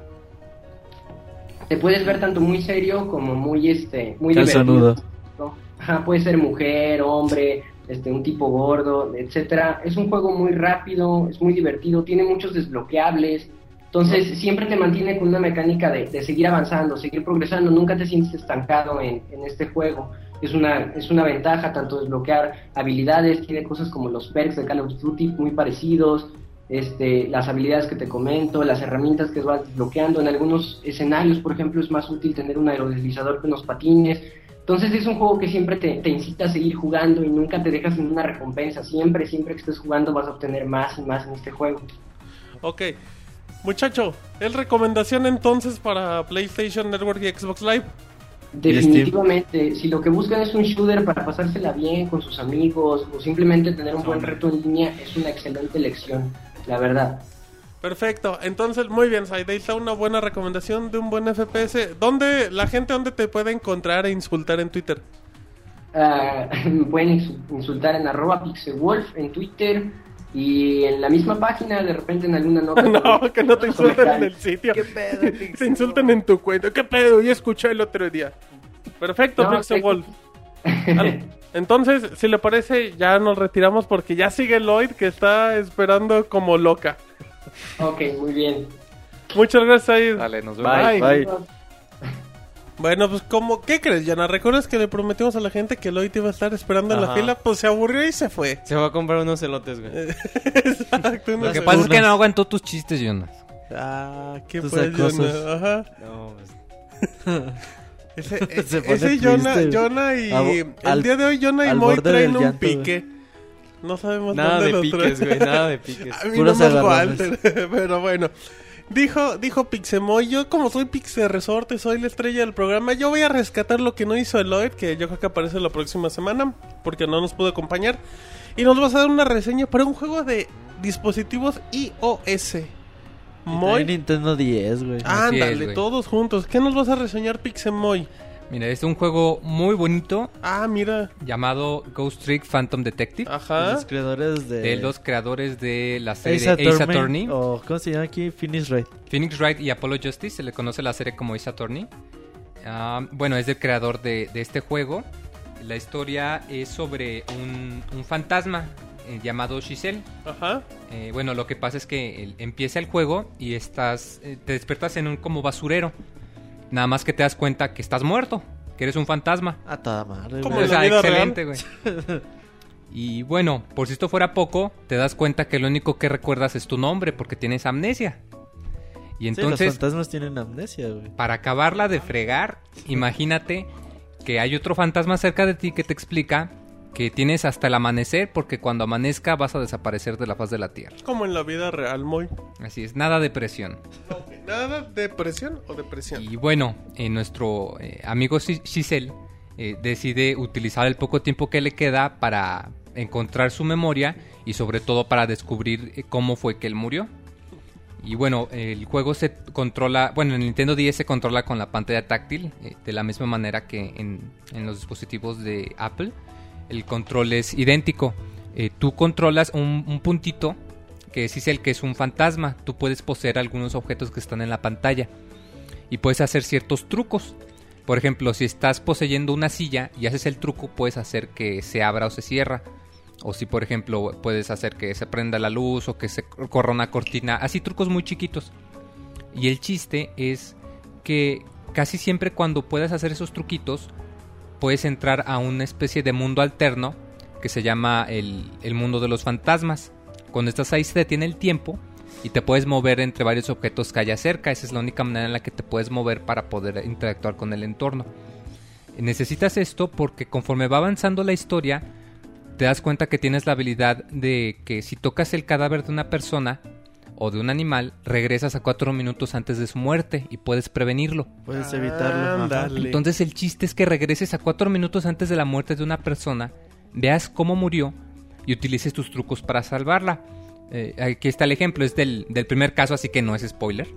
H: Te puedes ver tanto muy serio como muy, este, muy
E: Calzonudo.
H: divertido. Ajá, puede ser mujer, hombre, este, un tipo gordo, etcétera. Es un juego muy rápido, es muy divertido, tiene muchos desbloqueables. Entonces siempre te mantiene con una mecánica de, de seguir avanzando, seguir progresando, nunca te sientes estancado en, en este juego es una, es una ventaja tanto desbloquear habilidades, tiene cosas como los perks de Call of Duty muy parecidos, este, las habilidades que te comento, las herramientas que vas desbloqueando, en algunos escenarios, por ejemplo, es más útil tener un aerodeslizador que unos patines, entonces es un juego que siempre te, te incita a seguir jugando y nunca te dejas ninguna recompensa, siempre, siempre que estés jugando vas a obtener más y más en este juego.
B: Ok, muchacho, ¿es recomendación entonces para PlayStation Network y Xbox Live?
H: Definitivamente, si lo que buscan es un shooter para pasársela bien con sus amigos o simplemente tener un buen reto en línea, es una excelente elección, la verdad.
B: Perfecto, entonces muy bien, Said, ahí está una buena recomendación de un buen FPS. ¿Dónde la gente dónde te puede encontrar e insultar en Twitter?
H: Uh, me pueden insultar en arroba pixewolf en Twitter, y en la misma página de repente en alguna nota
B: no que no te insulten en el sitio ¿Qué pedo, se insultan en tu cuento qué pedo yo escuché el otro día perfecto no, Pixel Wolf entonces si le parece ya nos retiramos porque ya sigue Lloyd que está esperando como loca
H: Ok, muy bien
B: muchas gracias Aid.
C: Dale, nos vemos.
E: Bye, bye.
B: Bueno, pues como, ¿qué crees, Yana? ¿Recuerdas que le prometimos a la gente que Lloyd iba a estar esperando en la
C: Ajá.
B: fila? Pues se aburrió y se fue.
C: Se va a comprar unos elotes,
B: Eh,
C: güey.
B: Exacto.
F: Lo
B: unas
F: que pasa es que
B: burlas.
F: no aguantó tus chistes, Jonas.
B: Ah, qué
E: Tus
B: fue,
E: acosos.
B: Jonah. Ajá.
C: No, pues,
B: Ese,
E: Se
B: ese,
E: pone
B: ese Jonah,
E: triste.
B: Jonah y...
E: A bo-
B: el
E: al-
B: día de hoy Jonah y
E: al
B: Moy
E: borde
B: traen
E: del
B: un
E: llanto,
B: pique. No sabemos
C: nada
B: dónde
C: de
B: lo
C: piques,
B: traen.
C: güey, nada de piques.
B: A mí no
E: Puros
B: me
E: agarrones.
B: Walter, pero bueno. Dijo, dijo Pixemoy, yo como soy Pixe Resorte, soy la estrella del programa, yo voy a rescatar lo que no hizo Eloyd, que yo creo que aparece la próxima semana, porque no nos pudo acompañar. Y nos vas a dar una reseña para un juego de dispositivos iOS.
E: Muy...
B: Moy,
E: Nintendo 10, güey.
H: Ah.
F: Así es,
B: ándale,
F: güey.
B: todos juntos. ¿Qué nos vas a reseñar, Pixemoy?
F: Mira, es un juego muy bonito
B: Ah, mira,
F: llamado Ghost Trick Phantom Detective.
B: ajá.
E: Los creadores de...
F: De los creadores de la serie
E: Ace
F: Ace Attorney,
E: Attorney, Oh. o, ¿Cómo se llama aquí? Finish Raid.
F: Phoenix Wright y Apollo Justice, se le conoce la serie como Ace Attorney. Ah, bueno, es el creador de, de este juego. La historia es sobre un, un fantasma eh, llamado Giselle.
B: Ajá.
F: Eh, bueno, lo que pasa es que el- empieza el juego y estás, eh, te despiertas en un como basurero. Nada más que te das cuenta que estás muerto, que eres un fantasma.
E: A toda madre,
B: ¿Cómo
E: güey.
B: en
F: O
B: la
F: sea,
B: vida
F: excelente, güey. Y bueno, por si esto fuera poco, te das cuenta que lo único que recuerdas es tu nombre porque tienes amnesia. Y
E: Sí,
F: entonces,
E: los fantasmas tienen amnesia, güey.
F: para acabarla de fregar, imagínate que hay otro fantasma cerca de ti que te explica que tienes hasta el amanecer porque cuando amanezca vas a desaparecer de la faz de la tierra.
B: Como en la vida real, Moy.
F: Así es, nada de presión.
B: Nada, depresión o depresión.
F: Y bueno, eh, nuestro eh, amigo Ci- Giselle eh, decide utilizar el poco tiempo que le queda para encontrar su memoria y sobre todo para descubrir eh, cómo fue que él murió. Y bueno, el juego se controla, bueno, en el Nintendo 10 se controla con la pantalla táctil, eh, de la misma manera que en, en los dispositivos de Apple. El control es idéntico. Eh, tú controlas un, un puntito que es el que es un fantasma. Tú puedes poseer algunos objetos que están en la pantalla y puedes hacer ciertos trucos. Por ejemplo, si estás poseyendo una silla y haces el truco, puedes hacer que se abra o se cierra. O si, por ejemplo, puedes hacer que se prenda la luz o que se corra una cortina. Así trucos muy chiquitos. Y el chiste es que casi siempre cuando puedas hacer esos truquitos, puedes entrar a una especie de mundo alterno que se llama el, el mundo de los fantasmas. Cuando estás ahí se detiene el tiempo y te puedes mover entre varios objetos que haya cerca. Esa es la única manera en la que te puedes mover para poder interactuar con el entorno. Necesitas esto porque conforme va avanzando la historia, te das cuenta que tienes la habilidad de que si tocas el cadáver de una persona o de un animal, regresas a cuatro minutos antes de su muerte y puedes prevenirlo.
E: Puedes evitarlo. ajá.
B: Ándale.
F: Entonces el chiste es que regreses a cuatro minutos antes de la muerte de una persona, veas cómo murió y utilices tus trucos para salvarla. Eh, aquí está el ejemplo, es del, del primer caso, así que no es spoiler.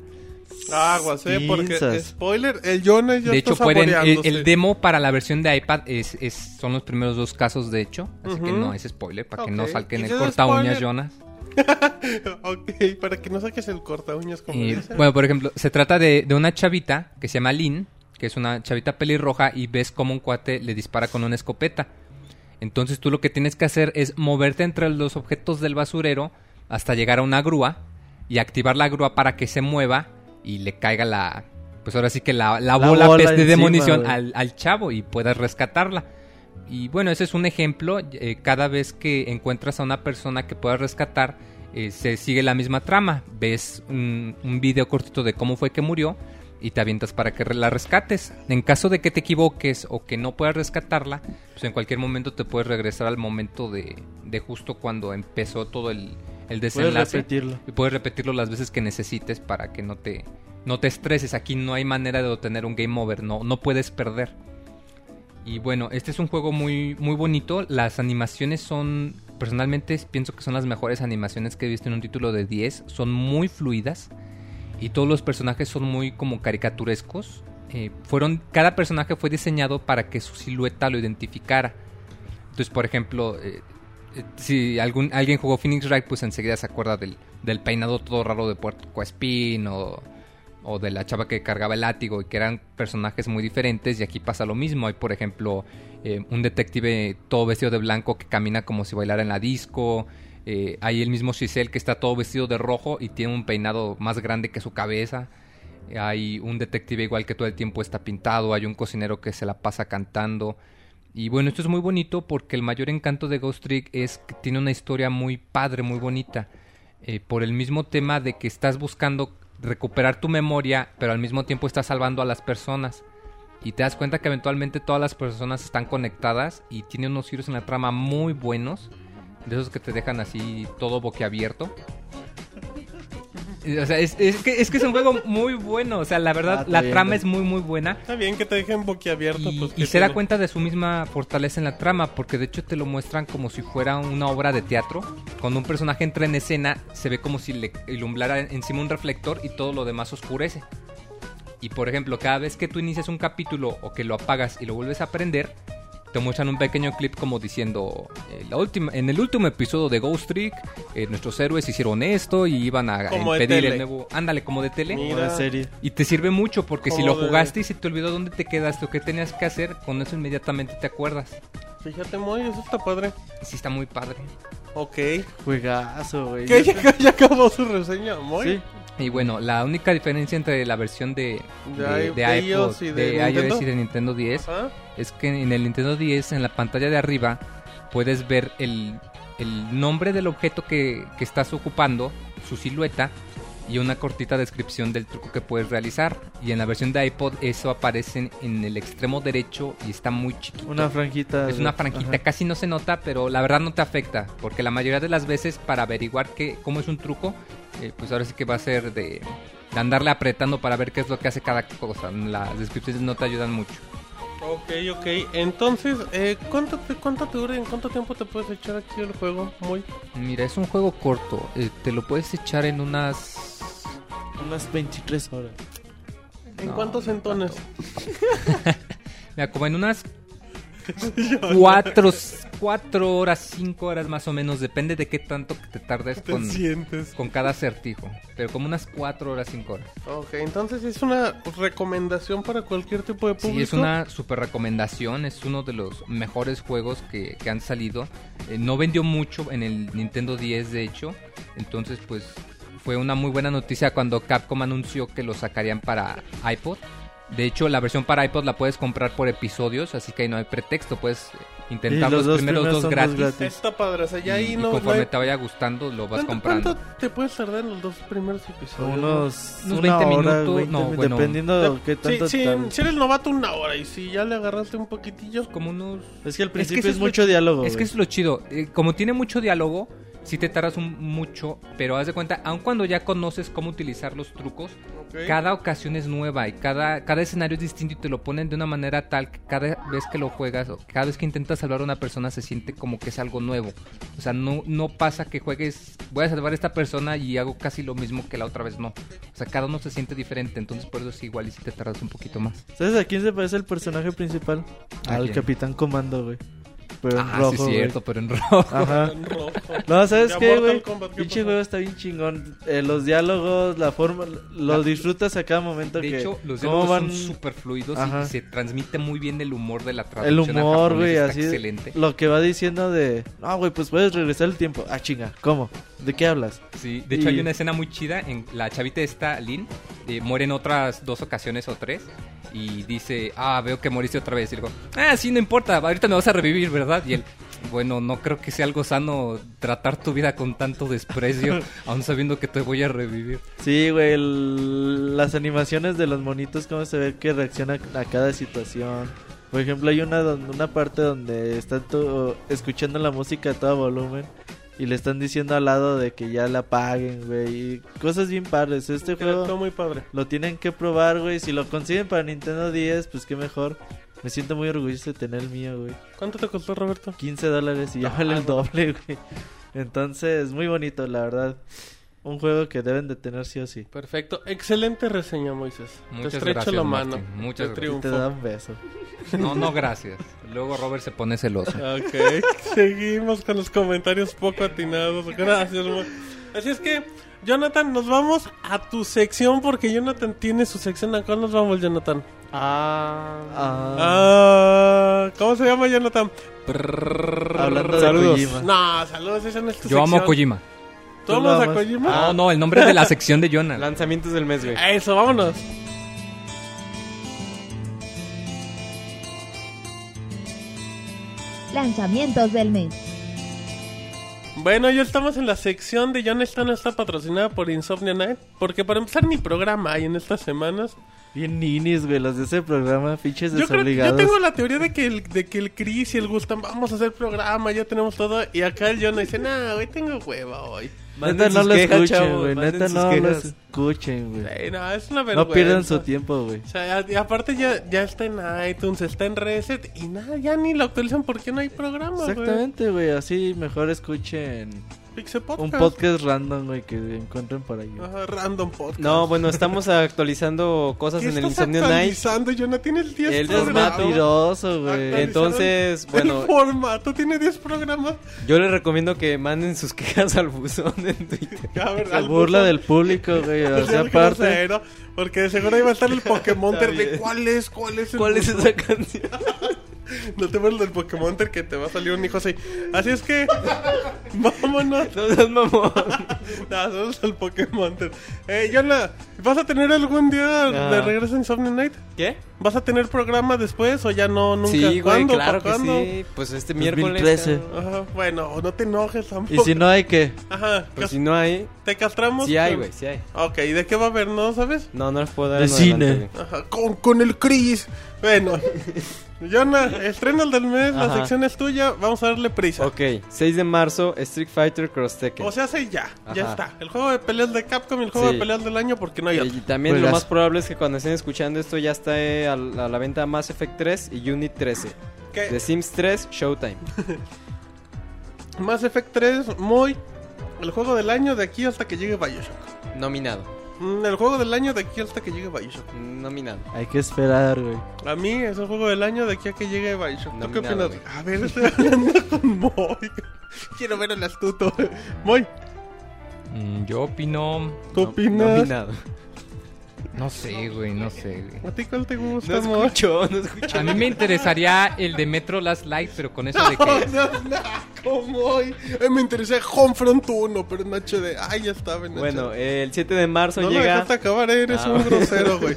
B: Aguas, eh, porque
E: Pinzas.
B: spoiler, el Jonas ya
F: de
B: está
F: hecho, pueden, el,
B: saboreándose.
F: el demo para la versión de iPad es, es- son los primeros dos casos, de hecho, así que
B: Ujú.
F: no es spoiler, para que no
B: Ok.
F: salquen
B: ¿Y
F: el
B: si es
F: corta uñas,
B: spoiler?
F: Jonas.
B: ok, para que no saques el corta uñas como
F: Eh,
B: dice.
F: bueno, por ejemplo, se trata de, de una chavita que se llama Lynn, que es una chavita pelirroja y ves como un cuate le dispara con una escopeta. Entonces tú lo que tienes que hacer es moverte entre los objetos del basurero hasta llegar a una grúa y activar la grúa para que se mueva y le caiga la... Pues ahora sí que la, la
E: La
F: bola,
E: bola
F: pez de
E: encima,
F: demonición
E: güey.
F: al, al chavo y puedas rescatarla. Y bueno, ese es un ejemplo. eh, cada vez que encuentras a una persona que puedas rescatar, eh, se sigue la misma trama. Ves un, un video cortito de cómo fue que murió y te avientas para que re- la rescates. En caso de que te equivoques o que no puedas rescatarla, pues en cualquier momento te puedes regresar al momento de, de justo cuando empezó todo el,
E: Puedes
F: el desenlace.
E: repetirlo.
F: y puedes repetirlo las veces que necesites para que no te, no te estreses. Aquí no hay manera de obtener un game over, no, no puedes perder. Y bueno, este es un juego muy, muy bonito. Las animaciones son, personalmente pienso que son las mejores animaciones que he visto en un título de 10. Son muy fluidas y todos los personajes son muy como caricaturescos. Eh, fueron, cada personaje fue diseñado para que su silueta lo identificara. Entonces, por ejemplo, eh, eh, si algún, alguien jugó Phoenix Wright, pues enseguida se acuerda del, del peinado todo raro de Puerto Coespín o, o de la chava que cargaba el látigo y que eran personajes muy diferentes y aquí pasa lo mismo. Hay, por ejemplo, eh, un detective todo vestido de blanco que camina como si bailara en la disco. Eh, hay el mismo Giselle que está todo vestido de rojo y tiene un peinado más grande que su cabeza. Eh, Hay un detective igual que todo el tiempo está pintado. Hay un cocinero que se la pasa cantando. Y bueno, esto es muy bonito porque el mayor encanto de Ghost Trick es que tiene una historia muy padre, muy bonita. Eh, por el mismo tema de que estás buscando recuperar tu memoria, pero al mismo tiempo estás salvando a las personas. Y te das cuenta que eventualmente todas las personas están conectadas y tiene unos giros en la trama muy buenos. De esos que te dejan así todo boquiabierto. O sea, es, es que, es que es un juego muy bueno. O sea, la
E: Ah,
F: verdad,
E: está
F: la
E: bien,
F: trama
E: está
F: es muy, muy buena.
B: Está bien que te dejen boquiabierto.
F: Y,
B: pues,
F: y
B: ¿qué
F: se da
B: tiene?
F: cuenta de su misma fortaleza en la trama, porque de hecho te lo muestran como si fuera una obra de teatro. Cuando un personaje entra en escena, se ve como si le ilumbrara encima un reflector y todo lo demás oscurece. Y por ejemplo, cada vez que tú inicias un capítulo o que lo apagas y lo vuelves a prender, te muestran un pequeño clip como diciendo, eh, la última, en el último episodio de Ghost Trick, eh, nuestros héroes hicieron esto y iban a
B: Como de
F: impedir
B: tele.
F: el nuevo... Ándale, como de tele.
B: Mira.
E: Una serie.
F: Y te sirve mucho porque si lo
B: Joder.
F: jugaste y se te olvidó dónde te quedaste o qué tenías que hacer, con eso inmediatamente te acuerdas.
B: Fíjate, muy, eso está padre.
F: Y sí está muy padre.
B: Ok.
E: Juegazo, güey.
B: ¿Qué? ¿Ya, ya acabó su reseña, muy.
E: Sí.
F: Y bueno, la única diferencia entre la versión de,
B: De
F: de,
B: i- de
F: de iPod,
B: iOS y de
F: de
B: Nintendo.
F: iOS y de Nintendo 10
B: ¿Ah?
F: es que en el Nintendo 10, en la pantalla de arriba, puedes ver el, el nombre del objeto que, que estás ocupando, su silueta y una cortita descripción del truco que puedes realizar. Y en la versión de iPod eso aparece en, en el extremo derecho y está muy chiquito.
E: Una franjita.
F: Es
E: güey.
F: una franquita,
E: Ajá.
F: casi no se nota, pero la verdad no te afecta, porque la mayoría de las veces para averiguar que, cómo es un truco, eh, pues ahora sí que va a ser de, de andarle apretando para ver qué es lo que hace cada cosa. Las descripciones no te ayudan mucho.
B: Ok, ok. Entonces, eh, ¿cuánto, te, ¿cuánto te dura? y ¿En cuánto tiempo te puedes echar aquí el juego? Muy.
F: Mira, es un juego corto, eh, te lo puedes echar en unas...
E: Unas 23 horas.
B: ¿En
F: No,
B: cuántos
F: no
B: entones?
F: Mira, como en unas... Cuatro, cuatro horas, cinco horas más o menos, depende de qué tanto te tardes
B: te
F: con,
B: sientes?
F: con cada acertijo. Pero como unas cuatro horas, cinco horas.
B: Ok, entonces es una recomendación para cualquier tipo de público.
F: Sí, es una super recomendación, es uno de los mejores juegos que, que han salido. Eh, no vendió mucho en el Nintendo 10, de hecho. Entonces, pues fue una muy buena noticia cuando Capcom anunció que lo sacarían para iPod. De hecho, la versión para iPod la puedes comprar por episodios, así que ahí no hay pretexto. Puedes intentar
E: Y
F: los,
E: los dos
F: primeros,
E: primeros
F: dos
E: son
F: gratis.
E: los gratis.
B: Está padre, o sea, ya
F: y,
B: ahí
F: y
B: no, no
F: conforme
B: hay-
F: te vaya gustando, lo
B: ¿Cuánto,
F: vas comprando.
B: cuánto te puedes tardar en los dos primeros episodios?
E: Unos,
F: Unos
E: una
F: 20
E: hora,
F: minutos,
E: 20,
F: no, bueno.
E: Dependiendo de qué
B: Sí,
E: tanto.
B: sí,
E: tardes.
B: si eres novato una hora y si ya le agarraste un poquitillo.
F: Como unos
E: Es que al
F: que
E: principio es,
F: eso es lo
E: mucho
F: chi-
E: diálogo.
F: Es que es lo chido. Eh, como tiene mucho diálogo, sí te tardas un- mucho, pero haz de cuenta, aun cuando ya conoces cómo utilizar los trucos,
B: Ok.
F: cada ocasión es nueva y cada, cada escenario es distinto y te lo ponen de una manera tal que cada vez que lo juegas o cada vez que intentas salvar a una persona se siente como que es algo nuevo. O sea, no, no pasa que juegues, voy a salvar a esta persona y hago casi lo mismo que la otra vez, no. O sea, cada uno se siente diferente, entonces por eso es igual y si te tardas un poquito más.
E: ¿Sabes a quién se parece el personaje principal?
F: ¿A
E: Al
F: quién?
E: Capitán Comando, güey. Pero en
F: ah,
E: rojo.
F: sí, es
E: güey.
F: cierto, pero en rojo.
E: Ajá.
B: Rojo.
E: No, ¿sabes
B: Ya
E: qué,
B: Mortal
E: güey?
B: Kombat, ¿qué
E: Pinche
B: pasó?
E: juego está bien chingón. Eh, los diálogos, la forma, los disfrutas a cada momento
F: De
E: que.
F: hecho, los
E: cómo
F: diálogos
E: van
F: son súper fluidos
E: Ajá.
F: y se transmite muy bien el humor de la
E: el
F: traducción. al
E: humor,
F: japonés,
E: güey,
F: está
E: así.
F: Excelente.
E: Lo que va diciendo de. Ah, güey, pues puedes regresar el tiempo. Ah, chinga, ¿cómo? ¿De qué hablas?
F: Sí, de hecho
E: Y-
F: hay una escena muy chida en la chavita esta, Lin, eh, muere en otras dos ocasiones o tres y dice, ah, veo que moriste otra vez. Y le digo, ah, sí, no importa, ahorita me vas a revivir, ¿verdad? Y él, bueno, no creo que sea algo sano tratar tu vida con tanto desprecio, aún sabiendo que te voy a revivir.
E: Sí, güey, el- las animaciones de los monitos, cómo se ve que reacciona a cada situación. Por ejemplo, hay una, don- una parte donde están to- escuchando la música a todo volumen y le están diciendo al lado de que ya la apaguen, güey. y Cosas bien padres.
B: Está
E: Este
B: está
E: juego
B: muy padre.
E: lo tienen que probar, güey. Si lo consiguen para Nintendo 10, pues qué mejor. Me siento muy orgulloso de tener el mío, güey.
B: ¿Cuánto te costó, Roberto?
E: 15 dólares y ya vale el doble, güey. Entonces, muy bonito, la verdad. Un juego que deben de tener sí o sí.
B: Perfecto, excelente reseña, Moisés.
F: Muchas
B: te estrecho
F: gracias,
B: la
F: Martín.
B: mano. Te
F: Muchas gracias.
E: Y
B: triunfo.
E: te da un beso.
F: No, no, gracias. Luego Robert se pone celoso.
B: Ok, seguimos con los comentarios poco atinados. Gracias, Mo. Así es que, Jonathan, nos vamos a tu sección porque Jonathan tiene su sección. ¿A cuál nos vamos, Jonathan?
E: Ah,
B: Ah, ¿Cómo se llama, Jonathan?
E: Ah, hablando de
B: saludos.
E: Kojima.
B: No, saludos, esa no es tu
F: Ah. Yo amo a
B: sección.
F: Kojima. Ah,
B: ¿Tú
E: Tú lo
B: amas a
E: amas.
B: Kojima?
F: No, no, el nombre es de la sección de Jonah.
C: Lanzamientos del mes, güey.
B: Eso, vámonos.
A: Lanzamientos del mes.
B: Bueno, ya estamos en la sección de John Esta no está patrocinada por Insomnia Night. Porque para empezar, mi programa hay en estas semanas.
E: Bien ninis, güey, los de ese programa, pinches
B: Yo, creo, yo
E: desobligados.
B: tengo la teoría de que, el, de que el Chris y el Gustan vamos a hacer programa, ya tenemos todo. Y acá el John dice, no, hoy tengo hueva hoy.
E: Neta, no
C: sus
E: lo
C: quejas,
E: escuchen,
C: chavos,
E: güey.
C: manden
E: Neta,
C: sus
E: no lo
C: quejas.
E: escuchen,
B: Sí,
E: güey.
B: no, es una vergüenza.
E: No pierdan su tiempo, güey.
B: O sea, a- y aparte ya, ya está en iTunes, está en Reset y nada, ya ni lo actualizan porque no hay programa, güey.
E: Exactamente, güey. Así mejor escuchen
B: Pixel
E: un
B: Podcast. Ah.
E: podcast random, güey, que encuentren por ahí. güey.
B: Ajá, random Podcast.
C: No, bueno, estamos actualizando cosas
B: ¿Qué
C: en el
B: estás
C: Insomnio Night.
B: actualizando, Jonah? Tienes 10
C: El
E: Es
C: desmadre.
B: programas.
E: mentiroso,
B: Actualizaron
E: güey.
C: Entonces, bueno,
B: El formato tiene 10 programas.
C: yo les recomiendo que manden sus quejas al buzón en Twitter.
B: Ya, a ver,
E: Se
B: al
E: burla
B: buzón.
E: del público, güey. O
B: Del
E: sea, aparte.
B: grosero, Porque de seguro ahí va a estar el Pokémon
C: Está
B: de
C: bien.
B: cuál es, cuál es el
C: ¿Cuál es
B: buzón?
C: esa canción?
B: No te vuelvas del Pokémon que te va a salir un hijo así. Así es que. vámonos.
C: No seas mamón.
B: Nah, somos el Pokémon Eh, Yona, ¿vas a tener algún día
C: Ah.
B: de regreso a Insomnia Night?
C: ¿Qué?
B: ¿Vas a tener programa después o ya no? Nunca.
C: Sí, güey,
B: ¿Cuándo?
C: claro
B: ¿Pa'
C: que
B: cuándo?
C: sí. Pues este miércoles.
E: 2013.
C: cabrón.
B: Ajá, bueno, no te enojes tampoco.
E: Y si no hay que.
B: Ajá,
C: Pues
B: cas-
C: si no hay,
B: ¿te castramos?
C: sí hay,
B: con-
C: güey, sí hay.
B: Ok, ¿y de qué va a haber? ¿No sabes?
C: No, no les puedo dar.
E: De
C: un adelanto,
E: cine.
C: güey.
B: Ajá, con, con el Chris. Bueno, Yona, estreno el del mes, la
C: Ajá.
B: sección es tuya, vamos a darle prisa.
C: Ok, 6 de marzo, Street Fighter Cross Tekken.
B: O sea, hace ya, ya
C: Ajá.
B: está. El juego de peleas de Capcom y el juego
C: Sí. Eh,
B: de peleas del año porque no hay otro.
C: y también lo
E: Juegas.
C: más probable es que cuando estén escuchando esto ya está eh, a, la a la venta Mass Effect 3 y Unit 13.
B: ¿Qué?
C: The Sims 3, Showtime.
B: Mass Effect 3, muy. El juego del año de aquí hasta que llegue Bioshock.
C: Nominado.
B: Mm, El juego del año de aquí hasta que llegue Bioshock.
C: Nominado.
E: Hay que esperar, güey.
B: A mí es el juego del año de aquí a que llegue Bioshock. ¿Tú qué
C: Nominado,
B: opinas? A ver, estoy hablando con Moy. Quiero ver el astuto. Moy,
I: Mm, Yo opino.
B: ¿tú
C: No-
B: opinas?
C: Nominado.
I: No sé, güey, no sé, güey.
B: ¿A ti cuál te
C: No
B: gusta, Moy?
C: escucho, no escucho.
I: A mí me interesaría el de Metro Last Light, pero con eso de
B: No,
I: que.
B: no, naco, Moy. Eh, Me interesa Homefront 1, pero en HD. Ay, ya estaba en HD.
C: Bueno, eh, el 7 de marzo
B: No lo
C: llega.
B: dejaste acabar, eh, eres
C: Ah,
B: un
C: bueno.
B: grosero, güey.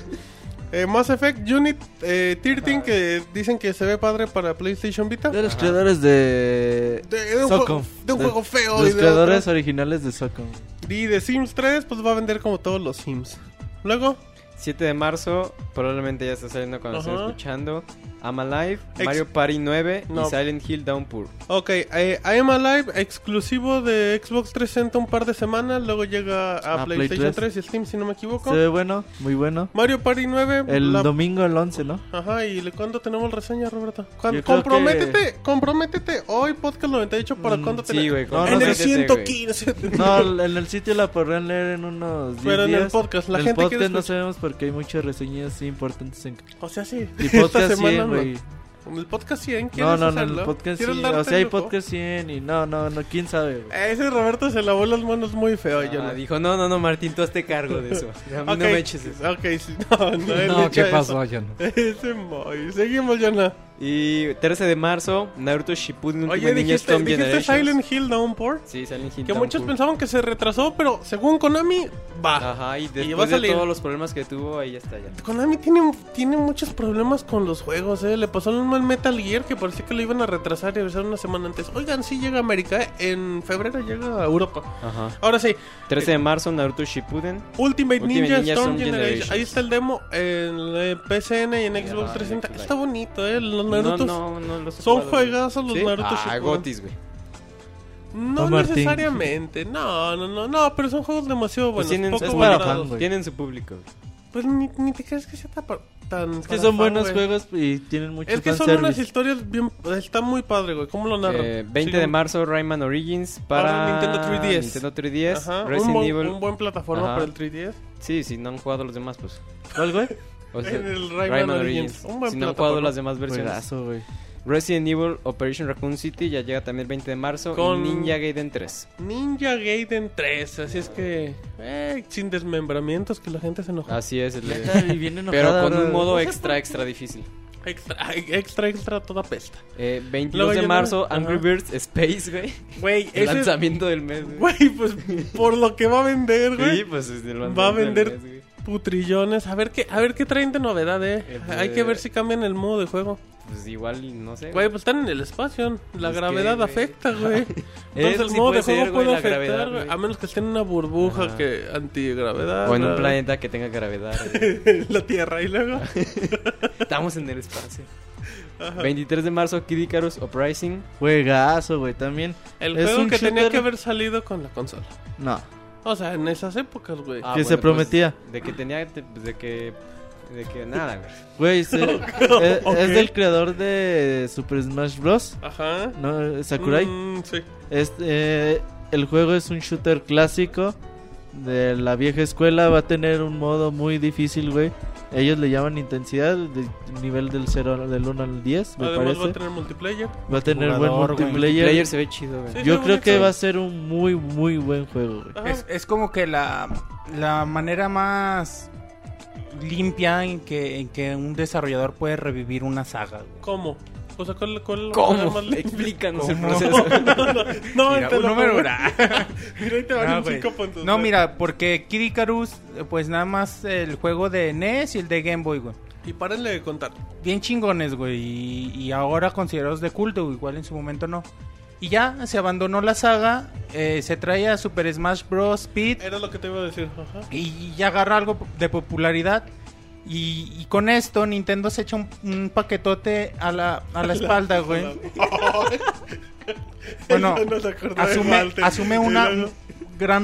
B: Eh, Mass Effect Unit eh, 13, que dicen que se ve padre para PlayStation Vita.
E: De los creadores de.
B: De, de un,
E: Socom.
B: juego, de un
E: De-
B: juego feo. y
E: Los
B: de
E: creadores
B: otro.
E: originales de Socom.
B: Y de Sims 3, pues va a vender como todos los Sims. Luego,
C: 7 de marzo, probablemente ya está saliendo cuando estén
B: Ajá.
C: escuchando. I'm Alive,
B: Ex-
C: Mario Party 9
B: No.
C: y Silent Hill Downpour.
B: ok, eh, I Am Alive, exclusivo de Xbox 360 un par de semanas. Luego llega a
E: Ah, Play
B: PlayStation 3.
E: 3.
B: y Steam, si no me equivoco.
E: Se ve bueno, muy bueno.
B: Mario Party 9.
E: El
B: la-
E: domingo, el 11, ¿no?
B: Ajá, ¿y le- cuándo tenemos reseña, Roberto? ¿Cuándo-
E: Yo creo
B: Comprométete, comprométete hoy, Podcast 98, ¿para
E: Mm,
B: cuándo tenemos?
C: Sí, güey.
E: No,
B: en el
E: no,
C: comprométete, güey.
B: 115.
E: No, en el sitio la podrán leer en unos 10
B: Pero en el
E: días.
B: podcast, la
E: En el
B: gente quiere
E: podcast no
B: escuchar.
E: sabemos porque hay muchas reseñas importantes en
B: O sea, sí.
E: y
B: esta
E: podcast
B: semana
E: 100,
B: no.
E: güey.
B: En el podcast 100, ¿quieres
E: No, no, no,
B: hacerlo?
E: en el podcast
B: ¿Quieres
E: 100.
B: darte
E: O sea, hay
B: el lujo? Eh,
E: podcast 100 y no, no, no, quién sabe. güey.
B: A Ese Roberto se lavó las manos muy feo, yo
C: Ah, dijo, no, no, no, Martín, tú hazte cargo de eso. A mí
B: Ok,
C: no me eches eso.
B: Ok, sí, no, no, él
I: No, ¿qué
B: echa
I: pasó,
B: eso.
I: yo no.
B: Ese Moy. Seguimos, Jonah.
C: Y 13 de marzo, Naruto Shippuden Ultimate
B: Oye,
C: Ninja
B: dijiste,
C: Storm
B: dijiste
C: Generations.
B: Silent Hill Downpour.
C: Sí, Silent Hill
B: Que muchos
C: Downpour.
B: pensaban que se retrasó, pero según Konami,
E: Ah,
B: va.
C: Ajá, y
B: va a
C: después de
B: salir.
C: todos los problemas que tuvo, ahí ya está ya.
B: Konami tiene, tiene muchos problemas con los juegos, ¿eh? Le pasó lo mismo al Metal Gear que parecía que lo iban a retrasar y regresar una semana antes. Oigan, sí llega a América, ¿eh? en febrero llega a Europa.
C: Ajá.
B: Ahora sí,
C: 13
B: Eh,
C: de marzo, Naruto Shippuden.
B: Ultimate,
C: Ultimate
B: Ninja,
C: Ninja
B: Storm,
C: Storm
B: Generation.
C: Generations.
B: Ahí está el demo en eh, PCN y en Xbox
C: en
B: 360.
C: Xbox.
B: Está bonito, ¿eh? Los Narutos
C: No, no, no los he
B: son
C: jugado, güey.
B: juegazos los
C: ¿Sí?
B: Naruto
C: Ah,
B: Shippuden.
C: Gotis, güey.
B: No
E: No, Martín.
B: necesariamente. No, no, no, no, pero son juegos demasiado
C: Pues
B: buenos.
C: tienen,
B: poco
C: es para
B: valorados.
E: fan,
C: fans,
E: güey.
C: Tienen su público. güey.
B: Pues ni, ni te crees que sea tan... pa- tan
E: Es que
B: para
E: son
B: fan,
E: buenos
B: güey.
E: juegos y tienen mucho
B: Es que son unas historias bien... Está muy padre, güey. ¿Cómo lo narran?
C: Eh, 20
B: Sí,
C: de marzo, Rayman Origins para,
B: Para Nintendo 3DS.
C: Nintendo 3DS,
B: Ajá, un,
C: Resident
B: buen,
C: Evil.
B: un buen plataforma
C: Ajá.
B: para el 3DS.
C: Sí, si no han jugado los demás, pues.
E: ¿Cuál, güey?
C: O
B: En el Rayman Origins. Un buen
C: eh, si no han
B: plataforma.
C: jugado las demás versiones.
E: Juegazo, güey.
C: Resident Evil Operation Raccoon City ya llega también el 20 de marzo.
B: Con-
C: Y Ninja Gaiden 3.
B: Ninja Gaiden 3, así es que... eh, sin desmembramientos, que la gente se enoja.
C: Así es. el-
E: Y viene
C: Pero
E: enojada,
C: con un
E: güey.
C: modo extra, extra difícil.
B: Extra, extra, extra, toda pesta.
C: Eh, 22
B: Luego ya
C: de
B: no-
C: marzo,
B: Ajá.
C: Angry Birds Space, güey.
B: Güey,
C: El
B: eso es-
C: lanzamiento del mes, güey.
B: Güey, pues por lo que va a vender, güey.
C: Sí, pues es el
B: Va a
C: lanzamiento del
B: vender-
C: mes, güey.
B: Putrillones. A ver qué, a ver qué traen de novedad, eh.
C: Eh, pues,
B: Hay que ver si cambian el modo de juego.
C: Pues igual, no sé.
B: Güey, pues están en el espacio. La
C: Es que,
B: gravedad
C: güey.
B: afecta, güey. Entonces
C: Eso
B: el
C: sí
B: modo
C: puede
B: de juego
C: ser, güey,
B: puede
C: la
B: afectar,
C: gravedad,
B: güey,
C: güey.
B: A menos que esté en una burbuja
C: Ajá.
B: que antigravedad.
C: O en un
B: la-
C: planeta que tenga gravedad. güey.
B: la Tierra y luego.
C: Estamos en el espacio. 23 de marzo, Kid Icarus Uprising.
E: Juegazo, güey, también.
B: El
E: Es
B: juego
E: un
B: que tenía
E: shooter.
B: que haber salido con la consola.
E: No.
B: O sea, en esas épocas, güey.
E: que se prometía.
C: Ah, de que tenía. De que. De que nada, güey.
E: Güey, se- es,
B: Ok.
E: es del creador de Super Smash Bros.
B: Ajá.
E: ¿No? Sakurai.
B: Mm, sí.
E: Este, eh, el juego es un shooter clásico de la vieja escuela. Va a tener un modo muy difícil, güey. Ellos le llaman intensidad, de- nivel del 0 del 1 al 10, me
B: Además va a
E: parece.
B: tener multiplayer.
E: Va a tener buen
D: jugador, güey.
E: multiplayer.
C: Player se ve chido, güey.
B: Sí,
E: Yo
B: sí,
E: creo que
B: bonito.
E: va a ser un muy, muy buen juego, güey.
B: Ajá.
D: Es, es como que la, la manera más limpia en que, en que un desarrollador puede revivir una saga. güey.
B: ¿Cómo? O sea, ¿cuál, cuál
C: ¿Cómo?
B: cuál es la-
C: Explícanos
D: ¿Cómo?
B: pues,
C: el proceso.
B: No,
D: Mira,
B: te
D: un
B: lo
D: número
B: pongo.
D: una.
B: Mira, ahí te van
D: No,
B: un
D: güey.
B: cinco puntos.
D: No,
B: güey.
D: mira, porque Kid Icarus, eh, pues nada más el juego de NES y el de Game Boy, güey.
B: Y párenle de contar.
D: Bien chingones, güey. Y, y ahora considerados de culto, güey, igual en su momento no. Y ya, se abandonó la saga, eh, se trae a Super Smash Bros. Speed
B: Era lo que te iba a decir. Ajá.
D: y ya agarra algo de popularidad. Y, y con esto Nintendo se echa un, un paquetote a la, a la espalda, güey. Bueno,
B: Yo no me acordaba de
D: asume,
B: Walter.
D: asume
B: Y
D: una
B: luego,
D: gran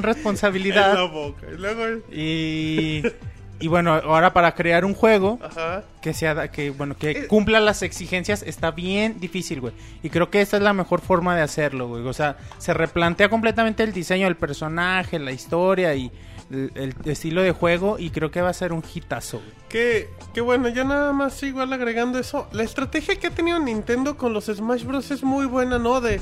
B: En la
D: responsabilidad.
B: boca. Y luego.
D: Y, y bueno, ahora para crear un juego
B: Ajá.
D: que sea que bueno que
B: Eh.
D: cumpla las exigencias está bien difícil, güey. Y creo que esta es la mejor forma de hacerlo, güey. O sea, se replantea completamente el diseño del personaje, la historia y el, el estilo de juego y creo que va a ser un hitazo. güey.
B: Que, que bueno, yo nada más igual agregando eso. La estrategia que ha tenido Nintendo con los Smash Bros. es muy buena, ¿no? De,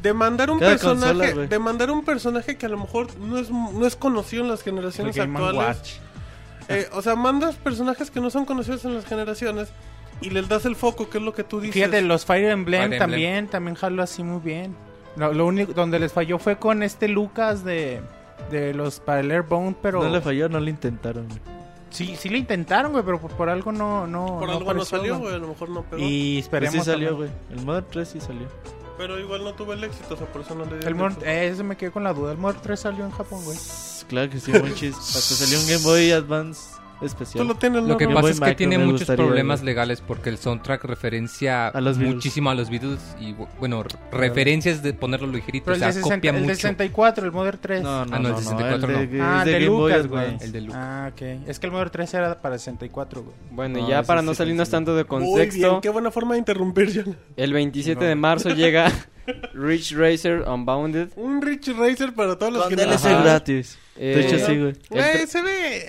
B: de mandar un
E: Cada
B: personaje.
E: consola, güey.
B: de mandar un personaje que a lo mejor no es, no es conocido en las generaciones
D: El Game and
B: actuales.
D: Watch.
B: Eh, o sea, mandas personajes que no son conocidos en las generaciones y les das el foco, que es lo que tú dices.
D: Fíjate, los Fire Emblem
F: Fire Emblem.
D: también, también jaló así muy bien. Lo, lo único donde les falló fue con este Lucas de, de los Parallel Bone, pero
E: No le falló, no le intentaron. güey. Pues
D: sí, sí lo intentaron, güey, pero por, por algo no, no,
B: Por
D: no
B: algo no
D: apareció,
B: salió, güey, a lo mejor no pegó.
D: Y
E: Pero
D: esperemos.
E: sí salió,
D: también.
E: güey. El Modern 3 sí salió.
B: Pero igual no tuvo el éxito, o sea, por eso no le dio
D: El Mor-
B: éxito.
D: eh, eso me quedé con la duda. El Mor 3 salió en Japón, güey.
E: S- Claro que sí, buen chis. Hasta salió un Game Boy Advance
B: Tú
E: especial.
B: lo tienes,
F: Lo que
E: Game
F: pasa
E: Boy
F: es que
E: Micro
F: tiene
E: me
F: muchos
E: gustaría,
F: problemas
E: güey.
F: legales porque el soundtrack referencia
E: A los Beatles.
F: muchísimo a los Beatles y bu- bueno, referencias de ponerlo ligerito,
D: Pero
F: o sea,
D: el, de sesenta-
F: copia
D: el de
F: mucho.
D: 64, el Modern 3.
E: No, no, no,
F: Ah, no, el
E: no,
F: 64
E: el
F: no.
E: de, es
D: ah, el
E: de
D: de
E: Game Boy
D: Lucas,
E: Advance.
D: güey.
F: El de Lucas.
D: Ah, ok. Es que el Modern 3 era para 64, güey.
C: Bueno, y
E: No,
C: ya
E: ese
C: para
E: sí
C: no
E: lo
C: salirnos
E: entiendo.
C: tanto de
B: Muy bien,
C: contexto,
B: qué buena forma de interrumpir, ya.
C: el 27 de marzo llega Rich Racer Unbounded.
B: Un Rich Racer para todos los que no-
E: DLC
C: Ajá.
E: gratis.
C: Eh,
E: De hecho, sí, güey.
C: el
B: Güey,
C: tre-
B: se ve.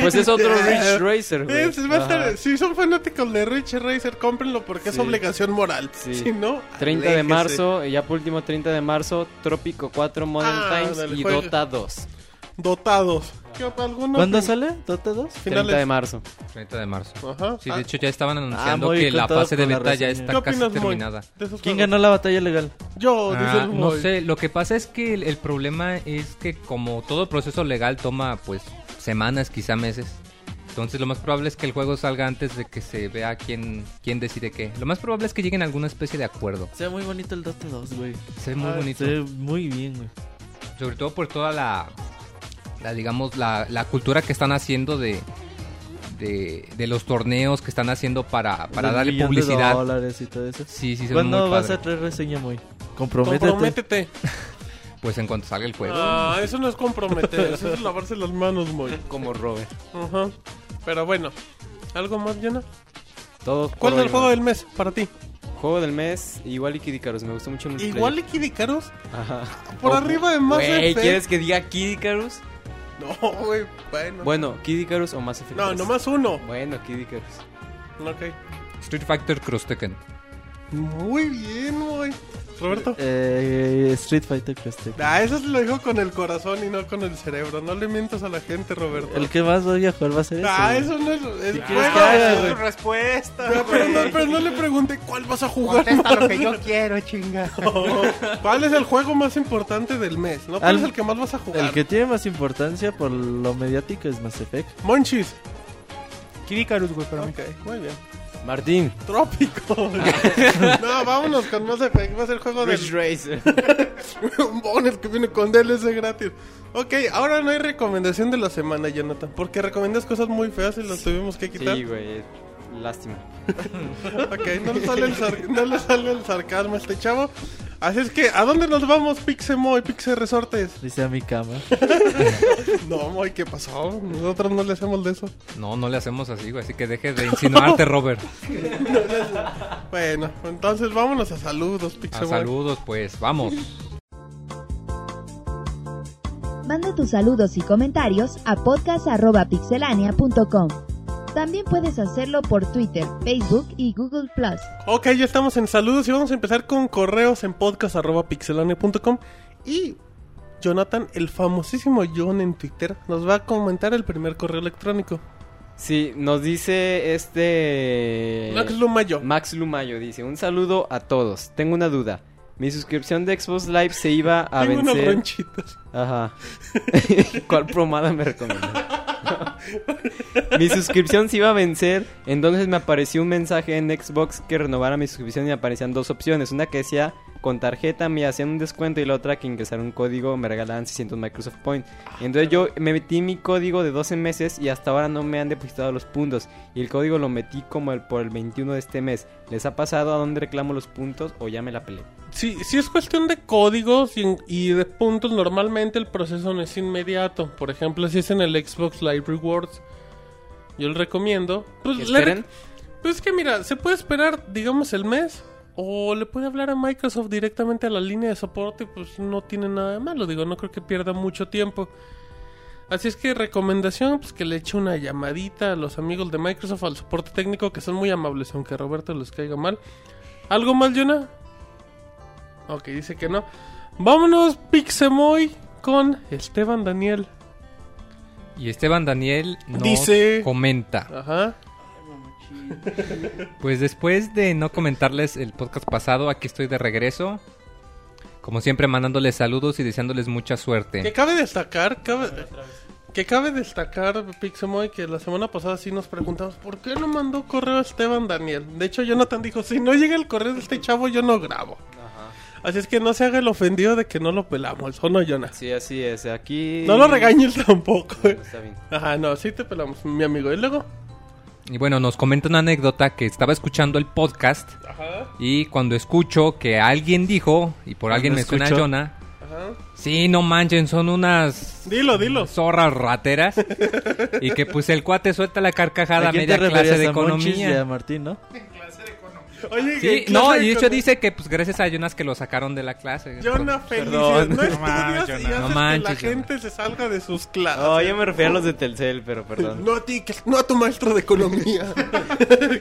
C: Pues es otro Rich Racer, güey.
B: Es- va a estar-
C: Ajá.
B: si son fanáticos de Rich Racer, cómprenlo porque es
C: Sí.
B: obligación moral.
C: Sí.
B: Si no,
C: 30 de
B: aléjese.
C: marzo, y ya por último 30 de marzo, Trópico 4 Modern
B: Ah,
C: Times
B: dale,
C: y
B: juega.
C: Dota 2.
B: Dotados. ¿Qué, algunos
E: ¿Cuándo
B: fin-
E: sale? ¿Dota 2?
C: 30 de
B: Finales.
C: marzo.
F: 30 de marzo.
B: Ajá.
F: Sí,
B: Ah,
F: de hecho ya estaban anunciando
E: muy
F: que la
E: contado
F: fase de
E: con la
F: beta ya
E: reseña.
B: ¿Qué
F: está casi
B: opinas, Moy?
F: terminada.
B: de esos
E: ¿Quién
B: juegos?
E: ganó la batalla legal?
B: Yo, dice
F: Ah,
B: el
F: no
B: Moy.
F: sé, lo que pasa es que el, el problema es que como todo proceso legal toma pues semanas, quizá meses. Entonces lo más probable es que el juego salga antes de que se vea quién, quién decide qué. Lo más probable es que lleguen a alguna especie de acuerdo.
E: Se ve muy bonito el Dota 2, güey.
F: Se ve muy
B: Ah,
F: bonito.
E: Se ve muy bien, güey.
F: Sobre todo por toda la, la, digamos, la, la cultura que están haciendo de, de, de los torneos que están haciendo para, para
E: Un
F: darle
E: millón de
F: publicidad.
E: dólares y todo eso.
F: Sí, sí, se ve
E: ¿Cuándo
F: muy
E: vas
F: padre.
E: a traer reseña, muy? Comprométete.
B: Comprométete.
F: Pues en cuanto salga el juego.
B: Ah, eso no es comprometer, eso es lavarse las manos, Moy.
C: Como Robert.
B: Ajá. Pero bueno, ¿algo más, Yana?
C: Todo por
B: ¿Cuál es
C: hoy,
B: el juego
C: güey.
B: del mes para ti?
C: Juego del mes? Igual y Kid Icarus, me gustó mucho el multiplayer.
B: Igual Liquid Icarus,
C: Ajá.
B: por
C: Oh,
B: arriba de Mass
C: güey,
B: Effect.
C: ¿quieres que diga Kid Icarus?
B: No, güey, bueno.
C: Bueno, Kid Icarus o Mass Effect
B: No,
C: 3.
B: nomás uno.
C: Bueno, Kid Icarus.
B: Ok.
F: Street Fighter Cross Tekken.
B: Muy bien, Moy. Roberto.
E: Eh, Street Fighter Crestec.
B: Ah, eso se lo dijo con el corazón y no con el cerebro. No le mientas a la gente, Roberto.
E: El que más voy a jugar va a ser ese.
B: Ah,
E: güey.
B: eso no es. es
E: quieres
B: juego.
E: que haga, güey?
D: respuesta,
B: Pero, pero no, pero no le pregunte cuál vas a jugar.
D: Contesta lo que yo quiero, chinga.
B: ¿Cuál es el juego más importante del mes? ¿No? ¿Cuál
E: Al-
B: es el que más vas a jugar?
E: El que tiene más importancia por lo mediático es Mass Effect.
B: Monchis.
D: Kid Icarus, güey, para mí.
B: Ok, muy bien.
C: Martín.
B: Trópico. no, vámonos con más Effect. Va a ser juego
C: Rich
B: de
C: Racer.
B: un bonus que viene con DLC gratis. Ok, ahora no hay recomendación de la semana, Jonathan. Porque recomendas cosas muy feas y las tuvimos que quitar.
C: Sí, güey. Lástima.
B: ok, no le, sale el sar- no le sale el sarcasmo a este chavo. Así es que, ¿a dónde nos vamos, Pixemoy, Pixe Resortes?
E: Dice a mi cama.
B: No, Moy, ¿qué pasó? Nosotros no le hacemos de eso.
F: No, no le hacemos así, güey. Así que deje de insinuarte, Robert.
B: Bueno, entonces vámonos a saludos,
F: A
B: Pixemoy.
F: saludos, pues. Vamos.
A: Manda tus saludos y comentarios a podcast.pixelania.com. También puedes hacerlo por Twitter, Facebook y Google Plus.
B: Ok, ya estamos en saludos y vamos a empezar con correos en podcast.pixelania.com y Jonathan, el famosísimo John en Twitter, nos va a comentar el primer correo electrónico.
C: Sí, nos dice este...
B: Max Lumayo.
C: Max Lumayo dice, un saludo a todos. Tengo una duda. Mi suscripción de Xbox Live se iba a
B: Tengo unos
C: vencer.
B: ronchitos.
C: Ajá. ¿Cuál promada me recomienda? mi suscripción se iba a vencer, entonces me apareció un mensaje en Xbox que renovara mi suscripción y me aparecían dos opciones. Una que decía con tarjeta me hacían un descuento y la otra que ingresar un código me regalaban 600 Microsoft Point. Entonces yo me metí mi código de 12 meses y hasta ahora no me han depositado los puntos. Y el código lo metí como el, por el 21 de este mes. ¿Les ha pasado a dónde reclamo los puntos o ya me la pelé?
B: Sí, sí es cuestión de códigos y, y de puntos. Normalmente el proceso no es inmediato. Por ejemplo, si es en el Xbox Live Rewards, yo le recomiendo. Pues, le
C: Esperen.
B: rec- pues es que mira, se puede esperar, digamos, el mes. O le puede hablar a Microsoft directamente a la línea de soporte. Pues no tiene nada de malo. Digo, no creo que pierda mucho tiempo. Así es que recomendación, pues que le eche una llamadita a los amigos de Microsoft, al soporte técnico, que son muy amables, aunque a Roberto les caiga mal. ¿Algo más, Jonah? Ok, dice que no. Vámonos, Pixemoy, con Esteban Daniel.
F: Y Esteban Daniel nos
B: Dice-
F: comenta.
B: Ajá.
F: Pues después de no comentarles el podcast pasado, aquí estoy de regreso. Como siempre, mandándoles saludos y deseándoles mucha
B: Que
F: suerte.
B: cabe destacar, cabe- que cabe destacar, Pixemoy, que la semana pasada sí nos preguntamos por qué no mandó correo a Esteban Daniel. De hecho, Jonathan dijo, si no llega el correo de este chavo, yo no grabo. Así es que no se haga el ofendido de que no lo pelamos, ¿o no, Jonathan?
C: Sí, así es. Aquí...
B: No lo regañes tampoco. eh.
C: Está bien.
B: Ajá, no, sí te pelamos, mi amigo. Y luego...
F: Y bueno, nos comenta una anécdota que estaba escuchando el podcast y cuando escucho que alguien dijo, y por alguien
E: ¿Lo
F: me suena a
E: escuchó?
F: Jonah,
B: Ajá.
F: sí, no manchen, son unas
B: Dilo, dilo.
F: zorras rateras. y que pues el cuate suelta la carcajada
E: ¿A
F: a
E: quién te
F: media clase
E: referías?
F: de
E: A Monchis y a
F: economía.
E: Martín, ¿no?
B: Oye,
F: Sí,
B: ¿qué
F: no,
B: clase
F: y
B: de
F: de hecho
B: con-
F: dice que pues gracias a Jonas que lo sacaron de la clase.
B: Jonah, felicidades.
E: Perdón.
B: No
D: No mames,
B: estudias y
D: Jonah.
B: haces
F: No
B: que la
F: manches,
B: gente se salga de sus clases.
C: Oh, yo me refería a los de Telcel, pero perdón.
B: No a ti, que- no a tu maestro de economía.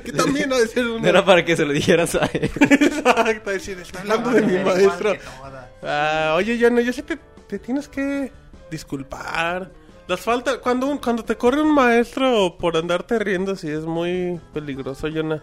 B: que también ha de ser un.
C: No era para que se lo dijeras a él.
B: Exacto, es decir, está hablando de mi maestro. Ah, oye, Jonah, yo sé que te tienes que disculpar. Las faltas. Cuando, un- cuando te corre un maestro por andarte riendo, sí es muy peligroso, Jonah.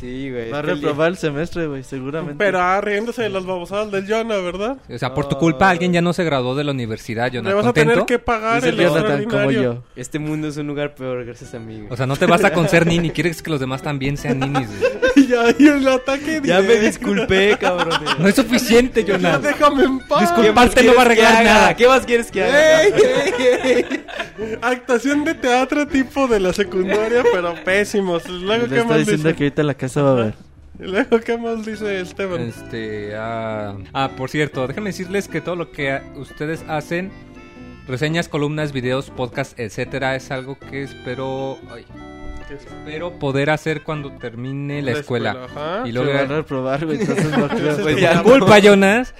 C: Sí, güey.
E: Va a
C: es que el-
E: reprobar el semestre, güey, seguramente.
B: Pero ah, riéndose de las babosadas del Jonah, ¿verdad?
F: O sea, por tu
E: Ah.
F: culpa alguien ya no se graduó de la universidad, Jonah.
B: Le vas a
F: ¿Contento?
B: tener que pagar
E: Dice
B: el
E: el Jonathan como
B: extraordinario.
E: yo.
C: Este mundo es un lugar peor, gracias a mí. güey.
F: O sea, no te vas a con ser nini, quieres que los demás también sean ninis. güey.
B: ya, y el ataque
C: ya me
B: directo.
C: disculpé, cabrón.
F: No es suficiente,
B: Ya
F: Jonah.
B: déjame en paz.
F: Disculpa. Aparte no va a arreglar nada.
C: ¿Qué más quieres que haga?
B: Ey, ey, ey. Actuación de teatro tipo de la secundaria, pero pésimos. Luego,
E: Le
B: ¿qué
E: está
B: más
E: diciendo
B: dice?
E: que ahorita la casa va a ver.
B: Luego, ¿qué más dice Esteban?
F: Este, ah, ah, por cierto, déjenme decirles que todo lo que ah, ustedes hacen, reseñas, columnas, videos, podcasts, etcétera, es algo que espero, ay, espero poder hacer cuando termine la, escuela.
B: Ajá.
F: Y
E: Lo van a
F: lograr,
E: reprobar, güey, entonces no creo.
C: Pues ya no.
F: disculpa, Jonas,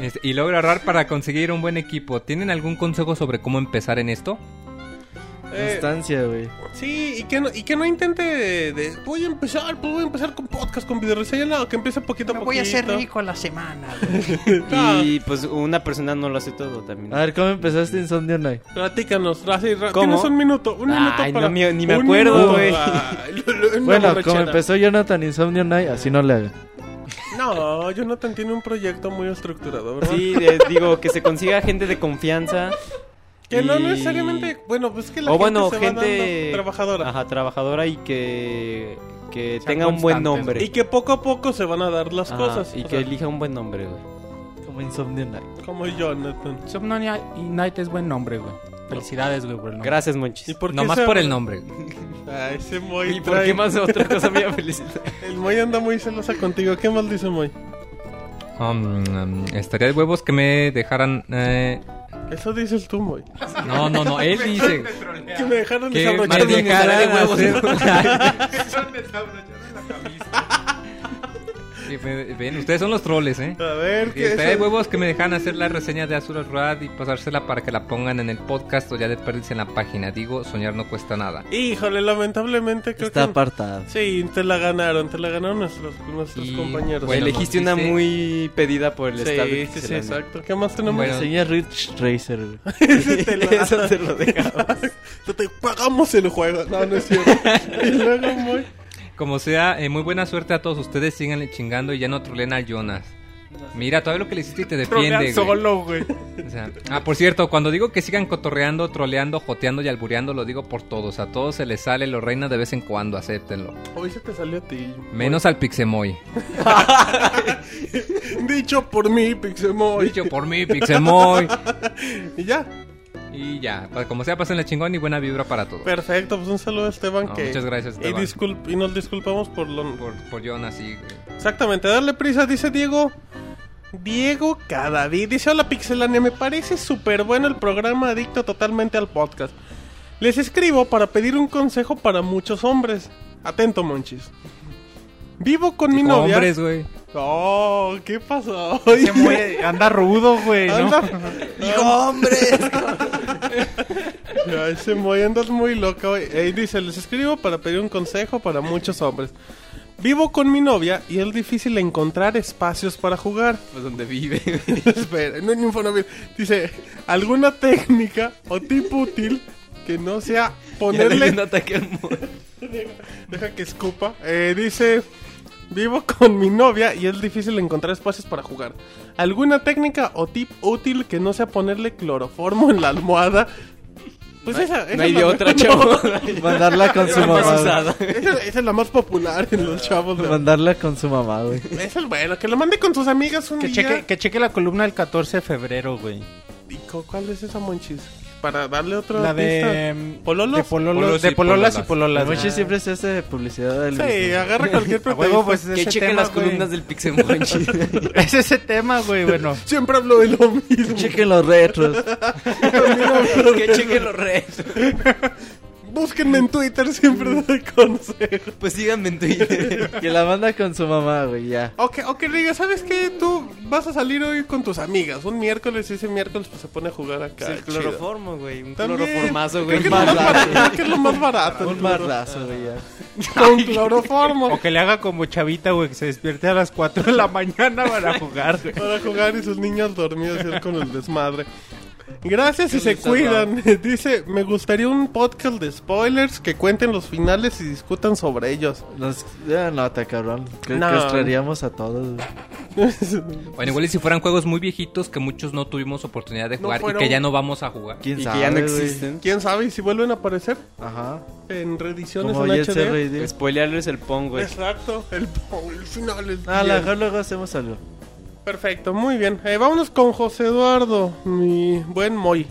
F: Este, y lograr ahorrar para conseguir un buen equipo. ¿Tienen algún consejo sobre cómo empezar en esto?
B: Eh,
E: Constancia, güey.
B: sí, y que no, y que no intente de, de, voy a empezar, pues voy a empezar con podcast, con video reseña, no, que empiece poquito a poquito.
J: voy a ser rico a la semana.
B: Ah,
C: Y pues una persona no lo hace todo también.
E: A ver, ¿cómo empezaste Insomnio Night?
B: Platícanos, así, ra-
C: ¿Cómo?
B: tienes un minuto, un
C: Ay,
B: minuto para...
C: no, mi- ni me
B: un
C: acuerdo,
B: minuto,
C: güey.
B: ay, una
E: Bueno, como
B: borrachera.
E: empezó Jonathan Insomnio Night, así no le hagan.
B: No, Jonathan tiene un proyecto muy estructurado, ¿verdad?
C: Sí, eh, digo, que se consiga gente de confianza.
B: Que no
C: Y-
B: necesariamente, bueno, pues que la
C: o
B: gente
C: bueno,
B: se va
C: gente
B: dando trabajadora.
C: Ajá, trabajadora y que, que
D: Sean
C: tenga un buen
D: constantes,
C: nombre.
B: Y que poco a poco se van a dar las
C: Ajá,
B: cosas.
C: Y
B: o
C: que
B: sea,
C: elija un buen nombre, güey.
E: Como Insomnio Night.
B: Como Jonathan.
D: Somnonia Night es buen nombre, güey. Felicidades, güey, por el nombre.
C: Gracias, Monchis.
B: por
F: Nomás
B: se-
F: por el nombre.
B: Ah, ese Moy.
C: ¿Y por
B: trae-
C: qué más otra cosa me iba a felicitar?
B: El Moy anda muy celosa contigo. ¿Qué más dice Moy?
F: Um, um, estaría de huevos que me dejaran... eh,
B: Eso dices tú, güey.
F: No, no, no, él dice...
B: Que me dejaron
F: Que me
B: desabrochar mis
F: dejaran
B: nalgas.
F: hacer- Que me- Ven, ustedes son los troles, ¿eh?
B: A ver,
F: Y
B: ¿qué
F: estaría de
B: es?
F: huevos que me dejan hacer la reseña de Azura Rad y pasársela para que la pongan en el podcast o ya de perderse en la página. Digo, soñar no cuesta nada.
B: Híjole, lamentablemente creo
E: Está
B: que...
E: apartado.
B: Sí, te la ganaron, te la ganaron nuestros, nuestros
F: Y,
B: compañeros.
F: bueno,
C: Elegiste una
F: dice-
C: muy pedida por el
B: sí,
C: staff de
B: sí, sí,
C: Pixelania.
B: exacto. ¿Qué más tenemos?
F: Bueno.
E: Enseña Ridge Racer, güey.
B: Ese te la-
C: Eso te lo dejaba.
B: Te- te pagamos el juego. No, no es cierto. y luego, muy...
F: Como sea, eh, muy buena suerte a todos ustedes. Síganle chingando y ya no troleen al Jonas. Mira, todavía lo que le hiciste y te defiende, güey.
D: solo, güey.
F: O sea, ah, por cierto, cuando digo que sigan cotorreando, troleando, joteando y albureando, lo digo por todos. A todos se les sale, lo reina de vez en cuando, acéptenlo.
B: Hoy se te salió a ti.
F: Menos al Pixemoy.
B: Dicho por mí, Pixemoy.
F: Dicho por mí, Pixemoy.
B: Y ya.
F: Y ya, pues, como sea, pasen la chingón y buena vibra para todos.
B: Perfecto, pues un saludo a Esteban
F: No,
B: que...
F: muchas gracias,
B: Y,
F: Esteban.
B: disculp- y nos disculpamos por lo...
F: Por, por eh, Jonas y...
B: Exactamente, darle prisa, dice Diego. Diego Cadavid dice: Hola Pixelania, me parece súper bueno el programa, adicto totalmente al podcast. Les escribo para pedir un consejo para muchos hombres. Atento, monchis. Vivo con mi
F: Dijo,
B: novia.
F: hombres, güey.
B: Oh, ¿qué pasó?
D: Se muere, anda rudo, güey, ¿no?
B: Anda- ¡Hijo, hombres! Ay, se mueve, andas muy loca hoy. Ey, dice, les escribo para pedir un consejo para muchos hombres. Vivo con mi novia y es difícil encontrar espacios para jugar.
C: Pues donde vive.
B: Espera, no en Infonavit. Dice, ¿alguna técnica o tip útil que no sea
C: Ya le dio un
B: ponerle...
C: ataque al mono.
B: Deja que escupa. Eh, dice, vivo con mi novia y es difícil encontrar espacios para jugar. ¿Alguna técnica o tip útil que no sea ponerle cloroformo en la almohada? Pues esa, esa
C: No
B: es
C: hay
B: la
C: de
B: mejor,
C: otra,
B: ¿no?
C: chavo.
E: Mandarla con su
C: Más
E: mamá.
C: usada.
B: Esa, esa es la más popular en los chavos.
E: güey.
B: de-
E: Mandarla con su mamá, güey.
B: Esa es bueno, que lo mande con sus amigas un
D: Que
B: día.
D: cheque, que cheque la columna del 14 de febrero, güey.
B: ¿Y cu- ¿Cuál es esa, Monchis? Para darle otra
D: La
B: pista.
D: de... em,
B: ¿Pololos?
D: De pololos,
F: Polos
D: de
F: y
D: pololas y
F: pololas.
D: pololas. Ah.
E: Mochi
D: güey.
E: siempre se hace publicidad del
B: Sí,
E: mismo.
B: agarra cualquier
D: A huevo, pues,
B: pretexto.
D: es
C: Que
D: ese
C: chequen
D: tema,
C: las
D: güey.
C: columnas del Pixemonchi.
D: Es ese tema, güey, bueno.
B: Siempre hablo de lo mismo.
E: Chequen los retros.
C: que chequen los redes.
B: Búsquenme en Twitter, siempre doy consejos.
C: Pues síganme en Twitter.
E: que la manda con su mamá, güey, ya.
B: Ok, ok, Riga, ¿sabes qué? Tú vas a salir hoy con tus amigas. Un miércoles, y ese miércoles pues, se pone a jugar acá.
C: el
B: chido.
C: cloroformo, güey. Un
B: También.
C: cloroformazo,
B: Creo
C: güey.
B: que, es lo más
E: Marlazo.
B: barato, creo que es lo más barato. el
E: Un marlazo, güey, ya.
B: cloro- Con cloroformo.
D: O que le haga como chavita, güey, que se despierte a las 4 de la mañana para jugar, güey.
B: Para jugar y sus niños dormidos y él con el desmadre. Gracias y
C: Qué
B: se
C: risa,
B: cuidan. Dice, me gustaría un podcast de spoilers que cuenten los finales y discutan sobre ellos.
E: Nos, ya no, te cabrón. Creo
B: No.
E: que os traeríamos a todos. güey.
F: Bueno, igual y si fueran juegos muy viejitos que muchos no tuvimos oportunidad de
B: No
F: jugar
B: fueron-
F: y que ya no vamos a jugar.
E: ¿Quién
C: Y
E: sabe,
C: que ya no
E: güey?
C: existen.
B: ¿Quién sabe? ¿Y si vuelven a aparecer
E: Ajá.
B: en reediciones
E: Como
B: en
E: Jet
B: HD?
E: CRD.
C: Spoilearles el Pong, güey.
B: Exacto, el, el final es
E: Ah, a lo
B: bien.
E: mejor luego hacemos algo.
B: Perfecto, muy bien. Eh, vámonos con José Eduardo, mi buen Moy.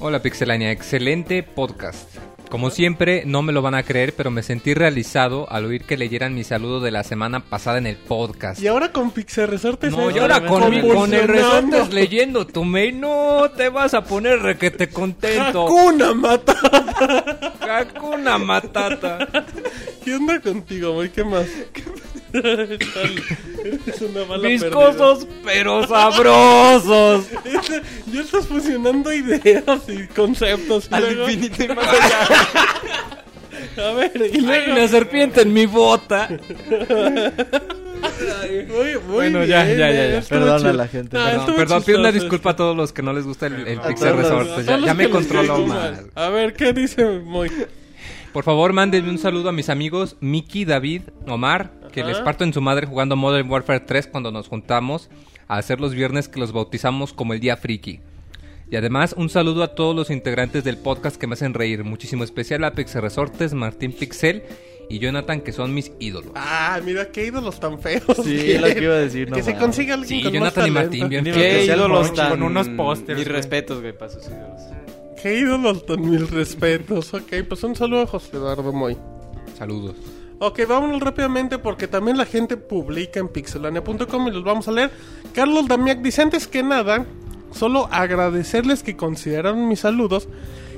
F: Hola Pixelania, excelente podcast. Como siempre, no me lo van a creer, pero me sentí realizado al oír que leyeran mi saludo de la semana pasada en el podcast.
B: Y ahora con Pixel Resortes.
F: No,
B: eh,
F: y ahora con, mi- con el
B: convulsionando.
F: resortes leyendo tu mail, no te vas a poner requete contento.
B: Hakuna Mata.
F: Hakuna Matata.
B: ¿Qué onda contigo, Moy? ¿Qué más? Chale, Eres una mala
F: Viscosos, pero sabrosos.
B: perdida. Este- Ya estás fusionando ideas y conceptos. y
C: Al
B: luego-
C: infinito y más allá.
B: A ver, y
F: Hay
B: luego...
F: una serpiente en mi bota.
B: Muy, muy
E: Bueno,
B: bien,
E: ya, ya,
B: eh,
E: ya, ya.
B: estuvo
E: Perdona a
B: chido.
E: la gente.
B: Ah,
E: Perdón,
B: estuvo
F: Perdón, pido una
B: chistoso.
F: disculpa a todos los que no les gusta el, el
E: A todos los-
F: Pixel
B: A
F: Resortes. Ya,
B: todos
F: ya
B: los
F: me
B: que les
F: controló
B: caigo
F: más.
B: mal. A ver, ¿qué dice Moy?
F: Por favor, mándenme un saludo a mis amigos Miki, David, Omar, que
B: Ajá.
F: les parto en su madre jugando Modern Warfare 3 cuando nos juntamos a hacer los viernes que los bautizamos como el Día Friki. Y además, un saludo a todos los integrantes del podcast que me hacen reír. Muchísimo especial a Pixel Resortes, Martín Pixel y Jonathan, que son mis ídolos.
B: Ah, mira, qué ídolos tan feos.
E: Sí, es lo que iba a decir, no
B: Que se
E: mames.
B: consiga alguien
F: Sí,
B: con más
F: Jonathan y
B: talento.
F: Martín, bien
E: que
C: Qué
E: sea el
C: ídolos
E: Monchi
C: tan...
D: con unos pósters,
C: Mis
D: güey.
C: respetos, güey, para sus ídolos.
B: Qué ídolos tan mil respetos. Ok, pues un saludo a José Eduardo Moy.
F: Saludos.
B: Ok, vámonos rápidamente porque también la gente publica en pixelania.com y los vamos a leer. Carlos Damiac dice antes que nada, solo agradecerles que consideraron mis saludos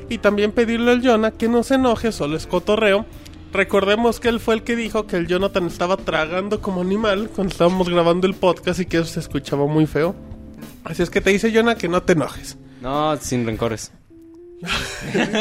B: y también pedirle al Jonah que no se enoje, solo es cotorreo. Recordemos que él fue el que dijo que el Jonathan estaba tragando como animal cuando estábamos grabando el podcast y que eso se escuchaba muy feo. Así es que te dice Jonah que no te enojes.
C: No, sin rencores.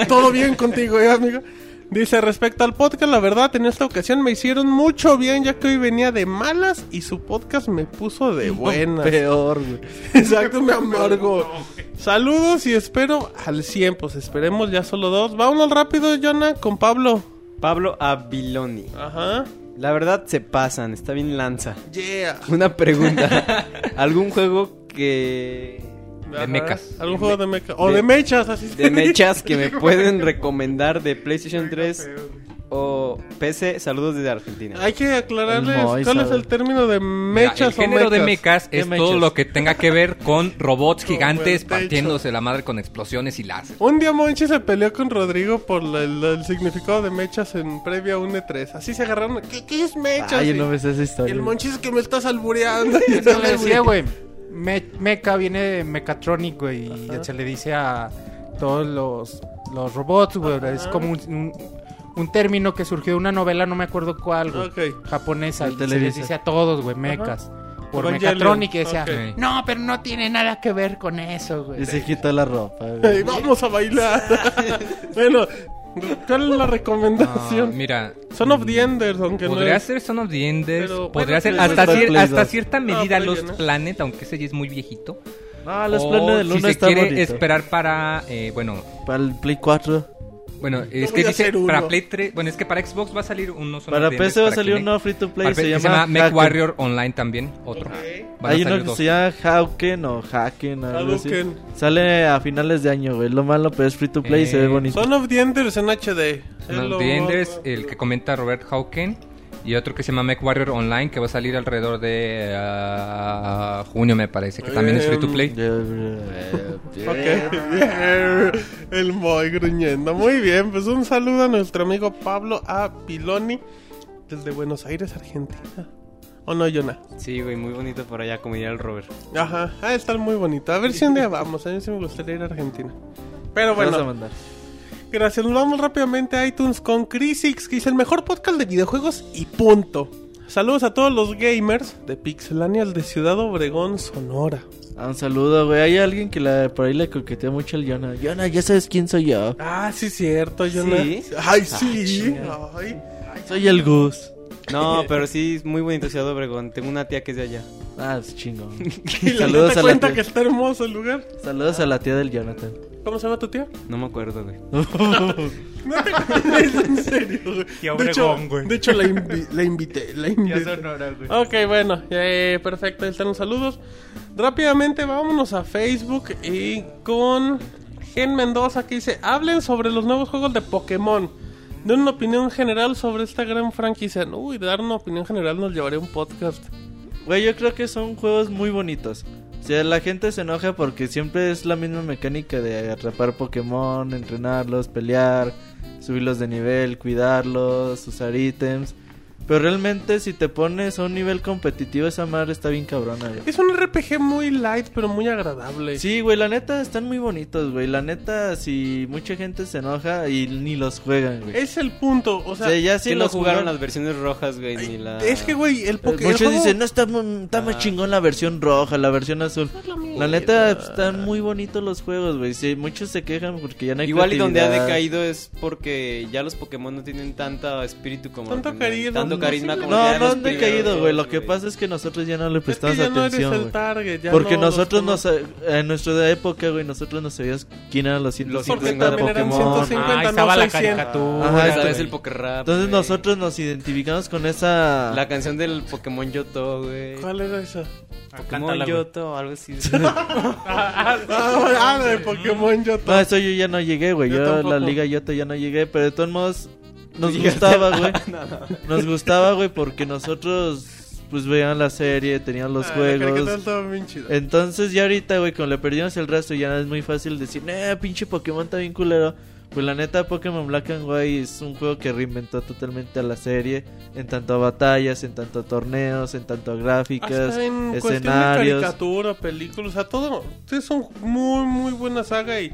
B: Todo bien contigo, ¿eh, amigo. Dice respecto al podcast, la verdad en esta ocasión me hicieron mucho bien ya que hoy venía de malas y su podcast me puso de buenas.
E: Peor, güey.
B: Exacto, mi amargo. Saludos y espero al 100, pues esperemos ya solo dos. Vámonos rápido, Jonah, con Pablo.
C: Pablo Aviloni.
B: Ajá.
C: La verdad se pasan, está bien lanza.
B: Yeah.
C: Una pregunta. ¿Algún juego que...
B: De
I: mecas.
B: Algún juego de mecas. O de, mechas, así se
C: de mechas que me pueden recomendar de PlayStation 3 o PC? Saludos desde Argentina.
B: Hay que aclararles
E: El Moy,
B: cuál es
E: sabe.
B: el término de mechas
I: el género
B: o mecas.
I: de mechas
E: ¿Qué
I: es
E: mechas?
I: todo lo que tenga que ver con robots
B: Como
I: gigantes
B: el techo.
I: partiéndose la madre con explosiones y láser.
B: Un día Monchi se peleó con Rodrigo por la- el, el significado de mechas en previa a un E3. Así se agarraron. ¿Qué, qué es mechas?
E: Ay, yo
B: Y-
E: no me sé esa historia.
B: y el Monchi es que me estás albureando. Y
D: Eso le
B: sale,
D: decía, güey. Me- meca viene de Mechatronic, güey. Y se le dice a todos los, los robots, güey. Es como un, un- un término que surgió de una novela, no me acuerdo cuál, güey.
B: Ok.
D: Japonesa.
E: De
D: Y se les
E: Televisa.
D: dice a todos, güey, mecas. Por
B: Evangelion.
D: Mechatronic y decía,
I: Ok.
D: no, pero no tiene nada que ver con eso, güey.
E: Y se quitó la ropa,
B: Ey,
E: güey.
B: vamos a bailar. bueno, ¿cuál es la
I: Ah,
B: recomendación?
I: mira,
B: Son of the Enders, aunque no
I: podría
B: es.
I: ser Son of the Enders,
B: Pero,
I: podría
B: bueno,
I: ser
B: pero
I: hasta,
E: es
I: cier-
E: Play
I: hasta
E: Doh.
I: cierta
B: No,
I: medida
B: Ah, Play Ah, Doh,
I: Los
B: ¿no?
I: Planet, aunque ese ya es muy viejito.
E: No, los
I: O
E: planes
I: Oh,
E: del
I: si
E: 1
I: se
E: está
I: quiere
E: bonito.
I: esperar para, eh, bueno,
E: Para el Play 4.
I: bueno, es
B: voy
I: que
B: a
I: dice
B: hacer uno.
I: para Play 3, bueno, es que para Xbox va a salir uno Son of
E: Para
I: the
E: PC va a
I: Enders, para
E: salir un
I: Kinect.
E: nuevo free to play.
I: Para
E: Se
I: PC
E: llama,
I: se llama Mech
E: Haken.
I: Warrior Online también, otro. Van a
E: Hay uno
I: salir
E: que
I: dos.
E: se llama Hawken o Haken. algo así.
B: Hadouken.
E: Sale a finales de año, güey. Lo malo, pero es free to play y se ve
I: Eh,
E: bonito.
B: Son of the Enders en HD.
I: Son of the Enders, el que comenta Robert Hawken. Y otro que se llama Mech Warrior Online, que va a salir alrededor de ah, junio, me parece, que también es free
B: Em,
I: to play.
B: Ok. El boy gruñendo. Muy bien, pues un saludo a nuestro amigo Pablo A. Piloni desde Buenos Aires, Argentina. ¿O no, Jonah?
C: Sí, güey, muy bonito por allá, como diría el Robert.
B: Ajá, ah, está muy bonito. A ver si un día vamos. A mí sí me gustaría ir a Argentina. Pero
E: Bueno. Vas a
B: bueno,
E: mandar.
B: gracias. Nos vamos rápidamente a iTunes con Crisix, que es el mejor podcast de videojuegos y punto. Saludos a todos los gamers de Pixelanial de Ciudad Obregón, Sonora.
E: Ah, un saludo, güey. Hay alguien que la- por ahí le coquetea mucho al Yona. Yona, ya sabes quién soy yo.
B: Ah, sí, cierto, Jonah. Ah,
C: ¿Sí?
B: Ay, sí.
E: chinga.
B: Ay.
E: Soy el Gus.
C: No, pero sí, es muy bonito Ciudad Obregón. Tengo una tía que es de allá.
E: Ah, es chingón.
B: Y la
E: Saludos
B: neta
E: a la
B: cuenta
E: tía.
B: que está hermoso el lugar.
E: Saludos a la tía del Jonathan.
B: ¿Cómo se llama tu tía?
C: No me acuerdo, güey.
B: No te acuerdas, en serio, güey.
D: Tía
B: de hecho,
D: Obregón, güey.
B: de hecho, la, invi- la invité, la invité.
D: Ah,
B: Ok, bueno, eh, perfecto, ahí están los saludos. Rápidamente vámonos a Facebook y con Gen Mendoza que dice, hablen sobre los nuevos juegos de Pokémon. Den una opinión general sobre esta gran franquicia. Uy, dar una opinión general nos llevaría a un podcast.
E: Güey, yo creo que son juegos muy bonitos. O sea, la gente se enoja porque siempre es la misma mecánica de atrapar Pokémon, entrenarlos, pelear, subirlos de nivel, cuidarlos, usar ítems. Pero realmente si te pones a un nivel competitivo esa madre está bien cabrona, güey.
B: Es un RPG muy light pero muy agradable.
E: Sí, güey, la neta están muy bonitos, güey. La neta, si mucha gente se enoja y ni los juegan, güey.
B: Es el punto, Eh, o
E: O
B: sea,
E: sea, ya si
C: Sí, no
E: los
C: jugaron
E: jugaron-
C: las versiones rojas, güey, ni la...
B: es que güey, el
E: Eh,
B: Pokémon...
E: Muchos dicen, no, está, mu- está más
C: Ah.
E: chingón la versión roja, la versión azul. La neta, están muy bonitos los juegos, güey. Sí, muchos se quejan porque ya no hay
C: Igual y donde ha
E: creatividad.
C: decaído es porque ya los Pokémon no tienen tanta espíritu como...
B: Tanto
C: tenían-
B: carisma,
C: Tanto
B: no
C: carisma
B: sé.
C: como...
E: No,
C: tenían
E: no
C: los
E: han
C: primeros
E: decaído,
C: dos,
E: güey. Lo que pasa es que nosotros ya no le
B: Es que
E: prestamos
B: ya no eres
E: atención.
B: el
E: güey.
B: target, ya
E: porque
B: no,
E: nosotros
B: los-
E: nos. eh, En nuestra época, güey, nosotros no sabíamos quién eran los
C: Los
B: Porque
E: 150
B: también eran
E: Pokémon.
B: 150,
D: Ah,
B: no
D: estaba la
B: 600.
D: caricatura.
E: Ajá,
C: Ajá,
E: exacto.
C: el Pokérap,
E: Entonces
C: güey.
E: nosotros nos identificamos con esa.
C: La canción del Pokémon Yoto, güey.
B: ¿Cuál era esa?
C: Pokémon Yoto, algo así.
B: Ah, de Pokémon yo
E: No, eso yo ya no llegué, güey.
B: Yo
E: Yo, a
B: tampoco.
E: la Liga Yoto ya no llegué, pero de todos modos nos gustaba, güey. Nos gustaba, güey, porque nosotros pues veían la serie, tenían
B: Ah,
E: los juegos. Entonces ya ahorita, güey, cuando le perdimos el rastro ya es muy fácil decir, eh, pinche Pokémon está bien culero. Pues la neta, Pokémon Black and White es un juego que reinventó totalmente a la serie en tanto a batallas, en tanto a torneos, en tanto a gráficas,
B: Hasta en cuestión de
E: escenarios.
B: caricatura, películas, o sea, todo. Es una muy, muy buena saga y...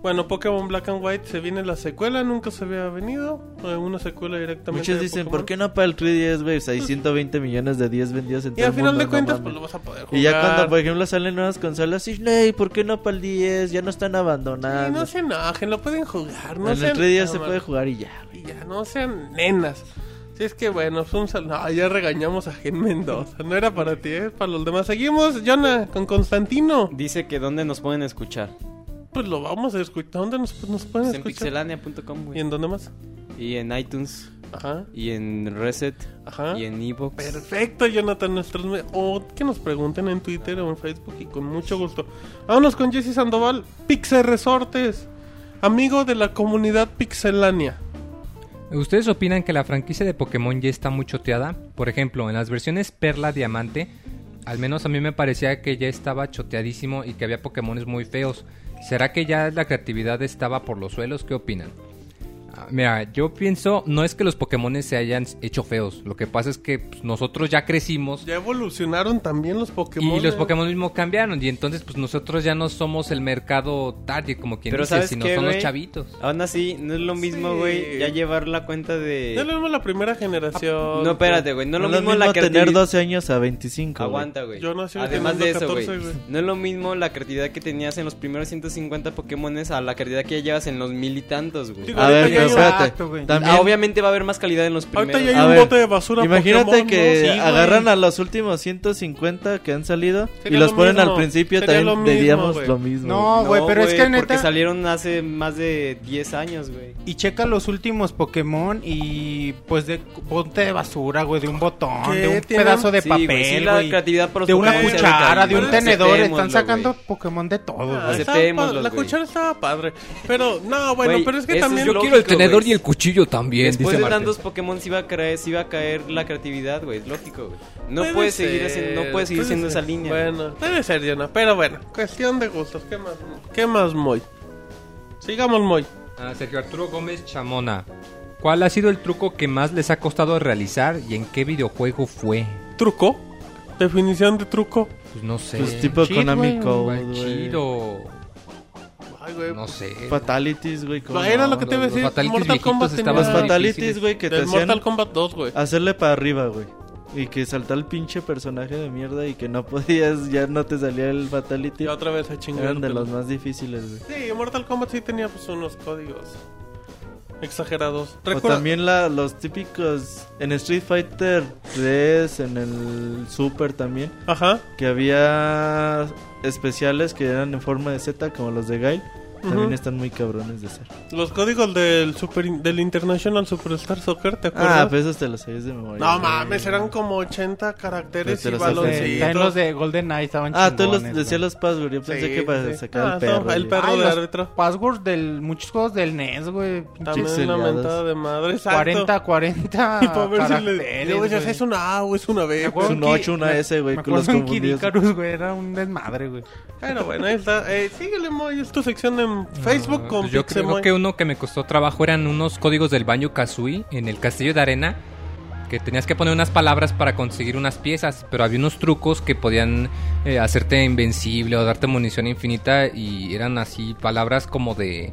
B: Bueno, Pokémon Black and White se viene la secuela, nunca se había venido. eh, Una secuela directamente.
E: Muchos
B: de
E: dicen,
B: Pokémon.
E: ¿por qué no para el 3DS, güey? O sea, hay 120 millones de 10 vendidos en
B: Y
E: todo
B: al
E: el
B: final
E: mundo,
B: de
E: no
B: cuentas,
E: mames.
B: pues lo vas a poder jugar.
E: Y ya cuando, por ejemplo, salen nuevas consolas, Disney, ¿por qué no para el 10? Ya no
B: Y
E: están
B: no
E: abandonados.
B: se enojen, lo pueden jugar. No
E: en
B: sean-
E: el 3DS se
B: no,
E: puede
B: man,
E: jugar y ya.
B: Y ya, no sean nenas. Si es que bueno, fue un sal- no, ya regañamos a Gen Mendoza. No era para ti, es para los demás. Seguimos, Jonah, con Constantino.
C: Dice que dónde nos pueden escuchar.
B: Pues lo vamos a escuchar. ¿Dónde nos, nos pueden
C: Pues en
B: escuchar?
C: pixelania.com,
B: ¿Y
C: güey.
B: en dónde más?
C: Y en iTunes,
B: Ajá.
C: y en Reset,
B: Ajá.
C: y en Evox.
B: Perfecto, Jonathan. Nuestros me- O que nos pregunten en Twitter o en Facebook y con mucho gusto. Vámonos con Jesse Sandoval, Pixel Resortes, amigo de la comunidad pixelánea.
F: ¿Ustedes opinan que la franquicia de Pokémon ya está muy choteada? Por ejemplo, en las versiones Perla Diamante, al menos a mí me parecía que ya estaba choteadísimo y que había Pokémones muy feos. ¿Será que ya la creatividad estaba por los suelos? ¿Qué opinan? Ah, Mira, yo pienso, no es que los Pokémones se hayan hecho feos, lo que pasa es que pues, nosotros ya crecimos
B: Ya evolucionaron también los Pokémon. eh.
F: y los Pokémon mismo cambiaron y entonces pues nosotros ya no somos el mercado target como quien
C: Pero
F: dice,
C: ¿sabes
F: sino
C: qué,
F: son los
C: güey?
F: chavitos.
C: Aún así, no es lo mismo, güey, ya llevar la cuenta de...
B: Ya lo vimos la primera generación.
C: eh. Ah, No, espérate, güey, no es lo mismo la
E: tener
C: creatividad-
E: 12 años a 25. güey.
C: Aguanta, güey.
B: Yo nací
C: Además de
B: teniendo
C: eso, güey.
B: 14, güey.
C: No es lo mismo la creatividad que tenías en los primeros 150 Pokémones a la creatividad que ya llevas en los mil y tantos, güey.
B: Digo,
E: A ver,
B: ahorita ya
E: pero
B: hay-
E: espérate.
D: Exacto, güey.
E: También,
C: Ah, Obviamente va a haber más calidad en los
B: Ahorita
C: primeros.
B: ya hay
E: A
B: un
E: ver,
B: bote de basura.
E: Imagínate
B: Pokémon, ¿no?
E: que
B: Sí, güey.
E: agarran a los últimos 150 que han salido
B: Sería
E: y los
B: lo
E: ponen
B: mismo,
E: al principio.
B: sería
E: También
B: lo mismo,
E: diríamos
B: güey.
E: lo mismo.
D: No, güey, pero es que
C: Porque
D: neta.
C: salieron hace más de 10 años, güey.
D: Y checa los últimos Pokémon y pues de ponte de basura, güey, de un botón,
B: ¿Qué?
D: de un
B: Tienen-
D: pedazo de
C: Sí, güey,
D: papel,
C: sí, la
D: güey,
C: creatividad por los
D: de una
C: Pokémon se ve
D: cuchara, de
C: cabrón, pero
D: un tenedor, están
C: aceptémoslo,
D: sacando
C: güey.
D: Pokémon de todo,
B: Ah,
D: güey.
B: estaba padre, La
C: Aceptémoslo, güey.
B: cuchara estaba padre. Pero, no, bueno,
C: Güey,
B: pero es que
C: eso es
B: también.
C: lo que- Quiero el tenedor y el
F: cuchillo también,
C: Después de tantos Pokémon sí va a caer, sí va a caer la creatividad, güey. Es lógico, güey. No
B: Puede
C: puedes seguir
B: ser,
C: haciendo, no puedes seguir
B: puede
C: siendo
B: ser.
C: esa línea.
B: Bueno, puede ser, Diana, pero bueno, cuestión de gustos. ¿Qué más, qué más Moy? Sigamos, Moy.
F: A Sergio Arturo Gómez Chamona. ¿Cuál ha sido el truco que más les ha costado realizar y en qué videojuego fue?
B: ¿Truco? Definición de truco.
F: Pues no sé.
E: Pues tipo
D: Cheat, güey,
E: Konami Code,
F: Cuál
E: güey.
F: chido.
B: Ay, güey.
F: No sé.
E: Fatalities, güey. cómo
B: Era
E: no,
B: lo que te iba a
E: los-
B: decir.
F: fatalities
B: Mortal
F: viejitos
B: Kombat tenía...
F: estaban
E: Los
F: Ah, fatal-
E: fatalities,
F: difíciles.
E: güey, que te
B: Del
E: hacían Ah,
B: Mortal Kombat 2, güey.
E: hacerle para arriba, güey. Y que saltaba el pinche personaje de mierda y que no podías, ya no te salía el fatality.
B: Y otra vez a chingar.
E: Eran de los más difíciles, güey.
B: Sí, Mortal Kombat sí tenía pues unos códigos exagerados.
E: O
B: Recuerda...
E: también la, los típicos en Street Fighter 3, en el Super también,
B: Ajá.
E: que había especiales que eran en forma de Z como los de Gail. También
B: Ujú.
E: están muy cabrones de hacer.
B: Los códigos del super del International Superstar Soccer, ¿te acuerdas?
E: Ah, pues esos te los sabías de memoria.
B: No
E: güey.
B: mames, eran como 80 caracteres
E: Te
B: y
E: los
D: Los de-
E: Sí,
D: también los
B: baloncitos.
D: de Golden Knight estaban
E: Ah, tú los
D: chingones,
E: decías
D: güey.
E: los pads, güey. Yo pensé
B: Sí,
E: que para
B: sí.
E: sacar
B: Ah,
E: el
B: no,
E: perro.
B: el
E: güey.
B: perro
D: Ay,
B: de
D: los
B: árbitro.
D: passwords de muchos juegos del NES, güey. pinche
B: También una
E: Pixeleados.
B: mentada de madre. Exacto.
D: 40, 40.
B: Y para ver si le.
D: caracteres,
B: Digo, ya
D: güey.
B: es una A o es una
D: Me
B: B.
E: Es
D: acuerdo
E: un
D: que-
E: 8, una
D: me-
E: S, güey,
D: me
E: que los
D: acuerdo en Kid
E: confundías.
D: Icarus, güey, era un desmadre, güey.
B: Pero bueno, ahí está. Eh, síguele, Moy. Es tu sección en Facebook
F: Ah,
B: con
F: Yo creo
B: Pixemoy.
F: que uno que me costó trabajo eran unos códigos del baño Kazooie en el castillo de arena. Que tenías que poner unas palabras para conseguir unas piezas. Pero había unos trucos que podían eh, hacerte invencible o darte munición infinita. Y eran así palabras como de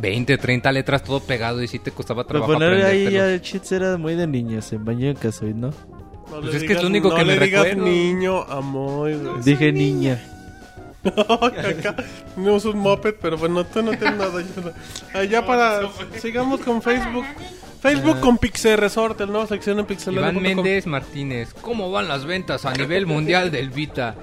F: 20, 30 letras todo pegado. Y sí te costaba
E: Pero
F: trabajo.
E: poner ahí
F: aprendértelos.
E: ya el cheats era muy de niños en baño de Kazuy, ¿no?
B: No
F: Pues
B: le
F: es que es
B: digas-
F: lo único
B: no
F: que me
B: le digas
F: recuerdo.
B: niño a Moy, güey.
E: Dije niña.
B: Acá no es un moped, pero bueno, tú no tienes nada. yo no. Allá para. Sigamos con Facebook.
E: Ah.
B: Facebook con Pixel Resort, el nuevo sección en Pixel
F: Iván Méndez Martínez, ¿cómo van las ventas a nivel mundial del Vita?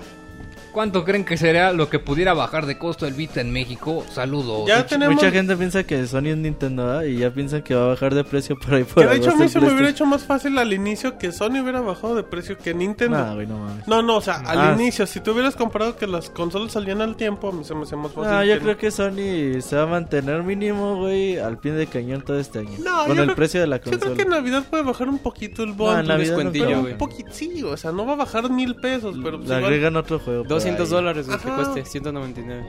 F: ¿Cuánto creen que será lo que pudiera bajar de costo el Vita en México? Saludos.
B: Ya tenemos.
E: Mucha gente piensa que Sony es Nintendo ¿verdad? y ya piensan que va a bajar de precio por ahí por
B: Que de hecho a mí
E: agosto
B: se
E: el
B: me hubiera
E: PlayStation.
B: hecho más fácil al inicio que Sony hubiera bajado de precio que Nintendo.
E: Nah, Ah, güey, no mames.
B: No, no, o sea, al
E: Ah.
B: inicio, si tú hubieras comprado que las consolas salían al tiempo, a mí se me hacía más fácil.
E: No, Ah, yo
B: que-
E: creo que Sony se va a mantener mínimo, güey, al pie de cañón todo este año.
B: No,
E: con
B: yo
E: el
B: creo-
E: precio de la
B: Yo
E: consola.
B: creo que en Navidad puede bajar un poquito el
E: No, en
B: bond.
E: Navidad
C: descuentillo,
E: creo.
B: un poquito, sí, o sea, no va a bajar mil pesos, pero pues
E: Le
B: igual-
E: agregan otro juego.
C: Dos 200
H: ahí.
C: dólares, güey, que
B: Ajá.
C: cueste 199.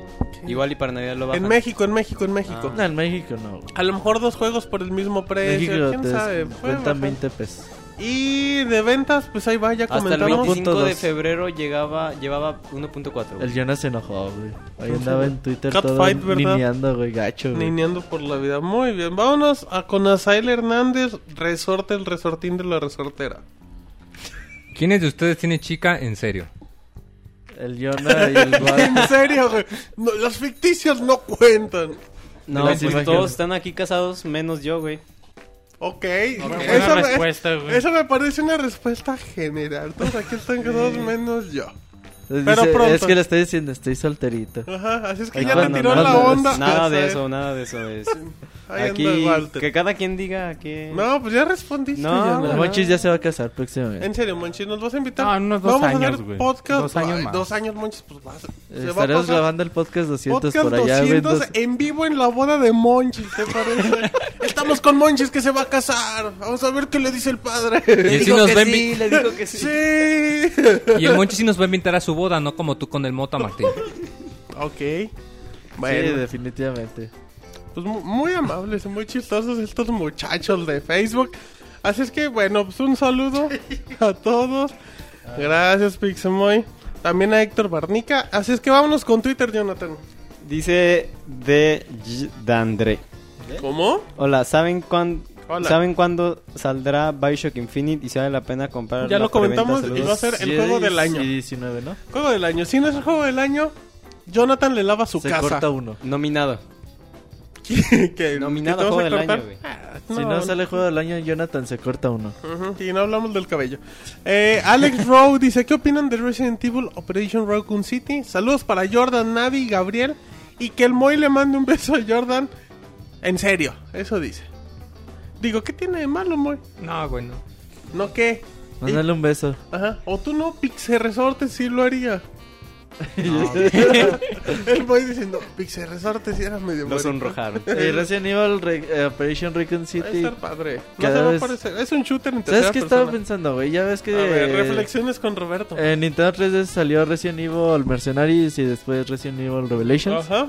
C: Igual y para Navidad lo bajan.
B: En México, en México, en México.
E: No, en México no. güey.
B: A lo mejor dos juegos por el mismo precio,
E: México
B: Ah, eh, quién
E: te
B: sabe. Pueden
E: cuentan
B: bajar.
E: 20 pesos.
B: Y de ventas, pues ahí va, ya
C: Hasta el
B: comentamos.
C: 25 de
E: 1.2.
C: febrero llegaba, llevaba 1.4.
E: El
C: güey.
E: Jonas se enojó, güey. Ahí andaba en Twitter
B: Cat
E: todo
B: fight, ¿verdad?
E: niñando, güey, gacho, güey.
B: Niñando por la vida. Muy bien, vámonos a con Azael Hernández, resorte el resortín de la resortera.
F: ¿Quiénes de ustedes tiene chica en serio?
E: El Jonas y el
B: En
E: Guad.
B: serio, güey. No, las ficticias no cuentan.
C: No,
E: Las
C: pues
E: imágenes.
C: todos están aquí casados menos yo, güey.
B: Ok.
D: Buena
B: me-
D: respuesta, güey.
B: esa me parece una respuesta general. Todos aquí están casados menos yo.
E: Dice,
B: Pero pronto. Ah,
E: Es que le estoy diciendo, estoy solterito.
B: Ajá, así es que
E: Ahí
B: ya
E: va,
B: le
E: no,
B: tiró
E: no,
B: la
E: no,
B: onda.
C: Nada de
B: Azael.
C: eso, nada de eso es.
B: Ahí anda
C: Aquí
B: Walter.
C: que cada quien diga que
B: No, pues ya respondiste.
C: No,
B: ya,
C: no,
E: El
B: güey.
E: Monchis ya se va a casar próximamente.
B: En serio, Monchis, nos vas a invitar.
D: No, en unos dos
B: Vamos a
D: años,
B: hacer
D: güey.
B: podcast.
D: Dos años
B: Ay,
D: más.
B: Dos años, Monchis, pues vas. se va a
E: Estaremos
B: pasar
E: grabando el podcast 200
B: Podcast
E: por allá,
B: 200
E: güey.
B: en vivo en la boda de Monchis, ¿te parece? Estamos con Monchis que se va a casar. Vamos a ver qué le dice el padre.
F: Y si nos ven vi-
C: le digo que sí.
B: Sí.
F: Y el Monchi sí nos va a invitar a su boda, no como tú con el Mota, Martín.
B: ok.
E: dos- Sí,
B: Bueno,
E: definitivamente.
B: pues mu- muy amables y muy chistosos estos muchachos de Facebook. Así es que, bueno, pues un saludo a todos. Gracias, Pixemoy. También a Héctor Barnica. Así es que vámonos con Twitter, Jonathan.
C: Dice de J- Dandre.
B: ¿Cómo?
C: Hola, ¿saben cuándo
B: Hola.
C: ¿Saben cuándo saldrá Bioshock Infinite y si vale la pena comprar
B: Ya
C: la
B: lo comentamos
C: preventa?
B: y va a
C: Saludos.
B: ser el juego del año.
E: Y 19, ¿no?
B: Juego del año. Si no es el juego del año, Jonathan le lava su
E: Se
B: casa.
E: corta uno.
C: nominado.
B: ¿Qué- qué-
C: Nominado
B: qué
C: a
B: te
C: juego
B: vas a
C: del
B: cortar?
C: año, güey.
E: Si no sale juego del año, Jonathan se corta uno.
B: Ujú, Y no hablamos del cabello. Eh, Alex Rowe dice: ¿Qué opinan de Resident Evil Operation Raccoon City? Saludos para Jordan, Navi, Gabriel. Y que el Moy le mande un beso a Jordan. En serio, eso dice. Digo, ¿qué tiene de malo, Moy?
F: No, güey, no.
B: Ah, ¿No qué?
E: Mándale un beso.
B: Ajá. O tú no, Pixel Resorte sí lo haría. el Moy diciendo: Pixel Resorte sí era medio
C: Lo
B: marica".
C: sonrojaron.
E: Eh, Resident Evil Re- eh, Operation Recon
B: Va a
E: City.
B: estar padre. No
E: Cada
B: se va a
E: vez-
B: parecer. Es un shooter en tercera
E: ¿Sabes qué estaba
B: persona.
E: pensando, güey? Ya ves que.
B: A ver,
E: eh,
B: reflexiones con Roberto.
E: En Nintendo 3DS salió Resident Evil Mercenaries y después Resident Evil Revelations.
B: Ajá.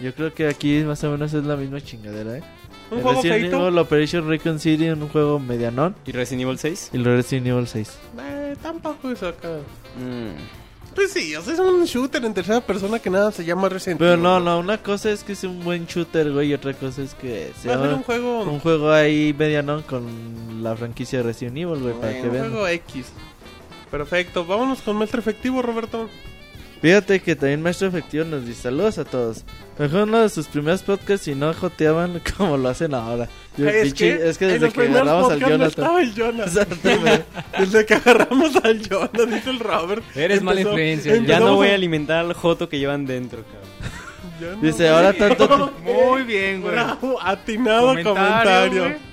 E: Yo creo que aquí más o menos es la misma chingadera, ¿eh?
B: Un
E: El
B: juego
E: Resident
B: feito.
E: Evil Operation Recon City en un juego medianón
C: ¿Y Resident Evil 6?
E: y el Resident Evil 6.
B: Eh, tampoco es acá.
C: Mm.
B: Pues sí, o sea, es un shooter en tercera persona que nada se llama Resident
E: Pero
B: Evil.
E: no, no, una cosa es que es un buen shooter, güey, y otra cosa es que
B: Va
E: sea
B: a ser un juego.
E: un
B: Un,
E: juego ahí medianón con la franquicia de Resident Evil, güey, para que vean.
B: juego X. Perfecto, vámonos con Maestro Efectivo, Roberto.
E: Fíjate que también Maestro Efectivo nos dice saludos a todos. Mejor uno de sus primeros podcasts y no joteaban como lo hacen ahora. Yo,
B: Ay,
E: pinche- es que desde
B: los
E: que
B: primeros
E: agarramos al
B: podcasts no
E: Jonathan.
B: estaba el Jonathan.
E: Exactamente.
B: Desde que agarramos al Jonathan, dice el Robert.
F: Eres mala influencia,
C: Ya
B: empezamos
C: no voy a
B: a-
C: alimentar al joto que llevan dentro, cabrón.
B: Ya no
E: Dice,
B: voy a-
E: ahora tanto,
D: Muy bien, güey.
B: Bravo, atinado comentario.
D: Comentario,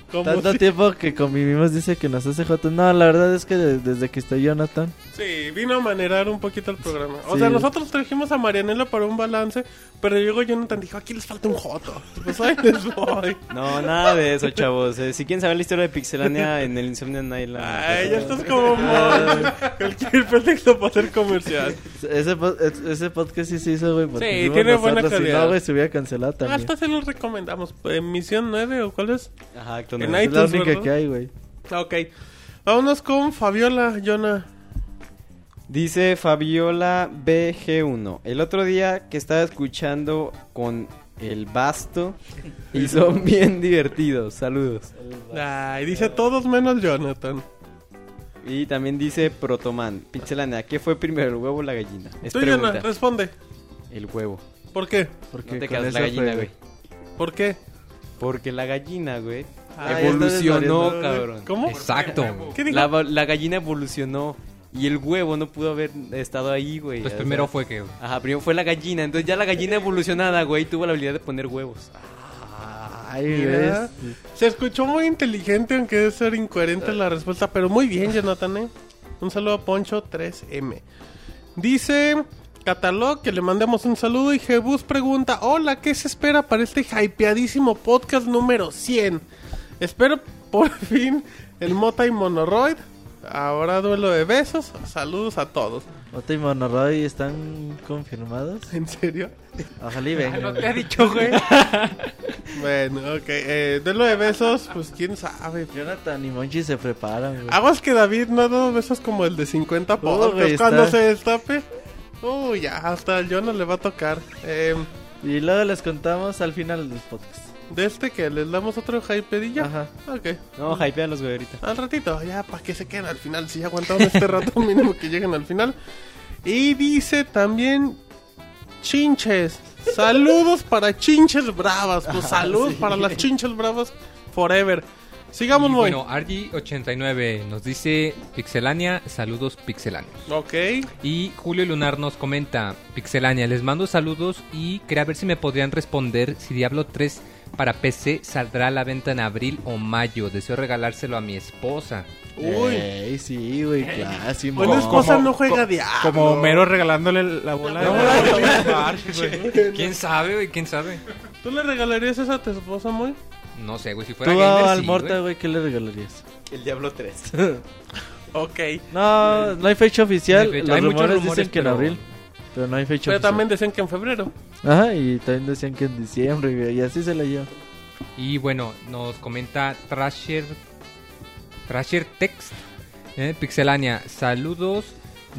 B: Como
E: tanto
B: si-
E: tiempo que convivimos dice que nos hace jotos. No, la verdad es que de- desde que está Jonathan.
B: Sí, vino a manerar un poquito el programa. O
E: Sí.
B: sea, nosotros trajimos a Marianela para un balance, pero llegó Jonathan dijo, aquí les falta un joto. Pues ahí les voy.
C: No, nada de eso, chavos. Eh, si quieren saber la historia de Pixelania en el Insomnia Island.
B: Ay, Ah, ya estás como mal. Cualquier pretexto para hacer comercial.
E: Ese, po- es- ese podcast sí se hizo, güey. porque
B: Sí,
E: fuimos
B: tiene buena
E: nosotros, Si
B: calidad.
E: no, güey, se hubiera cancelado
B: Ah,
E: también.
B: Hasta se los recomendamos. Emisión 9 o cuál es?
C: Ajá, acto
B: En
C: nuevo.
E: es la
B: iTunes,
E: única
B: ¿verdad?
E: que hay, güey.
B: Ah, Ok. Vámonos con Fabiola, Jonah.
C: Dice Fabiola BG1. El otro día que estaba escuchando con el basto y son bien divertidos. Saludos.
B: Ay, dice todos menos Jonathan.
C: Y también dice Protoman. Pixelania, ¿qué fue primero, el huevo o la gallina? Es
B: Tú, Jonah,
C: pregunta.
B: responde.
C: El huevo.
B: ¿Por qué?
E: Porque
C: No te
E: con
C: quedas la
E: esa
C: gallina,
E: fue-
C: güey.
B: ¿Por qué?
C: Porque la gallina, güey,
E: Ah,
C: evolucionó,
E: ya
C: cabrón.
B: ¿Cómo?
F: Exacto.
B: ¿Qué dijo?
C: La, la gallina evolucionó y el huevo no pudo haber estado ahí, güey.
F: Pues
C: O
F: primero
C: sea,
F: fue que...
C: Ajá, primero fue la gallina. Entonces ya la gallina evolucionada, güey, tuvo la habilidad de poner huevos.
E: Ay,
B: Mira.
E: ves.
B: Se escuchó muy inteligente, aunque debe ser incoherente la respuesta, pero muy bien, Jonathan. ¿eh? Un saludo a Poncho 3M. Dice Catalog que le mandemos un saludo y Jebus pregunta, hola, ¿qué se espera para este hypeadísimo podcast número 100? Espero por fin el Mota y Monoroid. Ahora duelo de besos. Saludos a todos.
E: Ota y Monoroy están confirmados.
B: ¿En serio?
E: Ojalá y vengan.
D: No te ha dicho, güey.
B: Bueno, ok. Eh, de lo de besos, pues quién sabe.
E: Jonathan y Monchi se preparan, güey.
B: Aguas que David no ha dado besos como el de 50 podcasts
E: güey,
B: cuando
E: está-
B: se destape. Uy, ya, hasta yo no le va a tocar. Eh,
E: Y luego les contamos al final del podcast.
B: de este que les damos otro hypedilla.
E: Ajá.
B: Ok.
C: No, hypealos, güey, ahorita.
B: Al ratito, ya, para que se queden al final. Si ya aguantaron este rato, mínimo que lleguen al final. Y dice también Chinches. Saludos para Chinches Bravas.
E: Ah,
B: Pues saludos para las Chinches Bravas Forever. Sigamos,
F: Y
B: muy.
F: bueno, RG89 nos dice Pixelania, saludos Pixelania.
B: Ok.
F: Y Julio Lunar nos comenta, Pixelania, les mando saludos y quería ver si me podrían responder si Diablo 3 para PC saldrá a la venta en abril o mayo. Deseo regalárselo a mi esposa.
B: Uy.
E: Ey, sí, güey,
F: Ah,
E: claro. sí,
B: Bueno,
E: mon.
B: pues esposa Ah, no
D: co-
B: juega diablo.
D: Como Homero regalándole la bola.
F: ¿Quién sabe, güey? ¿Quién sabe?
B: ¿Tú le regalarías esa a tu esposa, muy?
F: No sé, güey, si fuera
E: Tú
F: gamer,
E: a- al
F: sí,
E: Morta,
F: güey.
E: güey, ¿qué le regalarías?
C: El Diablo 3.
B: Ok.
E: No, no hay fecha oficial.
F: No hay fecha.
E: Los
F: Hay muchos
E: rumores,
F: rumores,
E: dicen que en
F: pero-
E: abril. Pero no hay fecha
B: Pero
E: oficial.
B: también decían que en febrero.
E: Ajá, y también decían que en diciembre, güey, Y así se la lleva.
F: Y bueno, nos comenta Trasher Trasher Text eh, Pixelania, saludos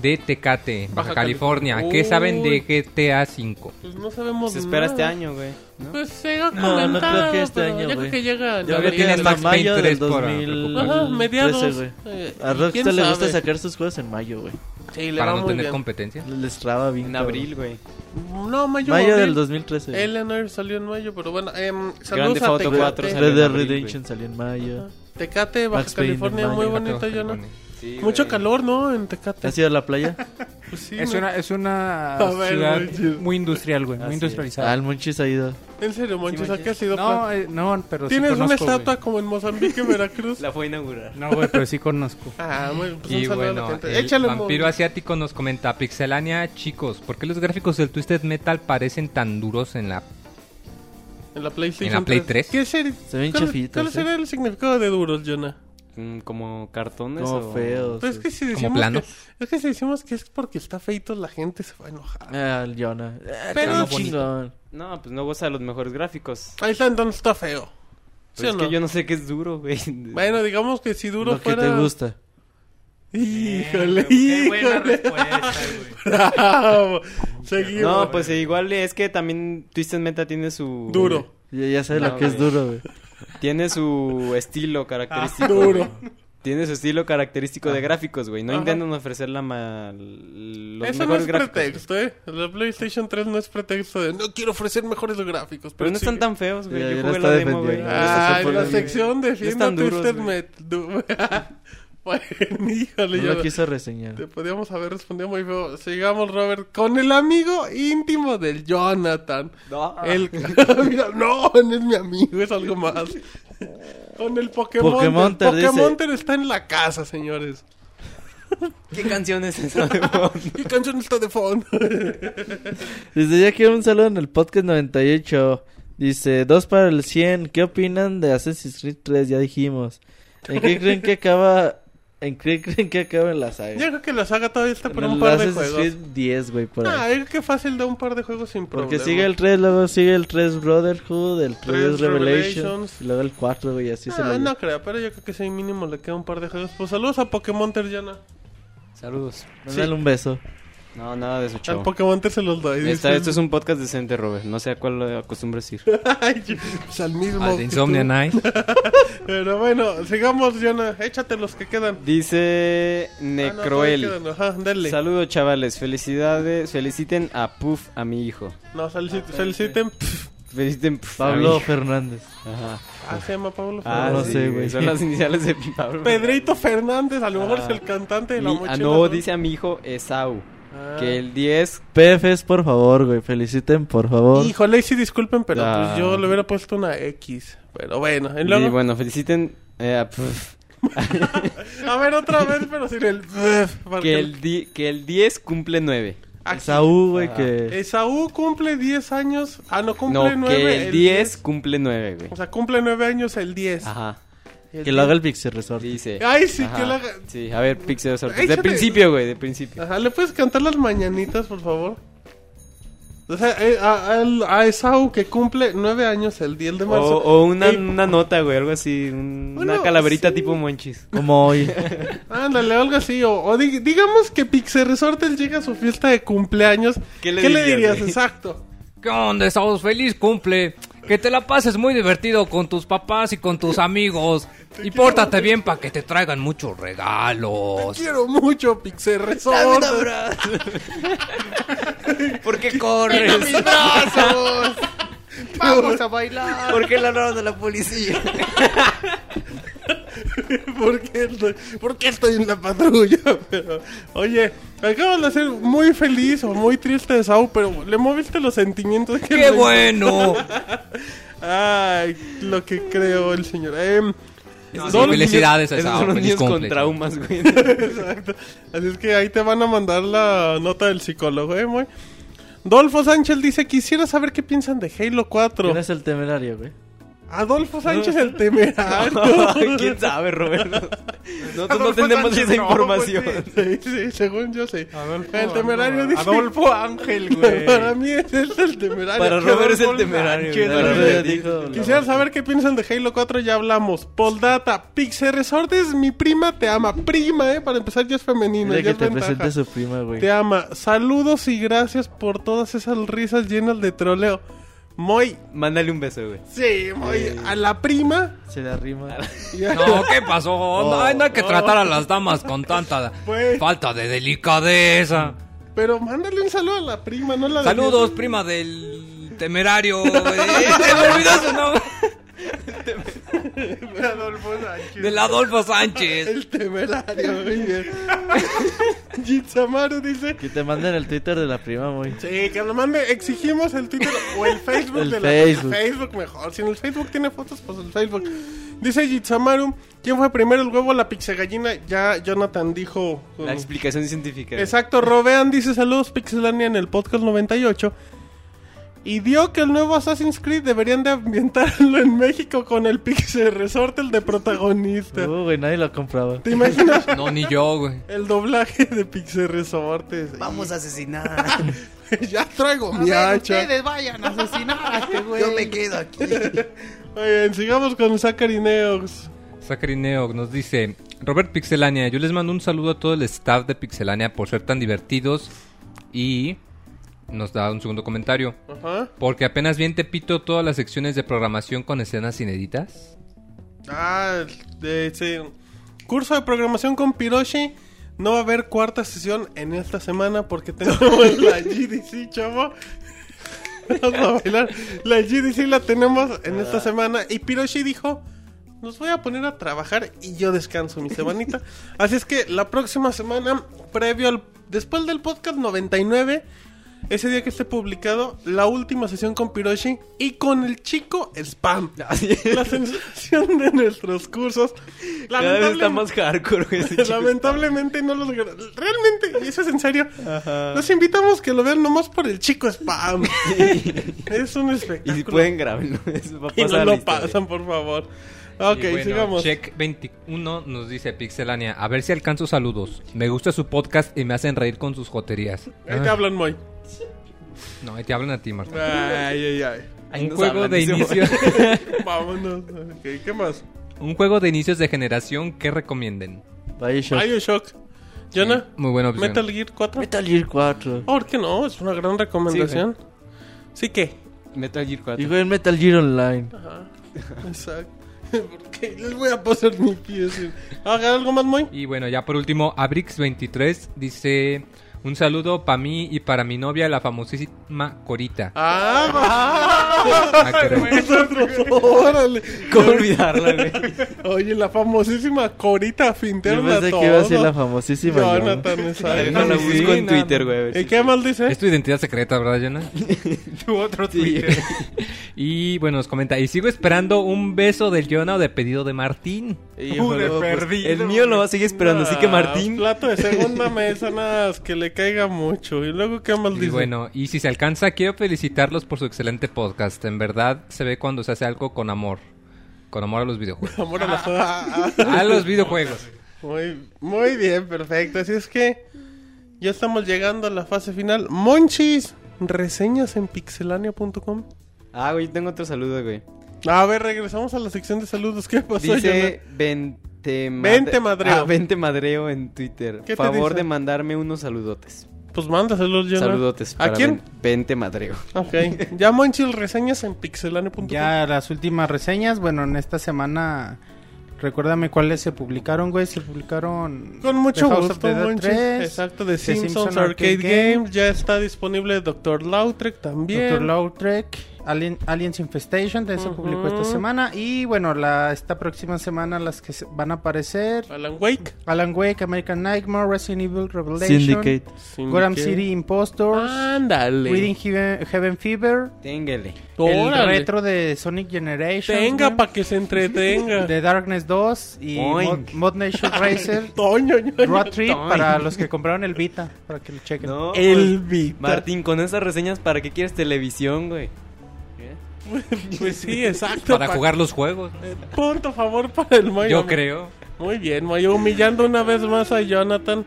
F: de Tecate, Baja,
B: Baja
F: California.
B: California.
F: ¿Qué saben de
B: Uy.
F: GTA 5?
B: Pues no sabemos.
C: Se espera este
B: nada.
C: año, güey. ¿no?
B: Pues se ha
E: No, no creo
B: calentado,
E: que este
B: pero
E: año,
B: Yo creo
E: güey.
B: que llega.
F: creo que tienen
E: en
F: Max Payne
E: mayo
F: 3
E: del
F: por-
E: 2000.
B: Ajá, mediados.
E: güey.
B: Eh,
E: A
B: ¿y
E: Rockstar
B: quién
E: le gusta
B: sabe?
E: sacar sus juegos en mayo, güey.
B: Sí, le
F: Para
B: va
F: no
B: muy
F: tener
B: bien.
F: competencia.
E: Les traba bien.
C: En
E: cabrón.
C: abril, güey.
B: No, mayo.
E: Mayo
B: abril.
E: del 2013. güey.
B: Eleanor salió en mayo, pero bueno. em,
C: Grande
B: saludos a
C: Foto
B: Tecate.
C: 4 salió
E: Red
C: en
E: Dead
C: abril, güey.
E: Redemption salió en mayo.
B: Tecate, Baja
E: Max Payne en
B: California,
E: mayo.
B: muy
E: Baja
B: bonito, yo no.
C: Sí,
B: Mucho
C: güey.
B: calor, ¿no? En Tecate.
E: ¿Has ido a la playa?
B: Pues sí,
D: Es
B: güey.
D: una, es una
B: A ver,
D: ciudad
B: Monchis.
D: muy industrial, güey. Muy
E: Ah,
D: industrializada.
E: el Monchis ha ido.
B: En serio, Monchis, ¿a qué has ido?
D: No, eh, no, pero sí
B: Tienes
D: conozco,
B: una
D: güey.
B: estatua como en Mozambique, Veracruz.
C: La fue a inaugurar.
D: No, güey, pero sí conozco.
B: Ah, muy bien. Pues un
F: Y
B: saludo a la
F: bueno,
B: gente.
F: el
B: Échale,
F: vampiro
B: Mon.
F: asiático nos comenta Pixelania, chicos, ¿por qué los gráficos del Twisted Metal parecen tan duros en la
B: En la PlayStation
F: en la Play 3.
B: ¿Qué ser-
E: Se ven
B: cuál-
E: chafitas,
B: ¿Cuál
E: eh.
B: será el significado de duros, Jonah?
C: Mm, Como cartones
E: Como
C: o...
E: feos.
B: Pues es que si decimos
F: planos?
B: Que, es que si decimos que es porque está feito, la gente se va a enojar.
E: Ah, el Jonah. Ah,
B: Pero
E: tan
B: bonito.
E: chingón.
C: No, pues no goza de los mejores gráficos.
B: Ahí está, entonces está feo. ¿Sí
C: Pero
B: o
C: Pues es
B: no?
C: que yo no sé qué es duro, güey.
B: Bueno, digamos que si duro
E: Lo que
B: fuera...
E: te gusta.
B: Híjole, híjole. Bravo. Seguimos.
C: No, pues igual es que también Twisted Meta tiene su...
B: Duro.
E: Ya, ya sabes lo
C: No,
E: que es
C: güey.
E: duro, güey.
C: Tiene su estilo característico.
B: Ah, Duro.
C: güey. Tiene su estilo característico de gráficos, güey. No
B: Ajá.
C: intentan ofrecer la ma- los
B: Eso no
C: mejores
B: es
C: gráficos.
B: pretexto, ¿eh? La PlayStation 3 no es pretexto de no quiero ofrecer mejores gráficos.
C: Pero no están
B: sí.
C: tan feos, güey.
E: Ya,
C: Yo
E: ya la
C: jugué
E: está
C: la demo, güey.
E: defendiendo.
B: Ah, en la
E: Eso se pone-
B: sección defiendo
C: están duros,
B: Twisted
C: güey.
B: Metal. Du- Bueno, híjole,
E: No lo
B: yo-
E: quiso reseñar.
B: Te podíamos haber respondido muy feo. Sigamos, Robert, con el amigo íntimo del Jonathan.
C: No.
B: El... Mira, no, no es mi amigo, es algo más. Con el Pokémon.
E: Pokémonter, dice.
B: Pokémonter está en la casa, señores.
C: ¿Qué canción es esa de Bond?
B: ¿Qué canción está de fondo?
E: Desde ya quiero un saludo en el podcast 98. Dice, dos para el 100. ¿Qué opinan de Assassin's Creed 3? Ya dijimos. ¿En qué creen que acaba? ¿En qué creen que acaba la saga?
B: Yo creo que la saga todavía está por
E: En
B: un
E: el
B: par de
E: Assassin's
B: juegos.
E: Creed 10, güey, por ahí.
B: Ah, es que fácil da un par de juegos sin problema.
E: Porque sigue el 3, luego sigue el 3 Brotherhood, el 3,
B: Tres
E: Revelations,
B: Revelations.
E: y luego el 4, güey, así se
B: Ah,
E: la
B: no
E: lleva.
B: creo, pero yo creo que sí mínimo le queda un par de juegos. Pues saludos a Pokémonter, Jana.
C: Saludos.
E: Mándale un beso.
C: No, nada de su
B: Al
C: show.
B: Pokémonter se los doy.
C: Esta-
B: dice.
C: esto es un podcast decente, Robert. No sé a cuál lo acostumbras ir.
B: Ay, yo- pues al mismo.
F: al
B: que
F: de
B: tú.
F: Insomnia Night?
B: Pero bueno, sigamos, Jonah. Échate los que quedan.
C: Dice
B: Ah, no,
C: Necroel.
B: todavía quedan. Ajá, dale.
C: Saludos, chavales. Felicidades. Feliciten a Puff, a mi hijo.
B: no, solicit- soliciten. Pff,
C: Feliciten Puff. a mi
E: Pablo
C: hijo.
E: Fernández.
C: Ajá.
B: Ah, se llama Pablo
C: Ah,
E: no
B: Fernández.
C: sí,
E: sé,
C: güey.
E: güey.
C: Son las iniciales de Pablo.
B: Pedrito Fernández, a lo mejor
C: Ah.
B: es el cantante de la
C: Mi-
B: mochila.
C: ah, no, dice a mi hijo Esau.
B: Ah.
C: Que el 10.
E: PFs, por favor, güey, feliciten, por favor.
B: Híjole, ahí sí disculpen, pero
C: Ah.
B: pues yo le hubiera puesto una X. Pero bueno, y
C: Y
B: luego-
C: bueno, feliciten eh, a Puff.
B: a ver otra vez, pero sin el. para
C: Que el, di- que el 10 cumple 9.
B: Ah,
E: Saúl, güey,
C: Ajá.
E: que...
B: Esaú cumple 10 años. Ah, no,
C: No,
B: cumple 9.
C: que el 10 cumple 9, güey.
B: O sea, cumple 9 años el 10.
C: Ajá.
E: Que lo haga el Pixel Resort.
C: Dice.
B: Ay, sí, que
C: ajá,
B: lo haga-
C: Sí, a ver, Pixel Resort. De
B: Échale-
C: principio, güey, de principio.
B: Ajá, ¿le puedes cantar las mañanitas, por favor? O sea, eh, a, al- a Esau que cumple nueve años el 10 de
C: O,
B: marzo.
C: o una,
B: Y-
C: una nota, güey, algo así. un-
B: Bueno,
C: una calaverita
B: sí.
C: tipo Monchis.
E: Como hoy.
B: Ándale, algo así. O, o di- digamos que Pixel Resort él llega a su fiesta de cumpleaños. ¿Qué le dirías?
C: güey?
B: Exacto.
F: ¿Qué onda, Estados? Feliz cumple. Que te la pases muy divertido con tus papás y con tus amigos. Y pórtate bien para que te traigan muchos regalos.
B: Quiero mucho Pixel Resort.
C: ¿Por qué corres?
D: Vamos a bailar.
C: ¿Por qué la roban de la policía?
B: ¿Por qué, estoy, por qué estoy en la patrulla? Pero, oye, acabas de ser muy feliz o muy triste de Sao, pero le moviste los sentimientos que
F: ¡Qué
B: me-
F: bueno!
B: Ay, lo que creo el señor. Em,
F: No, sí,
B: son-
F: felicidades,
C: Esos
F: Esao.
C: son los
F: Feliz
C: niños con
F: cumple.
C: traumas, güey.
B: Exacto. Así es que ahí te van a mandar la nota del psicólogo, eh, muy. Dolfo Sánchez dice, quisiera saber qué piensan de Halo 4.
E: ¿Quién es el temerario, güey?
B: Adolfo
C: Ah.
B: Sánchez el temerario.
C: ¿Quién sabe, Roberto? Nosotros no
D: Adolfo
C: tenemos
D: Sánchez,
C: esa
D: no,
C: información.
D: pues
B: Sí, sí, según yo sí.
K: Adolfo,
B: el temerario dice...
K: Adolfo Ángel, güey.
B: Para mí es el del temerario.
C: Para
B: Qué
C: Robert es el
B: Adolfo
C: temerario.
B: Sánchez,
C: güey.
B: güey.
E: Roberto dijo, la
B: Quisiera
E: verdad.
B: saber qué piensan de Halo 4, ya hablamos. Paul Data, Pixel Resort es mi prima, te ama. Prima, eh, para empezar ya es femenino. ya
E: Dile que
B: es
E: te
B: ventaja.
E: presente su prima, güey.
B: Te ama. Saludos y gracias por todas esas risas llenas de troleo. Muy,
C: Mándale un beso, güey.
B: sí, muy. A la prima.
E: Se le arrima.
B: y a-
F: No, ¿qué pasó? No, ay, no hay que tratar a las damas con tanta
B: Pues.
F: falta de delicadeza.
B: Pero mándale un saludo a la prima, no la
F: Saludos, prima del temerario. güey. Se me olvidó su nombre. Del Adolfo Sánchez.
B: El temerario, muy bien. Jitsamaru dice.
E: Que te manden el Twitter de la prima, güey.
B: Sí, que lo mande. Exigimos el Twitter o el Facebook
E: El
B: de la
E: Facebook.
B: el Facebook mejor. Si en el Facebook tiene fotos, pues el Facebook. Dice Jitsamaru, ¿quién fue primero el huevo o la pixegallina? Ya Jonathan dijo. um, con-
C: La explicación científica. güey.
B: Exacto, Robean dice saludos Pixelania en el podcast 98. Y dio que el nuevo Assassin's Creed deberían de ambientarlo en México con el Pixel Resort, el de protagonista.
E: Uh, güey, nadie lo compraba.
B: ¿Te imaginas
F: No, ni yo, güey.
B: el doblaje de Pixel Resort?
D: Vamos a asesinar.
B: ya traigo
D: A
B: mi
D: ver,
B: hacha.
D: ustedes vayan a asesinar a este güey. Yo me quedo aquí.
B: Muy bien, sigamos con Zachary Neox.
F: Sacrineo nos dice, Robert Pixelania, yo les mando un saludo a todo el staff de Pixelania por ser tan divertidos y nos da un segundo comentario.
B: Ajá.
F: Porque apenas bien te pito todas las secciones de programación con escenas inéditas.
B: Ah, de, sí. Curso de programación con Piroshi. No va a haber cuarta sesión en esta semana porque tenemos la GDC, chavo. Vamos a bailar. La GDC la tenemos en esta
C: Ah.
B: semana. Y Piroshi dijo: Nos voy a poner a trabajar y yo descanso mi semanita. Así es que la próxima semana, previo al. Después del podcast 99, ese día que esté publicado, la última sesión con Piroshi y con el chico Spam. La sensación de nuestros cursos.
C: Cada vez está
B: Lamentablemente-
C: más hardcore, güey. ese chico.
B: Lamentablemente no los gra- realmente y eso es en serio. Los invitamos que lo vean nomás por el chico spam. es un
C: Y
B: espectáculo.
C: si pueden, grabenlo. Eso va a
B: Y
C: pasar
B: no
C: a la
B: lo
C: historia.
B: pasan, por favor. Ok,
F: Y bueno,
B: sigamos.
F: Check 21 nos dice Pixelania, a ver si alcanzo saludos. Me gusta su podcast y me hacen reír con sus joterías.
B: Ahí te
F: Ah,
B: hablan muy.
F: No, ahí te hablan a ti, Marta.
B: Ay, ay, ay.
C: Ahí
F: un
C: nos
F: juego
C: hablan,
F: de
C: dice,
F: inicio.
B: Vámonos. Ok, ¿qué más?
F: un juego de inicios de generación que recomienden.
E: Bioshock.
B: Bioshock. Jonah,
F: Muy buena opción.
B: Metal Gear 4.
E: Metal Gear 4.
B: ¿Por qué no? Es una gran recomendación. Sí, que.
C: Metal Gear 4.
E: Y güey, Metal Gear Online.
B: Exacto. Porque les voy a pasar mi pie. sí. Haga algo más, muy.
F: Y bueno, ya por último, Abrix23 dice: Un saludo para mí y para mi novia, la famosísima Corita.
B: Ah, va.
F: Ah, caray.
B: Nosotros, órale.
C: ¿Cómo olvidarla, güey?
B: Oye, la famosísima Corita
E: Yo
B: Finterna.
E: pensé que iba a ser la famosísima.
B: Jonathan,
E: Yona.
B: exacto.
C: No la busco en Twitter, güey. a ver
B: ¿Y
C: si-
B: qué más dice?
F: Es tu identidad secreta, ¿verdad, Jenna?
K: Tu otro Twitter.
F: Y bueno, nos comenta: Y sigo esperando un beso del Jonah o de pedido de Martín.
C: Y
K: Uh,
C: ojalá,
K: de
C: pues,
K: perdido,
C: El mío lo va a seguir esperando, así que
B: Ah,
C: Martín.
B: Plato de segunda mesa, nada, más que le caiga mucho. ¿Y luego qué más
F: Y
B: Pues dice?
F: bueno, y si se alcanza, quiero felicitarlos por su excelente podcast. En verdad, se ve cuando se hace algo con amor.
I: Con amor a los videojuegos.
B: Amor a la joda.
I: A los videojuegos.
B: Muy, muy bien, perfecto. Así es que ya estamos llegando a la fase final. Monchis, reseñas en pixelania.com.
C: Ah, güey, tengo otro saludo, güey.
B: A ver, regresamos a la sección de saludos. ¿Qué pasó?
C: Dice vente,
B: Vente madreo.
C: Ah, vente madreo en Twitter.
B: ¿Qué te
C: Favor
B: dice?
C: de mandarme unos saludotes.
B: Jonah? Pues manda saludos, Jonah.
C: Saludotes.
B: ¿A
C: para
B: quién?
C: ven- Vente madreo.
B: Ok. Ya Monchis, reseñas en pixelania.com.
D: Ya las últimas reseñas, bueno, en esta semana, recuérdame cuáles se publicaron, güey, se publicaron...
B: Con mucho
D: The House of
B: gusto,
D: the Dead
B: Monchis.
D: 3,
B: Exacto, de
D: The
B: Simpsons,
D: Simpsons
B: Arcade,
D: Arcade
B: Games.
D: Game.
B: Ya está disponible Dr. Lautrec también.
D: Dr. Lautrec, Alien, Aliens Infestation, de eso publicó esta
B: Ujú.
D: semana. Y bueno, la, esta próxima semana las que se- van a aparecer:
B: Alan Wake.
D: Alan Wake, American Nightmare, Resident Evil Revelation,
E: Syndicate.
D: Gotham
B: Syndicate.
D: City Impostors,
B: Ándale.
D: Within Heaven, Heaven Fever,
C: Téngale.
D: el
B: Órale.
D: retro de Sonic Generation,
B: Tenga para que se entretenga.
D: The Darkness 2 y Mod,
C: Boing.
D: Mod Nation Racer.
B: Toño, ñoño.
D: Road Trip para los que compraron el Vita, para que lo chequen.
C: No,
B: El
C: pues,
B: Vita.
C: Martín, con esas reseñas, ¿para qué quieres televisión, güey?
B: Pues sí, exacto.
F: Para
B: pa-
F: jugar los juegos.
B: Eh, Punto favor para el Mayo.
F: Yo creo.
B: Muy bien, Mayo, humillando una vez más a Jonathan.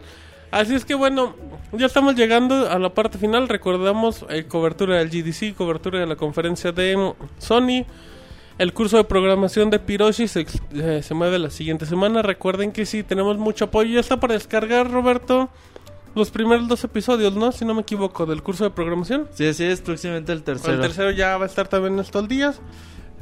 B: Así es que bueno, ya estamos llegando a la parte final. Recordamos eh, cobertura del GDC, cobertura de la conferencia de mm, Sony. El curso de programación de Piroshi se, ex- eh, se mueve la siguiente semana. Recuerden que sí, tenemos mucho apoyo. Ya está para descargar, Roberto, los primeros dos episodios, ¿no? Si no me equivoco, del curso de programación.
E: Sí, así es, próximamente el tercero.
B: El tercero ya va a estar también en estos días.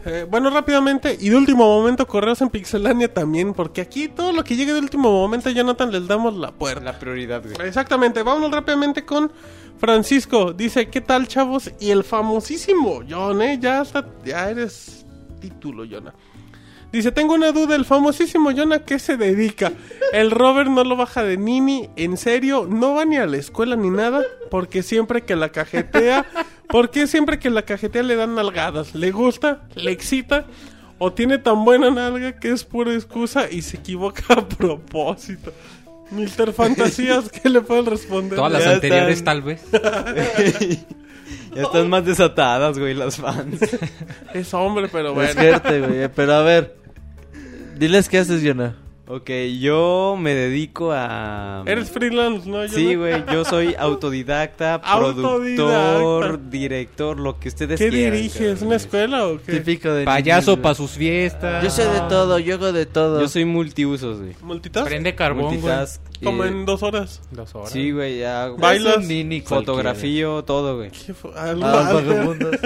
B: Eh, bueno, rápidamente y de último momento, correos en Pixelania también, porque aquí todo lo que llegue de último momento, Jonathan, les damos la puerta.
C: La prioridad, güey.
B: Exactamente, vámonos rápidamente con Francisco. Dice, ¿qué tal, chavos? Y el famosísimo John, ¿eh? Ya, hasta- ya eres título, Jonah. Dice, tengo una duda, el famosísimo Jonah, ¿qué se dedica? El Robert no lo baja de Nini, en serio, no va ni a la escuela ni nada, porque siempre que la cajetea, porque siempre que la cajetea le dan nalgadas, le gusta, le excita, o tiene tan buena nalga que es pura excusa y se equivoca a propósito. Mister Fantasías, ¿qué le pueden responder?
F: Todas las
C: Ya
F: anteriores,
C: están.
F: tal vez.
C: Ya están más desatadas, güey, las fans.
B: Es hombre, pero
E: Es
B: bueno.
E: gente, güey. eh, Pero a ver, diles qué haces, Jonah.
C: ok, yo me dedico a...
B: Eres freelance, ¿no? Yo
C: Sí,
B: no-
C: güey, yo soy autodidacta,
B: Autodidacta.
C: productor, director, lo que ustedes
B: ¿Qué
C: quieran.
B: diriges?
C: cabrón.
B: ¿Una escuela o qué?
E: Típico de.
F: Payaso
E: niños,
F: para sus fiestas.
E: güey. Yo sé de todo, yo hago de todo.
C: Yo soy multiusos, güey.
F: Pues,
B: ¿Multitask?
D: Prende carbón, güey.
C: Multitask.
B: Como
C: eh,
B: en dos horas.
D: Dos horas.
C: Sí, güey, ya.
E: Es un
B: bailas,
E: nini cualquiera.
C: Fotografío, todo, güey.
B: ¿Qué fue? Al
E: Ah, los
B: Walter.
E: vagabundos.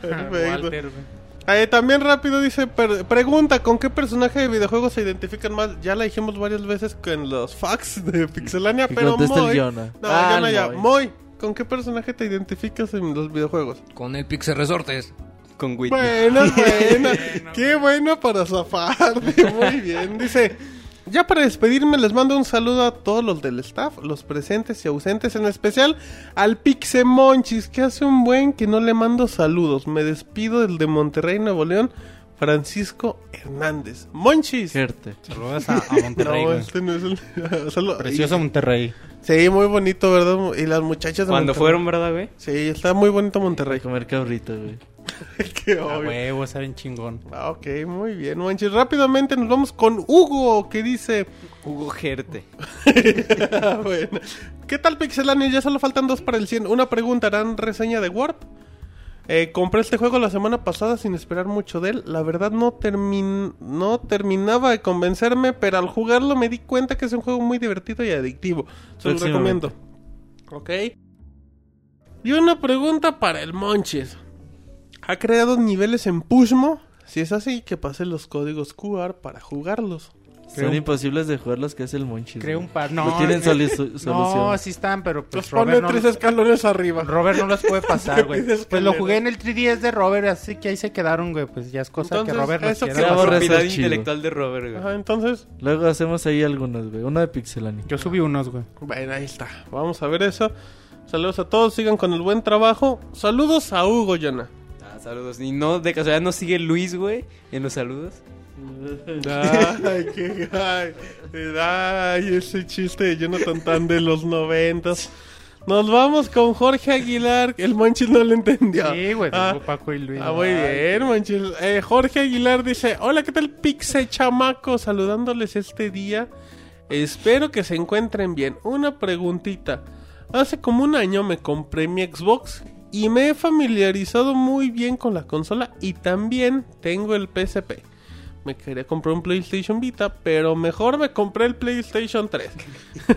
B: Perfecto.
D: Walter, güey.
B: Eh, también rápido dice, per- pregunta, ¿con qué personaje de videojuegos se identifican más? Ya la dijimos varias veces con los facts de Pixelania,
E: Que
B: pero
E: conteste el
B: Moy...
E: Jonah.
B: No,
E: Ah,
B: Jonah
E: el
B: ya.
E: Moy.
B: Moy, ¿con qué personaje te identificas en los videojuegos?
F: Con el Pixel Resortes.
C: Con Whitney.
B: Buena, buena. Qué bueno para zafarte. Muy bien. Dice, ya para despedirme les mando un saludo a todos los del staff, los presentes y ausentes, en especial al Pixemonchis, que hace un buen que no le mando saludos. Me despido del de Monterrey, Nuevo León, Francisco Hernández. Monchis.
E: Gente.
D: Saludos a, a Monterrey,
B: No,
D: güey.
B: este no es el... saludo.
D: Precioso Monterrey.
B: Sí, muy bonito, ¿verdad? Y las muchachas de
C: Cuando
B: Monterrey.
C: fueron, ¿verdad, güey?
B: Sí, está muy bonito Monterrey.
E: Comer cabrito, güey.
B: Qué
C: Ah,
D: A
B: obvio.
D: huevo, saben chingón.
B: Ah, ok, muy bien, Monchis. Rápidamente nos vamos con Hugo, que dice...
C: Hugo Gerte.
B: bueno. ¿Qué tal, Pixelania? Ya solo faltan dos para el 100. Una pregunta, ¿harán reseña de Warp? Eh, compré este juego la semana pasada sin esperar mucho de él. La verdad no, termin- no terminaba de convencerme, pero al jugarlo me di cuenta que es un juego muy divertido y adictivo. Se lo
E: Próximamente.
B: recomiendo. Ok. Y una pregunta para el Monches. ¿Ha creado niveles en Pushmo? Si es así, que pase los códigos QR para jugarlos.
E: Son imposibles de jugar los que hace el Monchis.
D: Creo
E: güey.
D: un par. No,
E: No tienen
D: eh,
E: soli- su-
D: No,
E: solución.
D: sí están, pero
B: Los
D: pues
B: pone
D: Robert no,
B: tres escalones arriba.
D: Robert no los puede pasar, güey.
B: Tres
D: Pues lo
B: escaleras.
D: jugué en el 3DS de Robert, así que ahí se quedaron, güey. Pues ya es cosa
B: Entonces,
D: que Robert los
B: eso
D: quiera
B: que-
E: Bravo,
D: pasar.
E: Robert.
C: Propiedad
E: eso es chido.
C: intelectual de Robert, güey.
B: Ajá, entonces,
E: Luego hacemos ahí algunos, güey. Uno de Pixelani.
D: Yo subí unos, güey.
B: bueno, ahí está. Vamos a ver eso. Saludos a todos, sigan con el buen trabajo. Saludos a Hugo, Yana.
C: Ah, saludos. Y no, de casualidad, ¿no sigue Luis, güey? En los saludos.
B: Ay, qué ay, ay, ese chiste de Jonathan tan de los noventas. Nos vamos con Jorge Aguilar. El Monchis no lo entendió.
D: Sí, güey,
B: Ah,
D: tengo Paco y Luis.
B: Ah, muy bien, Monchis. Eh, Jorge Aguilar dice: Hola, ¿qué tal, Pixe Chamaco? Saludándoles este día. Espero que se encuentren bien. Una preguntita. Hace como un año me compré mi Xbox y me he familiarizado muy bien con la consola y también tengo el PSP. Me quería comprar un PlayStation Vita, pero mejor me compré el PlayStation 3.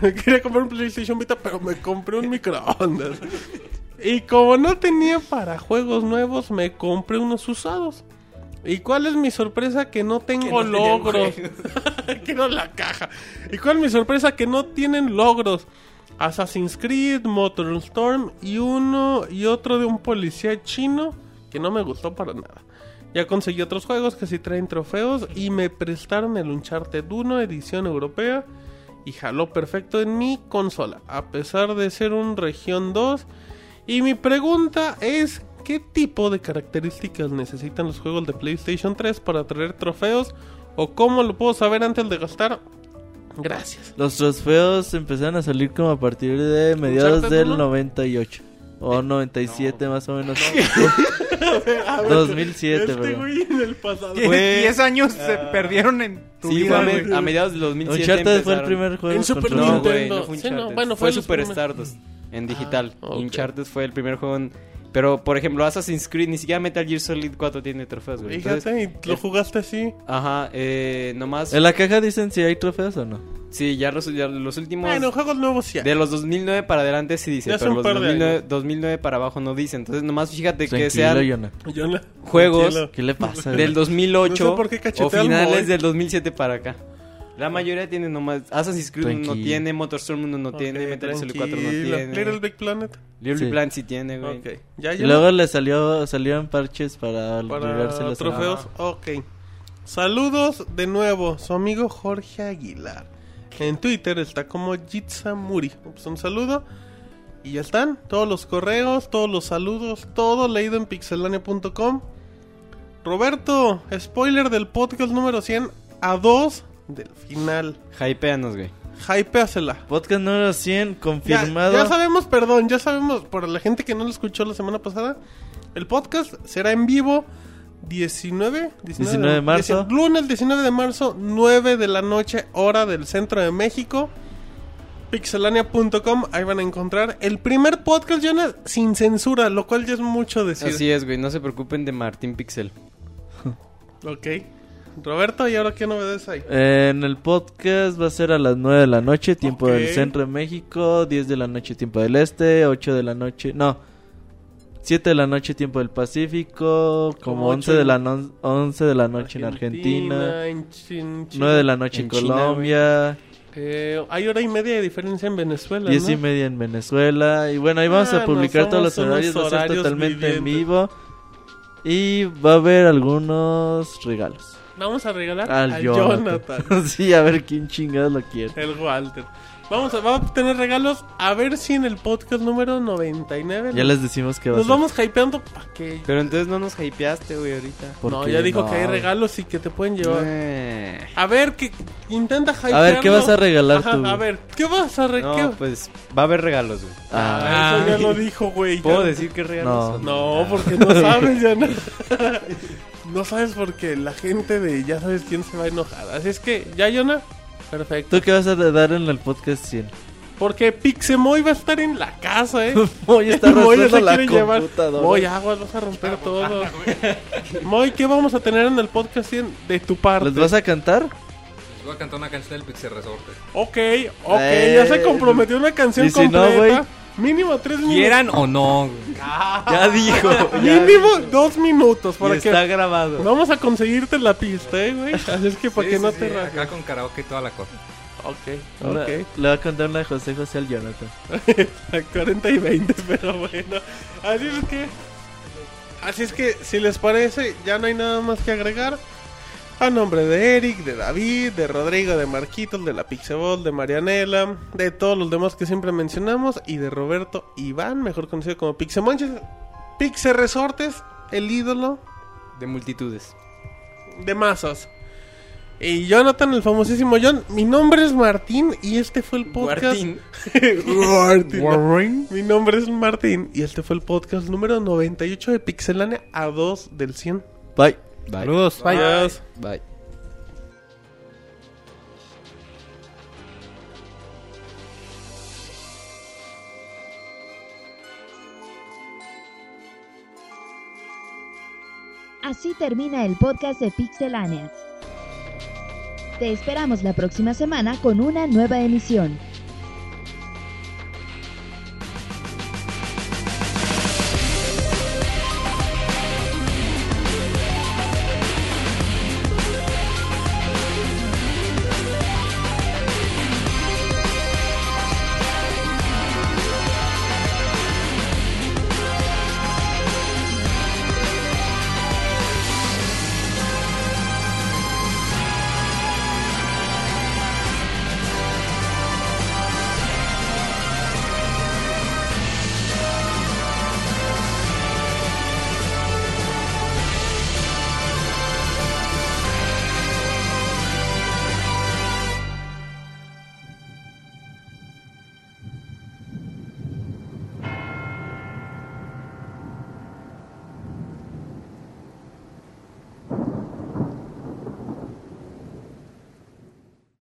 B: me quería comprar un PlayStation Vita, pero me compré un microondas. Y como no tenía para juegos nuevos, me compré unos usados. ¿Y cuál es mi sorpresa? Que no tengo
L: no tenían
B: logros. Quiero la caja. ¿Y cuál es mi sorpresa? Que no tienen logros. Assassin's Creed, Motor Storm y uno y otro de un policía chino que no me gustó para nada. Ya conseguí otros juegos que sí traen trofeos y me prestaron el Uncharted 1 edición europea y jaló perfecto en mi consola, a pesar de ser un región 2. Y mi pregunta es, ¿qué tipo de características necesitan los juegos de PlayStation 3 para traer trofeos? ¿O cómo lo puedo saber antes de gastar? Gracias.
E: Los trofeos empezaron a salir como a partir de mediados
B: Uncharted
E: del
B: uno?
E: 98. O 97 más o menos. 2007,
B: este
E: perdón.
B: güey en el pasado.
D: Die-
E: Güey.
B: Ah.
D: Diez años se perdieron en tu
C: Sí,
D: vida,
C: fue a, me-
D: güey.
C: a mediados del 2007
E: Uncharted fue el
C: empezaron.
E: primer juego.
B: En Super
E: control.
C: No,
B: Nintendo.
C: güey, no fue
B: Sí, no,
C: Uncharted.
B: bueno, fue
C: fue,
B: los
C: Super
B: primeros.
C: Stardust en digital.
B: ok.
C: Uncharted fue el primer juego en... Pero, por ejemplo, Assassin's Creed, ni siquiera Metal Gear Solid 4 tiene trofeos, güey. Entonces, eh,
B: Fíjate, y lo jugaste así.
C: Ajá, eh, nomás...
E: En la caja dicen si hay trofeos o no.
C: Sí, ya los, ya los últimos...
B: Bueno, juegos nuevos sí. hay.
C: De los 2009 para adelante sí dice,
B: Ya
C: pero
B: son
C: los
B: par de
C: 2009, 2009 para abajo no dice. Entonces, nomás fíjate que
E: Tranquilo,
C: sean
E: Jonah.
B: Yo la-
C: juegos
B: Tranquilo.
E: ¿Qué le pasa?
C: del
E: güey?
C: 2008
B: No sé por qué
C: o
B: cachetea al Moy.
C: finales del 2007 para acá. La mayoría tiene nomás Assassin's Creed uno no
E: Tranquilo.
C: tiene, MotorStorm uno no
B: Ok,
C: tiene, Metal Gear Solid 4 no
B: tranquilo.
C: tiene.
B: Little Big Planet.
C: Little
E: Sí.
C: Plan sí tiene, güey.
B: Ok. Ya,
E: Y
B: ya.
E: luego le salió, salieron parches para, liberarse
B: para
E: los
B: trofeos. Ok. Saludos de nuevo, su amigo Jorge Aguilar. En Twitter está como Jitsa Muri. Pues un saludo. Y ya están todos los correos, todos los saludos, todo leído en pixelania.com. Roberto, spoiler del podcast número 100 a 2 del final.
C: Hypeanos, güey.
B: Hypeasela.
E: Podcast número 100
B: Ya,
E: confirmado.
B: ya sabemos, perdón, ya sabemos, para la gente que no lo escuchó la semana pasada, el podcast será en vivo 19,
E: 19 de marzo.
B: 19 lunes 19 de marzo, 9 de la noche, hora del centro de México. Pixelania.com, ahí van a encontrar el primer podcast, Jonas, sin censura, lo cual ya es mucho decir.
C: Así es, güey. No se preocupen de Martín Pixel.
B: Ok. Roberto, ¿y ahora qué novedades hay?
E: En el podcast va a ser a las 9 de la noche, tiempo
B: Ok.
E: del centro de México, 10 de la noche, tiempo del este, 8 de la noche, no, 7 de la noche, tiempo del Pacífico,
B: Como
E: como 11
B: ocho
E: de
B: en-
E: la, no- 11 de la noche en Argentina,
B: en Chin- Chile.
E: 9 de la noche en,
C: En China,
E: Colombia,
B: Eh, hay hora y media de diferencia en Venezuela.
E: 10 y
B: ¿no?
E: media en Venezuela, y bueno, ahí vamos
B: Ah,
E: a publicar
B: no,
E: todos los
B: somos unos
E: horarios, va a ser
B: horarios
E: totalmente en
B: vivientes.
E: vivo, y va a haber algunos regalos.
B: Vamos a regalar
E: Al
B: a
E: Jonathan.
B: Jonathan.
E: sí, a ver quién chingados lo quiere.
B: El Walter. Vamos a, vamos a tener regalos. A ver si en el podcast número 99
E: Ya les decimos que va a
B: nos
E: ser.
B: vamos hypeando para que.
C: Pero entonces no nos hypeaste, güey, ahorita.
B: No,
E: porque
B: ya dijo
E: no.
B: que hay regalos y que te pueden llevar.
C: Eh,
B: A ver, que intenta hypearlo.
E: A ver, ¿qué vas a regalar
B: Ajá,
E: tú?
B: A ver, ¿qué vas a regalar?
C: No, pues va a haber regalos, güey.
B: Ah, eso ya
E: Ay.
B: lo dijo, güey. ya
C: ¿Puedo
B: lo-
C: decir que regalos? son?
E: No. Ah.
B: No, porque no sabes, ya no. no sabes porque la gente de ya sabes quién se va a enojar. Así es que, ya, Yona. Perfecto.
E: ¿Tú qué vas a dar en el podcast 100?
B: Porque Pixemoy va a estar en la casa, eh.
E: Voy a estar
B: Moy ya se
E: rompiendo la
B: quiere llevar.
E: computadora.
B: Moy, aguas, vas a romper todo. Moy, ¿qué vamos a tener en el podcast 100 de tu parte?
E: ¿Les vas a cantar?
F: Les voy a cantar una canción del Pixel Resorte.
B: Ok, ok,
E: Eh,
B: ya se comprometió una canción
E: y si no,
B: completa.
E: güey.
B: mínimo tres minutos.
F: Quieran o no.
E: Ya dijo.
B: Mínimo dos minutos para
E: Y está
B: que...
E: grabado.
B: Vamos a conseguirte la pista, eh, güey. Así es que para
F: Sí,
B: que
F: sí,
B: no
F: sí,
B: te rajes.
F: Acá con karaoke y toda la cosa.
B: Ok,
E: Ahora
B: ok.
E: Le va a cantar una de José José al Jonathan.
B: A 40 y 20, pero bueno. Así es que. Así es que, si les parece, ya no hay nada más que agregar. A nombre de Eric, de David, de Rodrigo, de Marquitos, de la Pixeball, de Marianela, de todos los demás que siempre mencionamos, y de Roberto Iván, mejor conocido como Pixemonches, Pixe Resortes, el ídolo
C: De multitudes.
B: de masas. Y Jonathan, el famosísimo John. Mi nombre es Martín y este fue el podcast.
C: Martín.
B: Martín. Mi nombre es Martín y este fue el podcast número 98 de Pixelania a 2 del 100.
C: Bye.
D: Saludos, bye.
B: Adiós.
C: Bye.
A: Así termina el podcast de Pixelania. Te esperamos la próxima semana con una nueva emisión.